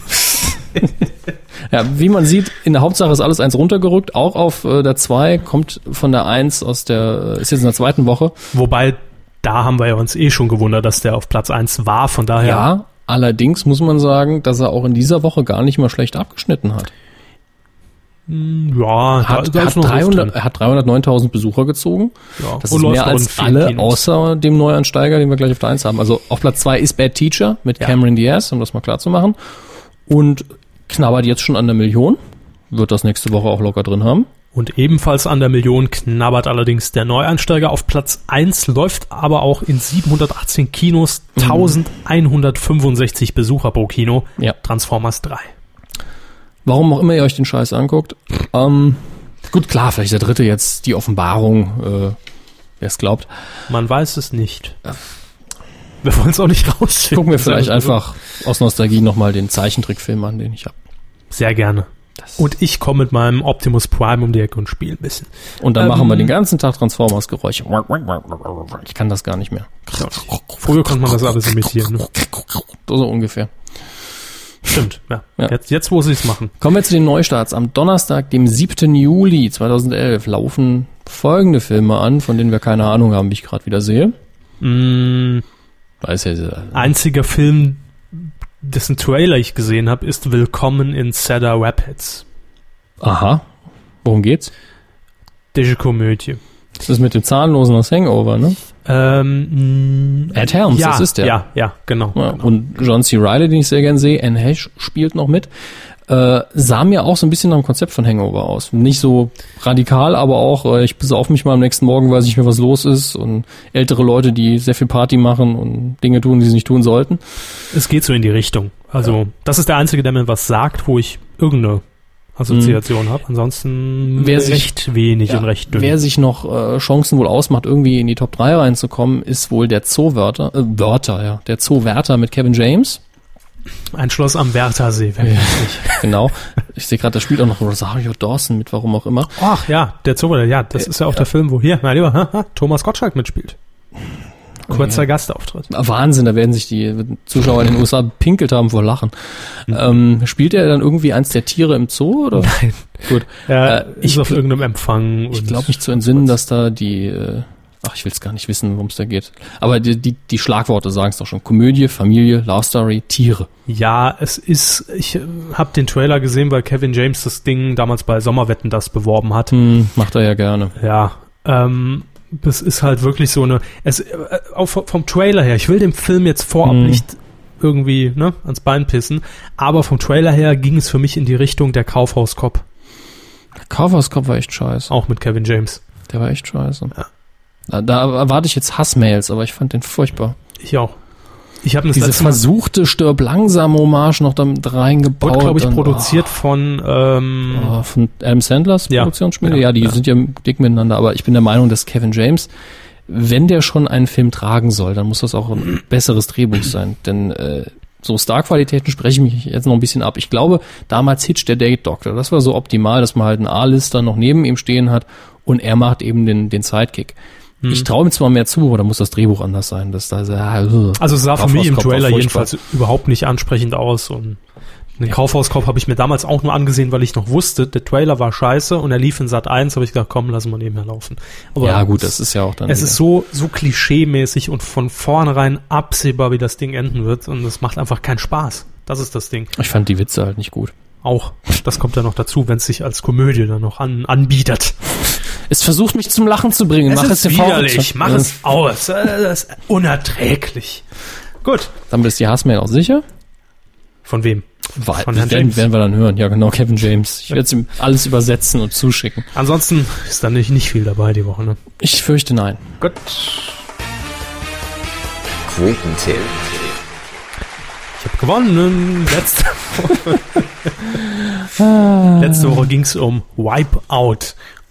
Speaker 1: Ja, wie man sieht, in der Hauptsache ist alles eins runtergerückt. Auch auf äh, der 2 kommt von der 1 aus der, ist jetzt in der zweiten Woche.
Speaker 2: Wobei, da haben wir ja uns eh schon gewundert, dass der auf Platz 1 war, von daher.
Speaker 1: ja, allerdings muss man sagen, dass er auch in dieser Woche gar nicht mal schlecht abgeschnitten hat.
Speaker 2: ja da,
Speaker 1: hat,
Speaker 2: da
Speaker 1: hat,
Speaker 2: ist noch Luft
Speaker 1: 300,
Speaker 2: drin.
Speaker 1: er hat 309.000 Besucher gezogen.
Speaker 2: Ja.
Speaker 1: Das
Speaker 2: Und
Speaker 1: ist
Speaker 2: Oh, läuft
Speaker 1: mehr
Speaker 2: noch in
Speaker 1: als
Speaker 2: vielen
Speaker 1: alle,
Speaker 2: Kinos.
Speaker 1: außer dem Neuansteiger, den wir gleich auf der 1 haben. Also auf Platz 2 ist Bad Teacher mit
Speaker 2: Ja.
Speaker 1: Cameron Diaz, um das mal klar zu machen. Und knabbert jetzt schon an der Million. Wird das nächste Woche auch locker drin haben.
Speaker 2: Und ebenfalls an der Million knabbert allerdings der Neueinsteiger auf Platz 1, läuft aber auch in 718 Kinos,
Speaker 1: Mhm.
Speaker 2: 1165 Besucher pro Kino.
Speaker 1: Ja.
Speaker 2: Transformers 3.
Speaker 1: Warum auch immer ihr euch den Scheiß anguckt. Ähm, gut, klar, vielleicht der dritte jetzt, die Offenbarung, äh, wer es glaubt.
Speaker 2: Man weiß es nicht. Wir wollen es auch nicht rausfinden.
Speaker 1: Gucken wir vielleicht einfach aus Nostalgie nochmal den Zeichentrickfilm an, den ich habe.
Speaker 2: Sehr gerne. Und ich komme mit meinem Optimus Prime um die Ecke und spiele ein bisschen.
Speaker 1: Und dann
Speaker 2: Ähm,
Speaker 1: machen wir den ganzen Tag Transformers-Geräusche. Ich kann das gar nicht mehr.
Speaker 2: Früher konnte man das alles imitieren. Ne?
Speaker 1: So ungefähr.
Speaker 2: Stimmt, ja.
Speaker 1: Ja.
Speaker 2: Jetzt, jetzt muss ich es machen.
Speaker 1: Kommen wir zu den Neustarts. Am Donnerstag, dem 7. Juli 2011, laufen folgende Filme an, von denen wir keine Ahnung haben, wie ich gerade wieder sehe.
Speaker 2: Mm,
Speaker 1: Weiß ja, dieser-
Speaker 2: einziger Film, dessen Trailer ich gesehen habe, ist Willkommen in Cedar Rapids.
Speaker 1: Aha. Worum geht's?
Speaker 2: Dische Komödie.
Speaker 1: Das ist mit dem Zahnlosen das Hangover, ne?
Speaker 2: Ähm,
Speaker 1: Ed Helms,
Speaker 2: ja,
Speaker 1: das ist der.
Speaker 2: Ja, ja, genau.
Speaker 1: Ja, Und John C. Riley, den ich sehr gern sehe, Anne Hesh spielt noch mit, äh, sah mir auch so ein bisschen nach dem Konzept von Hangover aus. Nicht so radikal, aber auch, äh, ich besauf mich mal am nächsten Morgen, weiß nicht mehr, was los ist und ältere Leute, die sehr viel Party machen und Dinge tun, die sie nicht tun sollten.
Speaker 2: Es geht so in die Richtung. Also, das ist der einzige, der mir was sagt, wo ich irgendeine Assoziation habe. Ansonsten
Speaker 1: Mhm. Wer sich-
Speaker 2: recht wenig und recht dünn.
Speaker 1: Wer sich noch äh, Chancen wohl ausmacht, irgendwie in die Top 3 reinzukommen, ist wohl der Zoowärter, äh, Wörter, ja, der Zoowärter mit Kevin James.
Speaker 2: Ein Schloss am Wärtersee. wer kennt's nicht?
Speaker 1: Genau. Ich sehe gerade, da spielt auch noch Rosario Dawson mit, warum auch immer.
Speaker 2: Ach ja, der Zauberer, ja, das ist ja auch der Film, wo hier, mein lieber, haha, Thomas Gottschalk mitspielt. Kurzer Gastauftritt.
Speaker 1: Wahnsinn, da werden sich die Zuschauer in den USA pinkelt haben vor Lachen. Ähm, spielt er dann irgendwie eins der Tiere im Zoo oder? Nein. Gut.
Speaker 2: Er
Speaker 1: Äh,
Speaker 2: ist
Speaker 1: ich
Speaker 2: auf irgendeinem Empfang.
Speaker 1: ich glaube mich zu entsinnen, dass da die, äh, ach, ich will es gar nicht wissen, worum es da geht. Aber die, die, die Schlagworte sagen es doch schon. Komödie, Familie, Love Story, Tiere.
Speaker 2: Ja, es ist, ich habe den Trailer gesehen, weil Kevin James das Ding damals bei Sommerwetten das beworben hat.
Speaker 1: Hm, macht er ja gerne.
Speaker 2: Ja, ähm, das ist halt wirklich so eine, es, äh, auch vom- vom Trailer her, ich will dem Film jetzt vorab
Speaker 1: Hm.
Speaker 2: nicht irgendwie ne, ans Bein pissen, aber vom Trailer her ging es für mich in die Richtung der Kaufhauskopf,
Speaker 1: Kaufhauskopf war echt scheiße.
Speaker 2: auch mit Kevin James.
Speaker 1: Der war echt scheiße. Da, da erwarte ich jetzt Hassmails, aber ich fand den furchtbar.
Speaker 2: Ich auch. Ich habe das
Speaker 1: Diese
Speaker 2: letzte Mal-
Speaker 1: versuchte Stirb langsam Hommage noch damit reingebaut.
Speaker 2: wurde, glaube ich,
Speaker 1: und- Ah.
Speaker 2: produziert von ähm,
Speaker 1: Oh, von Adam Sandlers
Speaker 2: Ja.
Speaker 1: Produktionsschmiede.
Speaker 2: Ja,
Speaker 1: Ja, die
Speaker 2: ja.
Speaker 1: sind ja dick miteinander, aber ich bin der Meinung, dass Kevin James, wenn der schon einen Film tragen soll, dann muss das auch ein besseres Drehbuch sein. Denn äh, so Star-Qualitäten spreche ich mich jetzt noch ein bisschen ab. Ich glaube, damals Hitch der Date Doctor, das war so optimal, dass man halt einen A-Lister noch neben ihm stehen hat und er macht eben den, den Sidekick.
Speaker 2: Mhm.
Speaker 1: Ich traue ihm zwar mehr zu, aber da muss das äh, Drehbuch anders sein. Dass da,
Speaker 2: also es sah für mich im
Speaker 1: Kaufhauskopf war
Speaker 2: Trailer
Speaker 1: furchtbar.
Speaker 2: jedenfalls überhaupt nicht ansprechend aus und den Kaufhauskopf habe ich mir damals auch nur angesehen, weil ich noch wusste, der Trailer war scheiße und er lief in Sat 1, habe ich gedacht, komm, lassen wir nebenher laufen. Aber
Speaker 1: Ja gut, das ist ja auch dann
Speaker 2: es
Speaker 1: wieder-
Speaker 2: ist so so klischeemäßig und von vornherein absehbar, wie das Ding enden wird und das macht einfach keinen Spaß. Das ist das Ding.
Speaker 1: Ich fand die Witze halt nicht gut.
Speaker 2: Auch das kommt ja noch dazu, wenn es sich als Komödie dann noch an, anbietet.
Speaker 1: Es versucht mich zum Lachen zu bringen. Mach es TV-
Speaker 2: mach es aus. Das ist unerträglich. Gut.
Speaker 1: Damit ist die Hassmail auch sicher.
Speaker 2: Von wem?
Speaker 1: Weil,
Speaker 2: Von Herrn
Speaker 1: werden,
Speaker 2: James.
Speaker 1: werden wir dann hören. Ja, genau, Kevin James. Ich werde es ihm alles übersetzen und zuschicken.
Speaker 2: Ansonsten ist da nicht, nicht viel dabei die Woche. Ne?
Speaker 1: Ich fürchte nein.
Speaker 2: Gut.
Speaker 5: Quotentipp.
Speaker 2: Ich habe gewonnen. Letzte Woche, Letzte Woche ging es um Wipeout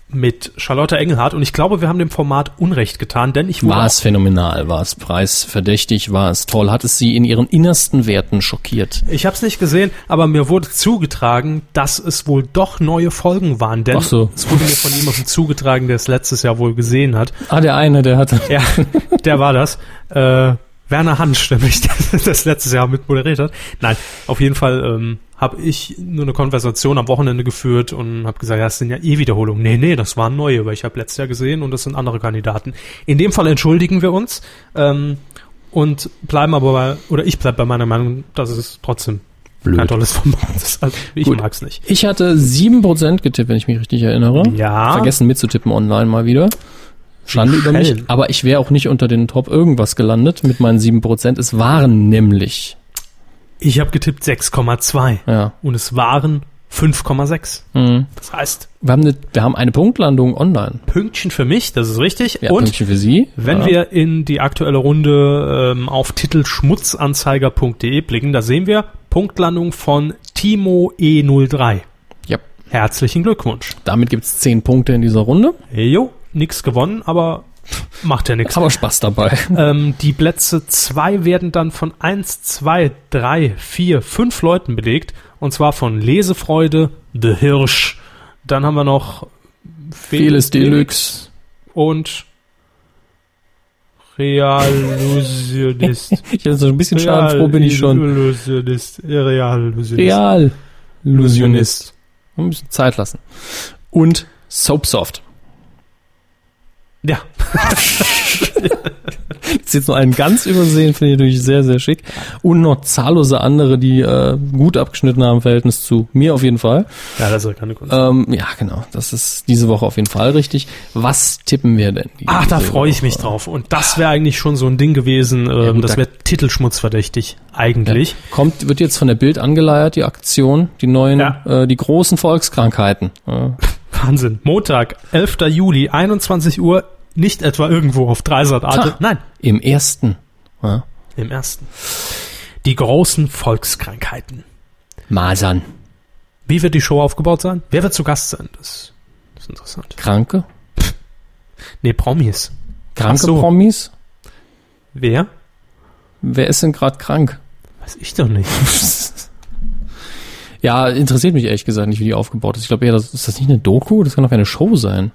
Speaker 2: mit Charlotte Engelhardt und ich glaube, wir haben dem Format Unrecht getan, denn ich
Speaker 1: War
Speaker 2: wurde
Speaker 1: es phänomenal, war es preisverdächtig, war es toll, hat es sie in ihren innersten Werten schockiert.
Speaker 2: Ich habe es nicht gesehen, aber mir wurde zugetragen, dass es wohl doch neue Folgen waren, denn
Speaker 1: Ach so.
Speaker 2: es wurde mir von jemandem zugetragen, der es letztes Jahr wohl gesehen hat.
Speaker 1: Ah, der eine, der hat.
Speaker 2: Ja, der war das. Äh, Werner Hansch, nämlich, der das letztes Jahr mit moderiert hat. Nein, auf jeden Fall ähm, habe ich nur eine Konversation am Wochenende geführt und habe gesagt, ja, das sind ja eh Wiederholungen. Nee, nee, das waren neue, weil ich habe letztes Jahr gesehen und das sind andere Kandidaten. In dem Fall entschuldigen wir uns ähm, und bleiben aber bei, oder ich bleibe bei meiner Meinung, dass es trotzdem kein
Speaker 1: Blöd.
Speaker 2: tolles Format ist. Also, ich
Speaker 1: Gut.
Speaker 2: mag's nicht.
Speaker 1: Ich hatte 7% getippt, wenn ich mich richtig erinnere.
Speaker 2: Ja.
Speaker 1: Vergessen mitzutippen online mal wieder. Schande über mich.
Speaker 2: Schelm.
Speaker 1: Aber ich wäre auch nicht unter den Top irgendwas gelandet mit meinen 7%. Es waren nämlich,
Speaker 2: Ich habe getippt 6,2
Speaker 1: ja,
Speaker 2: und es waren 5,6.
Speaker 1: Mhm.
Speaker 2: Das heißt,
Speaker 1: wir haben eine, wir haben eine Punktlandung online.
Speaker 2: Pünktchen für mich, das ist richtig.
Speaker 1: Ja,
Speaker 2: und
Speaker 1: Pünktchen für Sie.
Speaker 2: wenn
Speaker 1: ja.
Speaker 2: wir in die aktuelle Runde ähm, auf titelschmutzanzeiger.de blicken, da sehen wir Punktlandung von Timo E03.
Speaker 1: Ja,
Speaker 2: Herzlichen Glückwunsch.
Speaker 1: damit gibt's 10 Punkte in dieser Runde.
Speaker 2: Jo, nix gewonnen, aber macht ja nichts.
Speaker 1: Aber Spaß dabei.
Speaker 2: Ähm, die Plätze 2 werden dann von 1, 2, 3, 4, 5 Leuten belegt. Und zwar von Lesefreude, The Hirsch. Dann haben wir noch
Speaker 1: Feles Deluxe.
Speaker 2: und Reallusionist.
Speaker 1: Ich hatte so ein bisschen schadenfroh bin ich schon.
Speaker 2: Illusionist. Reallusionist.
Speaker 1: Real. Illusionist. Ein bisschen Zeit lassen. Und Soapsoft.
Speaker 2: Ja,
Speaker 1: Jetzt jetzt noch einen ganz übersehen, finde ich natürlich sehr, sehr schick. Und noch zahllose andere, die äh, gut abgeschnitten haben im Verhältnis zu mir auf jeden Fall.
Speaker 2: Ja, das ist ja keine Kunst.
Speaker 1: Ähm, ja, genau. Das ist diese Woche auf jeden Fall richtig. Was tippen wir denn?
Speaker 2: Ach, da
Speaker 1: diese
Speaker 2: freue ich
Speaker 1: Woche?
Speaker 2: mich drauf. Und das wäre eigentlich schon so ein Ding gewesen. Ähm,
Speaker 1: gut,
Speaker 2: das
Speaker 1: da-
Speaker 2: wäre
Speaker 1: Ja.
Speaker 2: titelschmutzverdächtig. Eigentlich.
Speaker 1: Kommt, wird jetzt von der Bild angeleiert, die Aktion, die neuen,
Speaker 2: Ja.
Speaker 1: äh, die großen Volkskrankheiten. Ja.
Speaker 2: Wahnsinn. Montag, 11. Juli, 21 Uhr. Nicht etwa irgendwo auf Dreisat Arte.
Speaker 1: Ha.
Speaker 2: Nein,
Speaker 1: Im ersten. Ja.
Speaker 2: im ersten. Die großen Volkskrankheiten.
Speaker 1: Masern.
Speaker 2: Wie wird die Show aufgebaut sein? Wer wird zu Gast sein? Das ist interessant.
Speaker 1: Kranke?
Speaker 2: Nee, Promis.
Speaker 1: Kranke
Speaker 2: Ach so.
Speaker 1: Promis?
Speaker 2: Wer?
Speaker 1: Wer ist denn gerade krank?
Speaker 2: Weiß ich doch nicht.
Speaker 1: Ja, interessiert mich ehrlich gesagt nicht, wie die aufgebaut ist. Ich glaube eher, das, ist das nicht eine Doku? Das kann doch keine Show sein.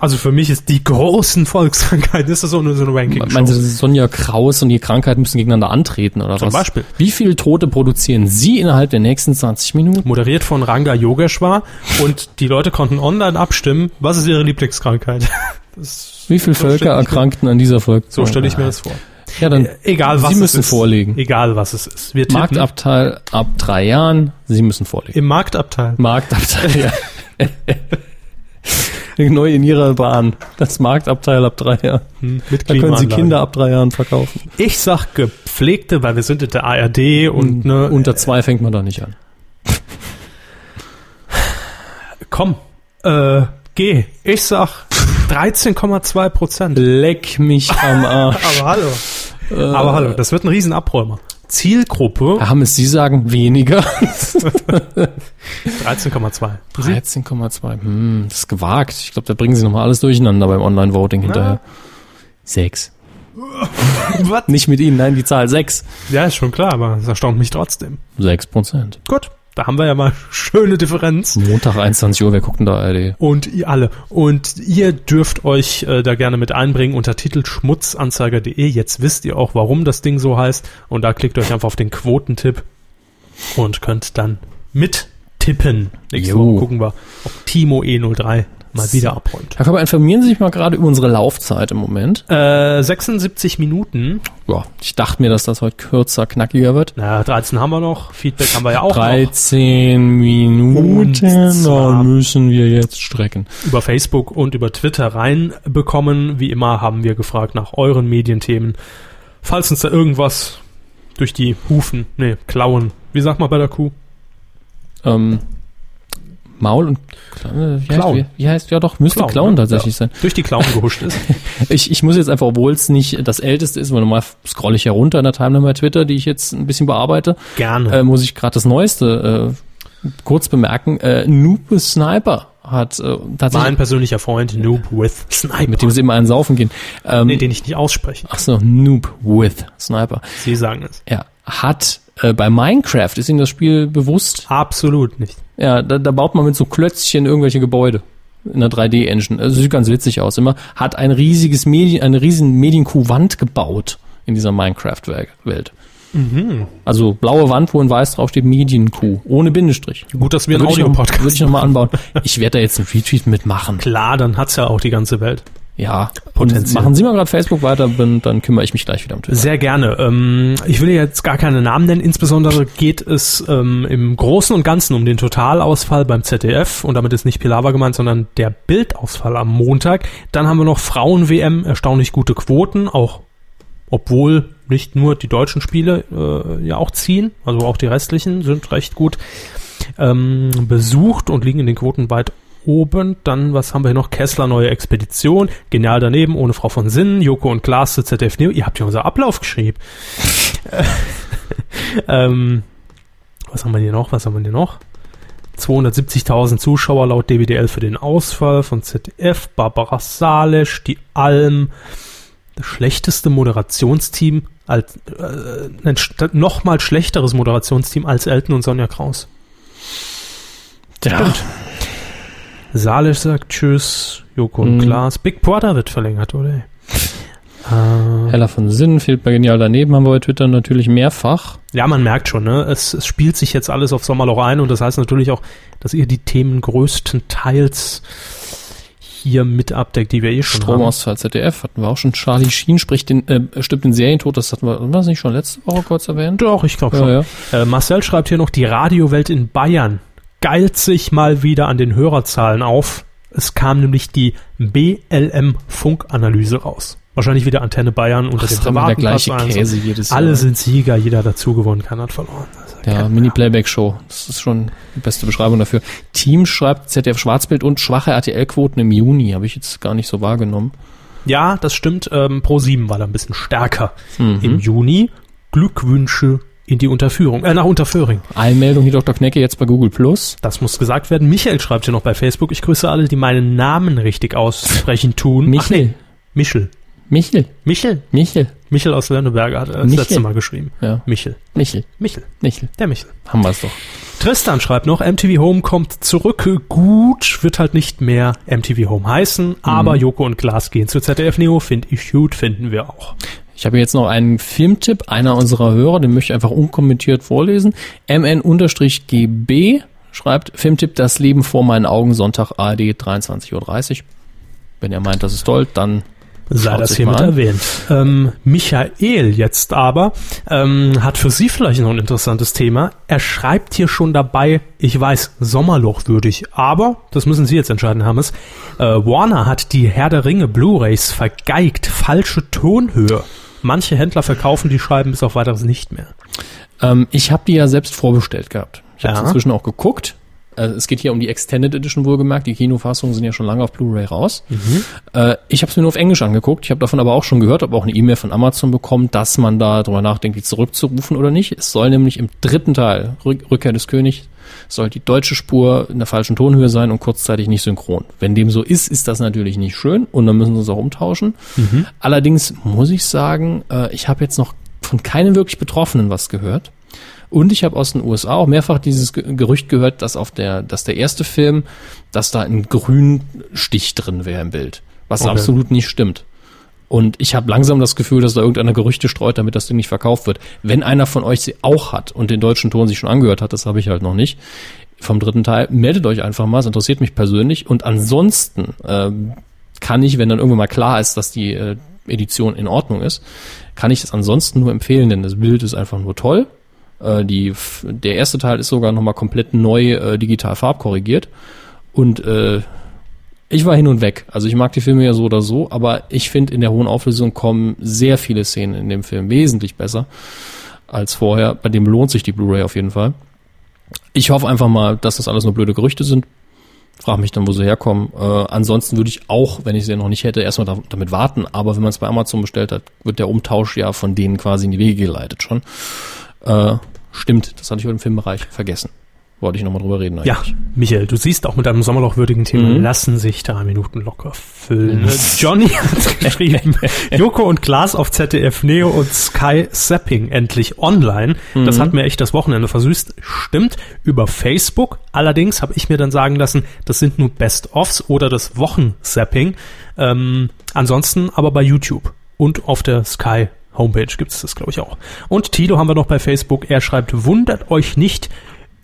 Speaker 2: Also für mich ist die großen Volkskrankheiten, ist das so eine, so eine ranking
Speaker 1: Meinst du, das ist Sonja Kraus und die Krankheiten müssen gegeneinander antreten oder
Speaker 2: Zum
Speaker 1: was?
Speaker 2: Beispiel.
Speaker 1: Wie viele Tote produzieren Sie innerhalb der nächsten 20 Minuten?
Speaker 2: Moderiert von Ranga Yogeshwar und die Leute konnten online abstimmen, was ist ihre Lieblingskrankheit.
Speaker 1: Wie viele
Speaker 2: stell ich
Speaker 1: Völker
Speaker 2: mir-
Speaker 1: erkrankten an dieser Volk?
Speaker 2: So stelle ich mir das vor. Äh,
Speaker 1: Ja, dann
Speaker 2: Egal was
Speaker 1: Sie
Speaker 2: es
Speaker 1: müssen
Speaker 2: ist.
Speaker 1: vorlegen.
Speaker 2: Egal was es ist. Wir tippen
Speaker 1: Marktabteil ab drei Jahren. Sie müssen vorlegen.
Speaker 2: im Marktabteil.
Speaker 1: Marktabteil, ja. Neu in Ihrer Bahn. Das Marktabteil ab drei Jahren.
Speaker 2: Mit
Speaker 1: Da können Sie
Speaker 2: Klimaanlage.
Speaker 1: Kinder ab drei Jahren verkaufen.
Speaker 2: Ich sag gepflegte, weil wir sind in der ARD
Speaker 1: Mm.
Speaker 2: und ne,
Speaker 1: Unter zwei fängt man da nicht an.
Speaker 2: komm, äh, geh. Ich sag 13,2 Prozent.
Speaker 1: Leck mich am Arsch.
Speaker 2: Aber hallo. Aber hallo, das wird ein riesen Abräumer. Zielgruppe
Speaker 1: Herr Hammes, Sie sagen weniger.
Speaker 2: 13,2. Sie-
Speaker 1: 13,2. Hm, das ist gewagt. Ich glaube, da bringen Sie nochmal alles durcheinander beim Online-Voting hinterher. Sechs.
Speaker 2: Was?
Speaker 1: Nicht mit Ihnen, nein, die Zahl sechs.
Speaker 2: Ja, ist schon klar, aber es erstaunt mich trotzdem.
Speaker 1: Sechs Prozent.
Speaker 2: Gut, da haben wir ja mal schöne Differenz.
Speaker 1: Montag 21 Uhr, wer guckt denn da ARD?
Speaker 2: Und ihr alle. Und ihr dürft euch äh, da gerne mit einbringen unter Titel schmutzanzeiger.de. Jetzt wisst ihr auch, warum das Ding so heißt. Und da klickt euch einfach auf den Quotentipp und könnt dann mittippen. Nächste
Speaker 1: Jo.
Speaker 2: Woche gucken wir, ob Timo E03 mal wieder abräumt.
Speaker 1: Herr Körper, informieren Sie sich mal gerade über unsere Laufzeit im Moment.
Speaker 2: Äh, 76 Minuten.
Speaker 1: Ja, ich dachte mir, dass das heute kürzer, knackiger wird.
Speaker 2: Na, 13 haben wir noch. Feedback haben wir ja auch
Speaker 1: 13 Minuten,
Speaker 2: Und zwar-
Speaker 1: da müssen wir jetzt strecken.
Speaker 2: über Facebook und über Twitter reinbekommen. Wie immer haben wir gefragt nach euren Medienthemen. Falls uns da irgendwas durch die Hufen, nee, Klauen, wie sagt man bei der Kuh?
Speaker 1: Ähm, Maul und Kla- äh, wie
Speaker 2: Clown.
Speaker 1: Heißt, wie, wie heißt, ja doch, müsste Clown,
Speaker 2: ne?
Speaker 1: tatsächlich
Speaker 2: Ja.
Speaker 1: sein.
Speaker 2: Durch die Klauen gehuscht ist.
Speaker 1: Ich, ich muss jetzt einfach, obwohl es nicht das älteste ist, weil normal scroll ich ja runter in der Timeline bei Twitter, die ich jetzt ein bisschen bearbeite,
Speaker 2: Gerne.
Speaker 1: äh, muss ich gerade das Neueste äh, kurz bemerken. Äh, Noob Sniper hat äh,
Speaker 2: mein
Speaker 1: tatsächlich,
Speaker 2: persönlicher Freund Noob with Sniper,
Speaker 1: mit dem sie immer einen Saufen gehen. Ähm,
Speaker 2: nee, den ich nicht ausspreche.
Speaker 1: Ach so, Noob with Sniper.
Speaker 2: Sie sagen es.
Speaker 1: Er hat äh, bei Minecraft, ist Ihnen das Spiel bewusst?
Speaker 2: Absolut nicht.
Speaker 1: Ja, da, da baut man mit so Klötzchen irgendwelche Gebäude in der 3D-Engine. Also sieht ganz witzig aus immer. Hat ein riesiges Medien, eine riesen Medienkuh-Wand gebaut in dieser Minecraft-Welt.
Speaker 2: Mhm.
Speaker 1: Also blaue Wand, wo in weiß drauf steht Medienkuh, ohne Bindestrich.
Speaker 2: Gut, dass wir einen
Speaker 1: Würde ich, noch,
Speaker 2: Audio-Podcast
Speaker 1: würde ich noch mal anbauen. Ich werde da jetzt einen Retweet mitmachen.
Speaker 2: Klar, dann hat's ja auch die ganze Welt.
Speaker 1: Ja,
Speaker 2: Potenzial.
Speaker 1: Und machen Sie mal gerade Facebook weiter, bin, dann kümmere ich mich gleich wieder um Twitter.
Speaker 2: Sehr gerne. Ähm, ich will jetzt gar keine Namen nennen. Insbesondere geht es ähm, im Großen und Ganzen um den Totalausfall beim ZDF. Und damit ist nicht Pilawa gemeint, sondern der Bildausfall am Montag. Dann haben wir noch Frauen-WM. Erstaunlich gute Quoten. Auch obwohl nicht nur die deutschen Spiele äh, ja auch ziehen. Also auch die restlichen sind recht gut ähm, besucht und liegen in den Quoten weit oben. Dann, was haben wir hier noch? Kessler, neue Expedition. Genial daneben, ohne Frau von Sinnen. Joko und Klaas, zu ZDF Neo. Ihr habt ja unser Ablauf geschrieben. ähm, was haben wir hier noch? Was haben wir hier noch? 270.000 Zuschauer laut DWDL für den Ausfall von ZDF, Barbara Salisch, die Alm, das schlechteste Moderationsteam als äh, ein st- noch mal schlechteres Moderationsteam als Elton und Sonja Kraus.
Speaker 1: Ja.
Speaker 2: Salisch sagt Tschüss, Joko und
Speaker 1: Mhm.
Speaker 2: Klaas. Big Brother wird verlängert, oder? Äh,
Speaker 1: Heller von Sinn fehlt bei Genial daneben, haben wir bei Twitter natürlich mehrfach.
Speaker 2: Ja, man merkt schon, ne? es, es spielt sich jetzt alles auf Sommerloch ein und das heißt natürlich auch, dass ihr die Themen größtenteils hier mit abdeckt, die wir eh schon haben.
Speaker 1: Stromausfall ZDF hatten wir auch schon. Charlie Sheen spricht den, äh, stimmt den Serientod, das hatten wir, war das nicht schon letzte Woche kurz erwähnt?
Speaker 2: Doch, ich glaube schon.
Speaker 1: Ja,
Speaker 2: Äh, Marcel schreibt hier noch, die Radiowelt in Bayern geilt sich mal wieder an den Hörerzahlen auf. Es kam nämlich die BLM-Funkanalyse raus. Wahrscheinlich wieder Antenne Bayern und
Speaker 1: Ach, ist doch immer der gleiche Käse jedes Jahr.
Speaker 2: Alle sind Sieger, jeder dazu gewonnen, keiner hat verloren. Das
Speaker 1: Ja,
Speaker 2: erkennt man.
Speaker 1: Mini-Playback-Show. Das ist schon die beste Beschreibung dafür. Team schreibt ZDF Schwarzbild und schwache RTL-Quoten im Juni. Habe ich jetzt gar nicht so wahrgenommen.
Speaker 2: ja, das stimmt. Ähm, Pro 7 war da ein bisschen stärker
Speaker 1: Mhm.
Speaker 2: im Juni. Glückwünsche in die Unterführung, äh, nach Unterföhring.
Speaker 1: Einmeldung hier Dr. Knecke jetzt bei Google Plus.
Speaker 2: Das muss gesagt werden. Michael schreibt hier noch bei Facebook, ich grüße alle, die meinen Namen richtig aussprechen tun. Ach nee,
Speaker 1: Michel.
Speaker 2: Michel.
Speaker 1: Michel.
Speaker 2: Michel?
Speaker 1: Michel.
Speaker 2: Michel aus Lönneberger hat äh, das
Speaker 1: Michel.
Speaker 2: letzte Mal geschrieben.
Speaker 1: Ja.
Speaker 2: Michel.
Speaker 1: Michel.
Speaker 2: Michel.
Speaker 1: Michel.
Speaker 2: Der Michel.
Speaker 1: Haben wir es doch.
Speaker 2: Tristan schreibt noch, MTV Home kommt zurück. Gut, wird halt nicht mehr MTV Home heißen,
Speaker 1: Mhm.
Speaker 2: aber Joko und Glas gehen zu ZDF Neo, finde ich gut, finden wir auch.
Speaker 1: Ich habe jetzt noch einen Filmtipp einer unserer Hörer, den möchte ich einfach unkommentiert vorlesen. MN-GB schreibt Filmtipp Das Leben vor meinen Augen, Sonntag ARD 23.30 Uhr. Wenn ihr meint, das ist toll, dann
Speaker 2: Sei
Speaker 1: Schaut
Speaker 2: das
Speaker 1: sich
Speaker 2: hiermit
Speaker 1: mal an.
Speaker 2: erwähnt. Ähm, Michael jetzt aber ähm, hat für Sie vielleicht noch ein interessantes Thema. Er schreibt hier schon dabei, ich weiß, Sommerloch würdig, aber das müssen Sie jetzt entscheiden, Hammes. Äh, Warner hat die Herr der Ringe Blu-rays vergeigt, falsche Tonhöhe. Manche Händler verkaufen die Scheiben bis auf weiteres nicht mehr.
Speaker 1: Ähm, ich habe die ja selbst vorbestellt gehabt. Ich habe
Speaker 2: Ja.
Speaker 1: inzwischen auch geguckt. Äh, es geht hier um die Extended Edition wohlgemerkt. Die Kinofassungen sind ja schon lange auf Blu-ray raus. Äh, ich habe es mir nur auf Englisch angeguckt. Ich habe davon aber auch schon gehört, habe auch eine E-Mail von Amazon bekommen, dass man da drüber nachdenkt, die zurückzurufen oder nicht. Es soll nämlich im dritten Teil, Rück Rückkehr des Königs, soll die deutsche Spur in der falschen Tonhöhe sein und kurzzeitig nicht synchron. Wenn dem so ist, ist das natürlich nicht schön und dann müssen sie es auch umtauschen. Allerdings muss ich sagen, äh, ich habe jetzt noch von keinem wirklich Betroffenen was gehört. Und ich habe aus den USA auch mehrfach dieses Ge- Gerücht gehört, dass auf der, dass der erste Film, dass da ein Grünstich drin wäre im Bild, was
Speaker 2: Okay.
Speaker 1: absolut nicht stimmt. Und ich habe langsam das Gefühl, dass da irgendeiner Gerüchte streut, damit das Ding nicht verkauft wird. Wenn einer von euch sie auch hat und den deutschen Ton sich schon angehört hat, das habe ich halt noch nicht, vom dritten Teil, meldet euch einfach mal, es interessiert mich persönlich. Und ansonsten ähm, kann ich, wenn dann irgendwann mal klar ist, dass die äh, Edition in Ordnung ist, kann ich das ansonsten nur empfehlen, denn das Bild ist einfach nur toll. Äh, die, f- der erste Teil ist sogar nochmal komplett neu äh, digital farbkorrigiert. Und äh, ich war hin und weg. Also ich mag die Filme ja so oder so, aber ich finde, in der hohen Auflösung kommen sehr viele Szenen in dem Film wesentlich besser als vorher. Bei dem lohnt sich die Blu-ray auf jeden Fall. Ich hoffe einfach mal, dass das alles nur blöde Gerüchte sind. Frag mich dann, wo sie herkommen. Äh, ansonsten würde ich auch, wenn ich sie noch nicht hätte, erstmal da, damit warten. Aber wenn man es bei Amazon bestellt hat, wird der Umtausch ja von denen quasi in die Wege geleitet schon. Äh, stimmt, das hatte ich über den Filmbereich vergessen. Wollte ich nochmal drüber reden eigentlich.
Speaker 2: Ja, Michael, du siehst auch mit einem sommerlochwürdigen Thema lassen sich drei Minuten locker füllen. Johnny hat geschrieben, Joko und Klaas auf ZDF Neo und Sky Sapping endlich online. Das hat mir echt das Wochenende versüßt. Stimmt, über Facebook. Allerdings habe ich mir dann sagen lassen, das sind nur Best-ofs oder das Wochen-Sapping. Ähm, ansonsten aber bei YouTube und auf der Sky Homepage gibt es das, glaube ich, auch. Und Tilo haben wir noch bei Facebook. Er schreibt, wundert euch nicht,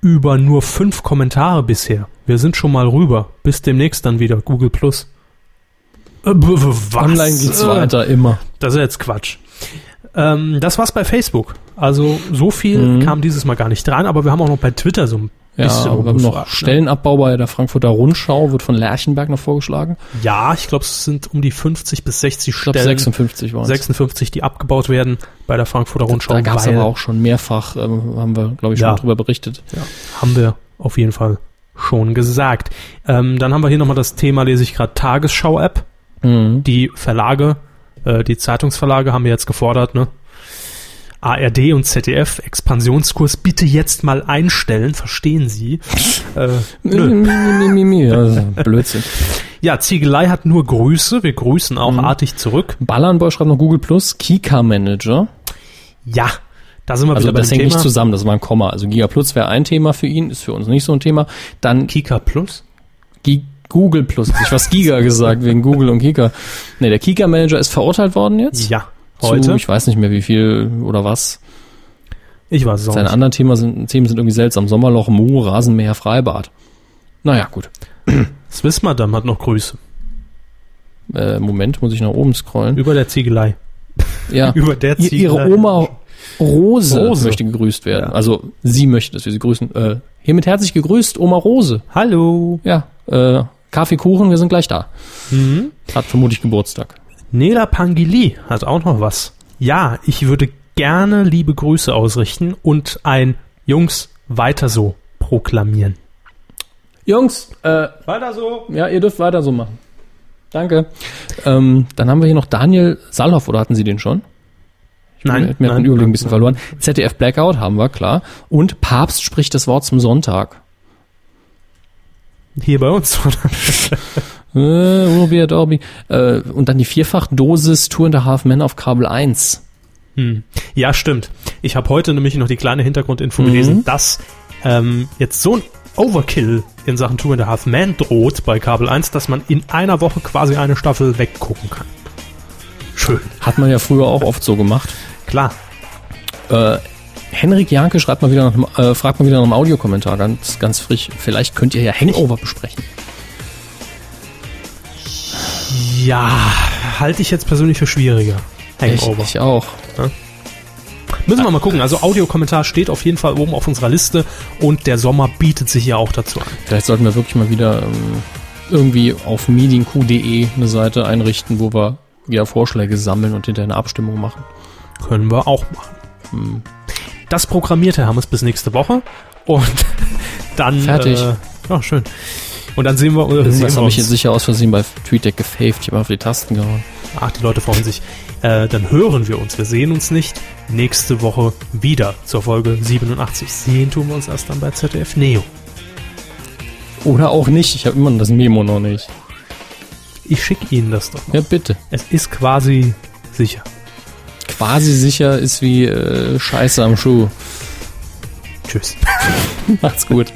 Speaker 2: über nur fünf Kommentare bisher. Wir sind schon mal rüber. Bis demnächst dann wieder. Google Plus. Äh, b- b- was?
Speaker 1: Online geht's
Speaker 2: Äh,
Speaker 1: weiter, immer.
Speaker 2: Das ist jetzt Quatsch. Ähm, das war's bei Facebook. Also so viel kam dieses Mal gar nicht dran, aber wir haben auch noch bei Twitter so ein
Speaker 1: Ja,
Speaker 2: bisschen
Speaker 1: wir haben noch
Speaker 2: rumgefragt, ne?
Speaker 1: Stellenabbau bei der Frankfurter Rundschau, wird von Lerchenberg noch vorgeschlagen.
Speaker 2: Ja, ich glaube, es sind um die 50 bis 60
Speaker 1: Ich glaube
Speaker 2: Stellen.
Speaker 1: 56 waren es.
Speaker 2: 56, die abgebaut werden bei der Frankfurter Rundschau.
Speaker 1: Da gab es
Speaker 2: weil-
Speaker 1: aber auch schon mehrfach, ähm, haben wir, glaube ich, schon
Speaker 2: Ja.
Speaker 1: drüber berichtet.
Speaker 2: Haben wir auf jeden Fall schon gesagt. Ähm, dann haben wir hier nochmal das Thema, lese ich gerade, Tagesschau-App.
Speaker 1: Mhm.
Speaker 2: Die Verlage, äh, die Zeitungsverlage haben wir jetzt gefordert, ne? ARD und ZDF, Expansionskurs bitte jetzt mal einstellen, verstehen Sie? äh, nö.
Speaker 1: Also, Blödsinn.
Speaker 2: Ja, Ziegelei hat nur Grüße, wir grüßen auch
Speaker 1: Mhm.
Speaker 2: artig zurück.
Speaker 1: Ballernboy schreibt noch Google Plus, Kika Manager.
Speaker 2: Ja, da sind wir
Speaker 1: Also
Speaker 2: wieder bei
Speaker 1: das
Speaker 2: dem
Speaker 1: hängt
Speaker 2: Thema.
Speaker 1: nicht zusammen, das war ein Komma. Also Giga Plus wäre ein Thema für ihn, ist für uns nicht so ein Thema. Dann
Speaker 2: Kika Plus?
Speaker 1: Gi Google Plus, Jetzt hab ich was Giga gesagt, wegen Google und Kika. Nee, der Kika Manager ist verurteilt worden jetzt.
Speaker 2: Ja,
Speaker 1: Zu,
Speaker 2: heute.
Speaker 1: ich weiß nicht mehr wie viel oder was.
Speaker 2: Ich weiß es auch
Speaker 1: Seine
Speaker 2: nicht.
Speaker 1: anderen Thema sind, Themen sind irgendwie seltsam. Sommerloch, Mu, Rasenmäher, Freibad. Naja, gut.
Speaker 2: Swissmadam hat noch Grüße.
Speaker 1: Äh, Moment, muss ich nach oben scrollen.
Speaker 2: Über der Ziegelei.
Speaker 1: Ja.
Speaker 2: Über der
Speaker 1: I-
Speaker 2: Ziegelei.
Speaker 1: Ihre Oma Rose,
Speaker 2: Rose.
Speaker 1: möchte gegrüßt werden. Also sie möchte, dass wir sie grüßen. Äh, hiermit herzlich gegrüßt, Oma Rose.
Speaker 2: Hallo.
Speaker 1: Ja. Äh, Kaffee, Kuchen, wir sind gleich da. Hat vermutlich Geburtstag.
Speaker 2: Nela Pangili hat auch noch was. Ja, ich würde gerne liebe Grüße ausrichten und ein Jungs weiter so proklamieren.
Speaker 1: Jungs, äh,
Speaker 2: Weiter so.
Speaker 1: ja, ihr dürft weiter so machen. Danke. Ähm, dann haben wir hier noch Daniel Salhoff, oder hatten Sie den schon?
Speaker 2: Nein,
Speaker 1: mir hat
Speaker 2: nein,
Speaker 1: den Überblick
Speaker 2: nein,
Speaker 1: ein bisschen
Speaker 2: nein.
Speaker 1: verloren. ZDF Blackout haben wir, klar. Und Papst spricht das Wort zum Sonntag.
Speaker 2: Hier bei uns. oder?
Speaker 1: Äh, Urbi et Orbi. Äh, und dann die Vierfachdosis Two and a Half Men auf Kabel 1.
Speaker 2: Hm. Ja, stimmt. Ich habe heute nämlich noch die kleine Hintergrundinfo gelesen, dass ähm, jetzt so ein Overkill in Sachen Two and a Half Man droht bei Kabel 1, dass man in einer Woche quasi eine Staffel weggucken kann. Schön.
Speaker 1: Hat man ja früher auch oft so gemacht.
Speaker 2: Klar.
Speaker 1: Henrik Janke schreibt mal wieder nach, einem- äh, fragt mal wieder nach einem Audiokommentar, ganz, ganz frisch. Vielleicht könnt ihr ja Hangover besprechen.
Speaker 2: Ja, halte ich jetzt persönlich für schwieriger.
Speaker 1: Ich,
Speaker 2: Hangover.
Speaker 1: ich auch.
Speaker 2: Müssen wir mal gucken. Also Audiokommentar steht auf jeden Fall oben auf unserer Liste und der Sommer bietet sich ja auch dazu an.
Speaker 1: Vielleicht sollten wir wirklich mal wieder ähm, irgendwie auf meetingq.de eine Seite einrichten, wo wir ja Vorschläge sammeln und hinterher eine Abstimmung machen.
Speaker 2: Können wir auch machen. Hm. Das programmiert Herr Hammes bis nächste Woche und dann...
Speaker 1: Fertig.
Speaker 2: Äh, ja, schön. Und dann sehen wir, äh, sehen
Speaker 1: Irgendwas
Speaker 2: wir
Speaker 1: habe ich
Speaker 2: uns.
Speaker 1: jetzt sicher aus Versehen bei TweetDeck gefaved. Ich habe auf die Tasten gehauen.
Speaker 2: Ach, die Leute freuen sich. Äh, dann hören wir uns. Wir sehen uns nicht. Nächste Woche wieder zur Folge 87. Sehen tun wir uns erst dann bei ZDF Neo.
Speaker 1: Oder auch nicht. Ich habe immer das Memo noch nicht.
Speaker 2: Ich schicke Ihnen das doch.
Speaker 1: Ja, bitte.
Speaker 2: Es ist quasi sicher.
Speaker 1: Quasi sicher ist wie äh, Scheiße am Schuh.
Speaker 2: Tschüss.
Speaker 1: Macht's gut.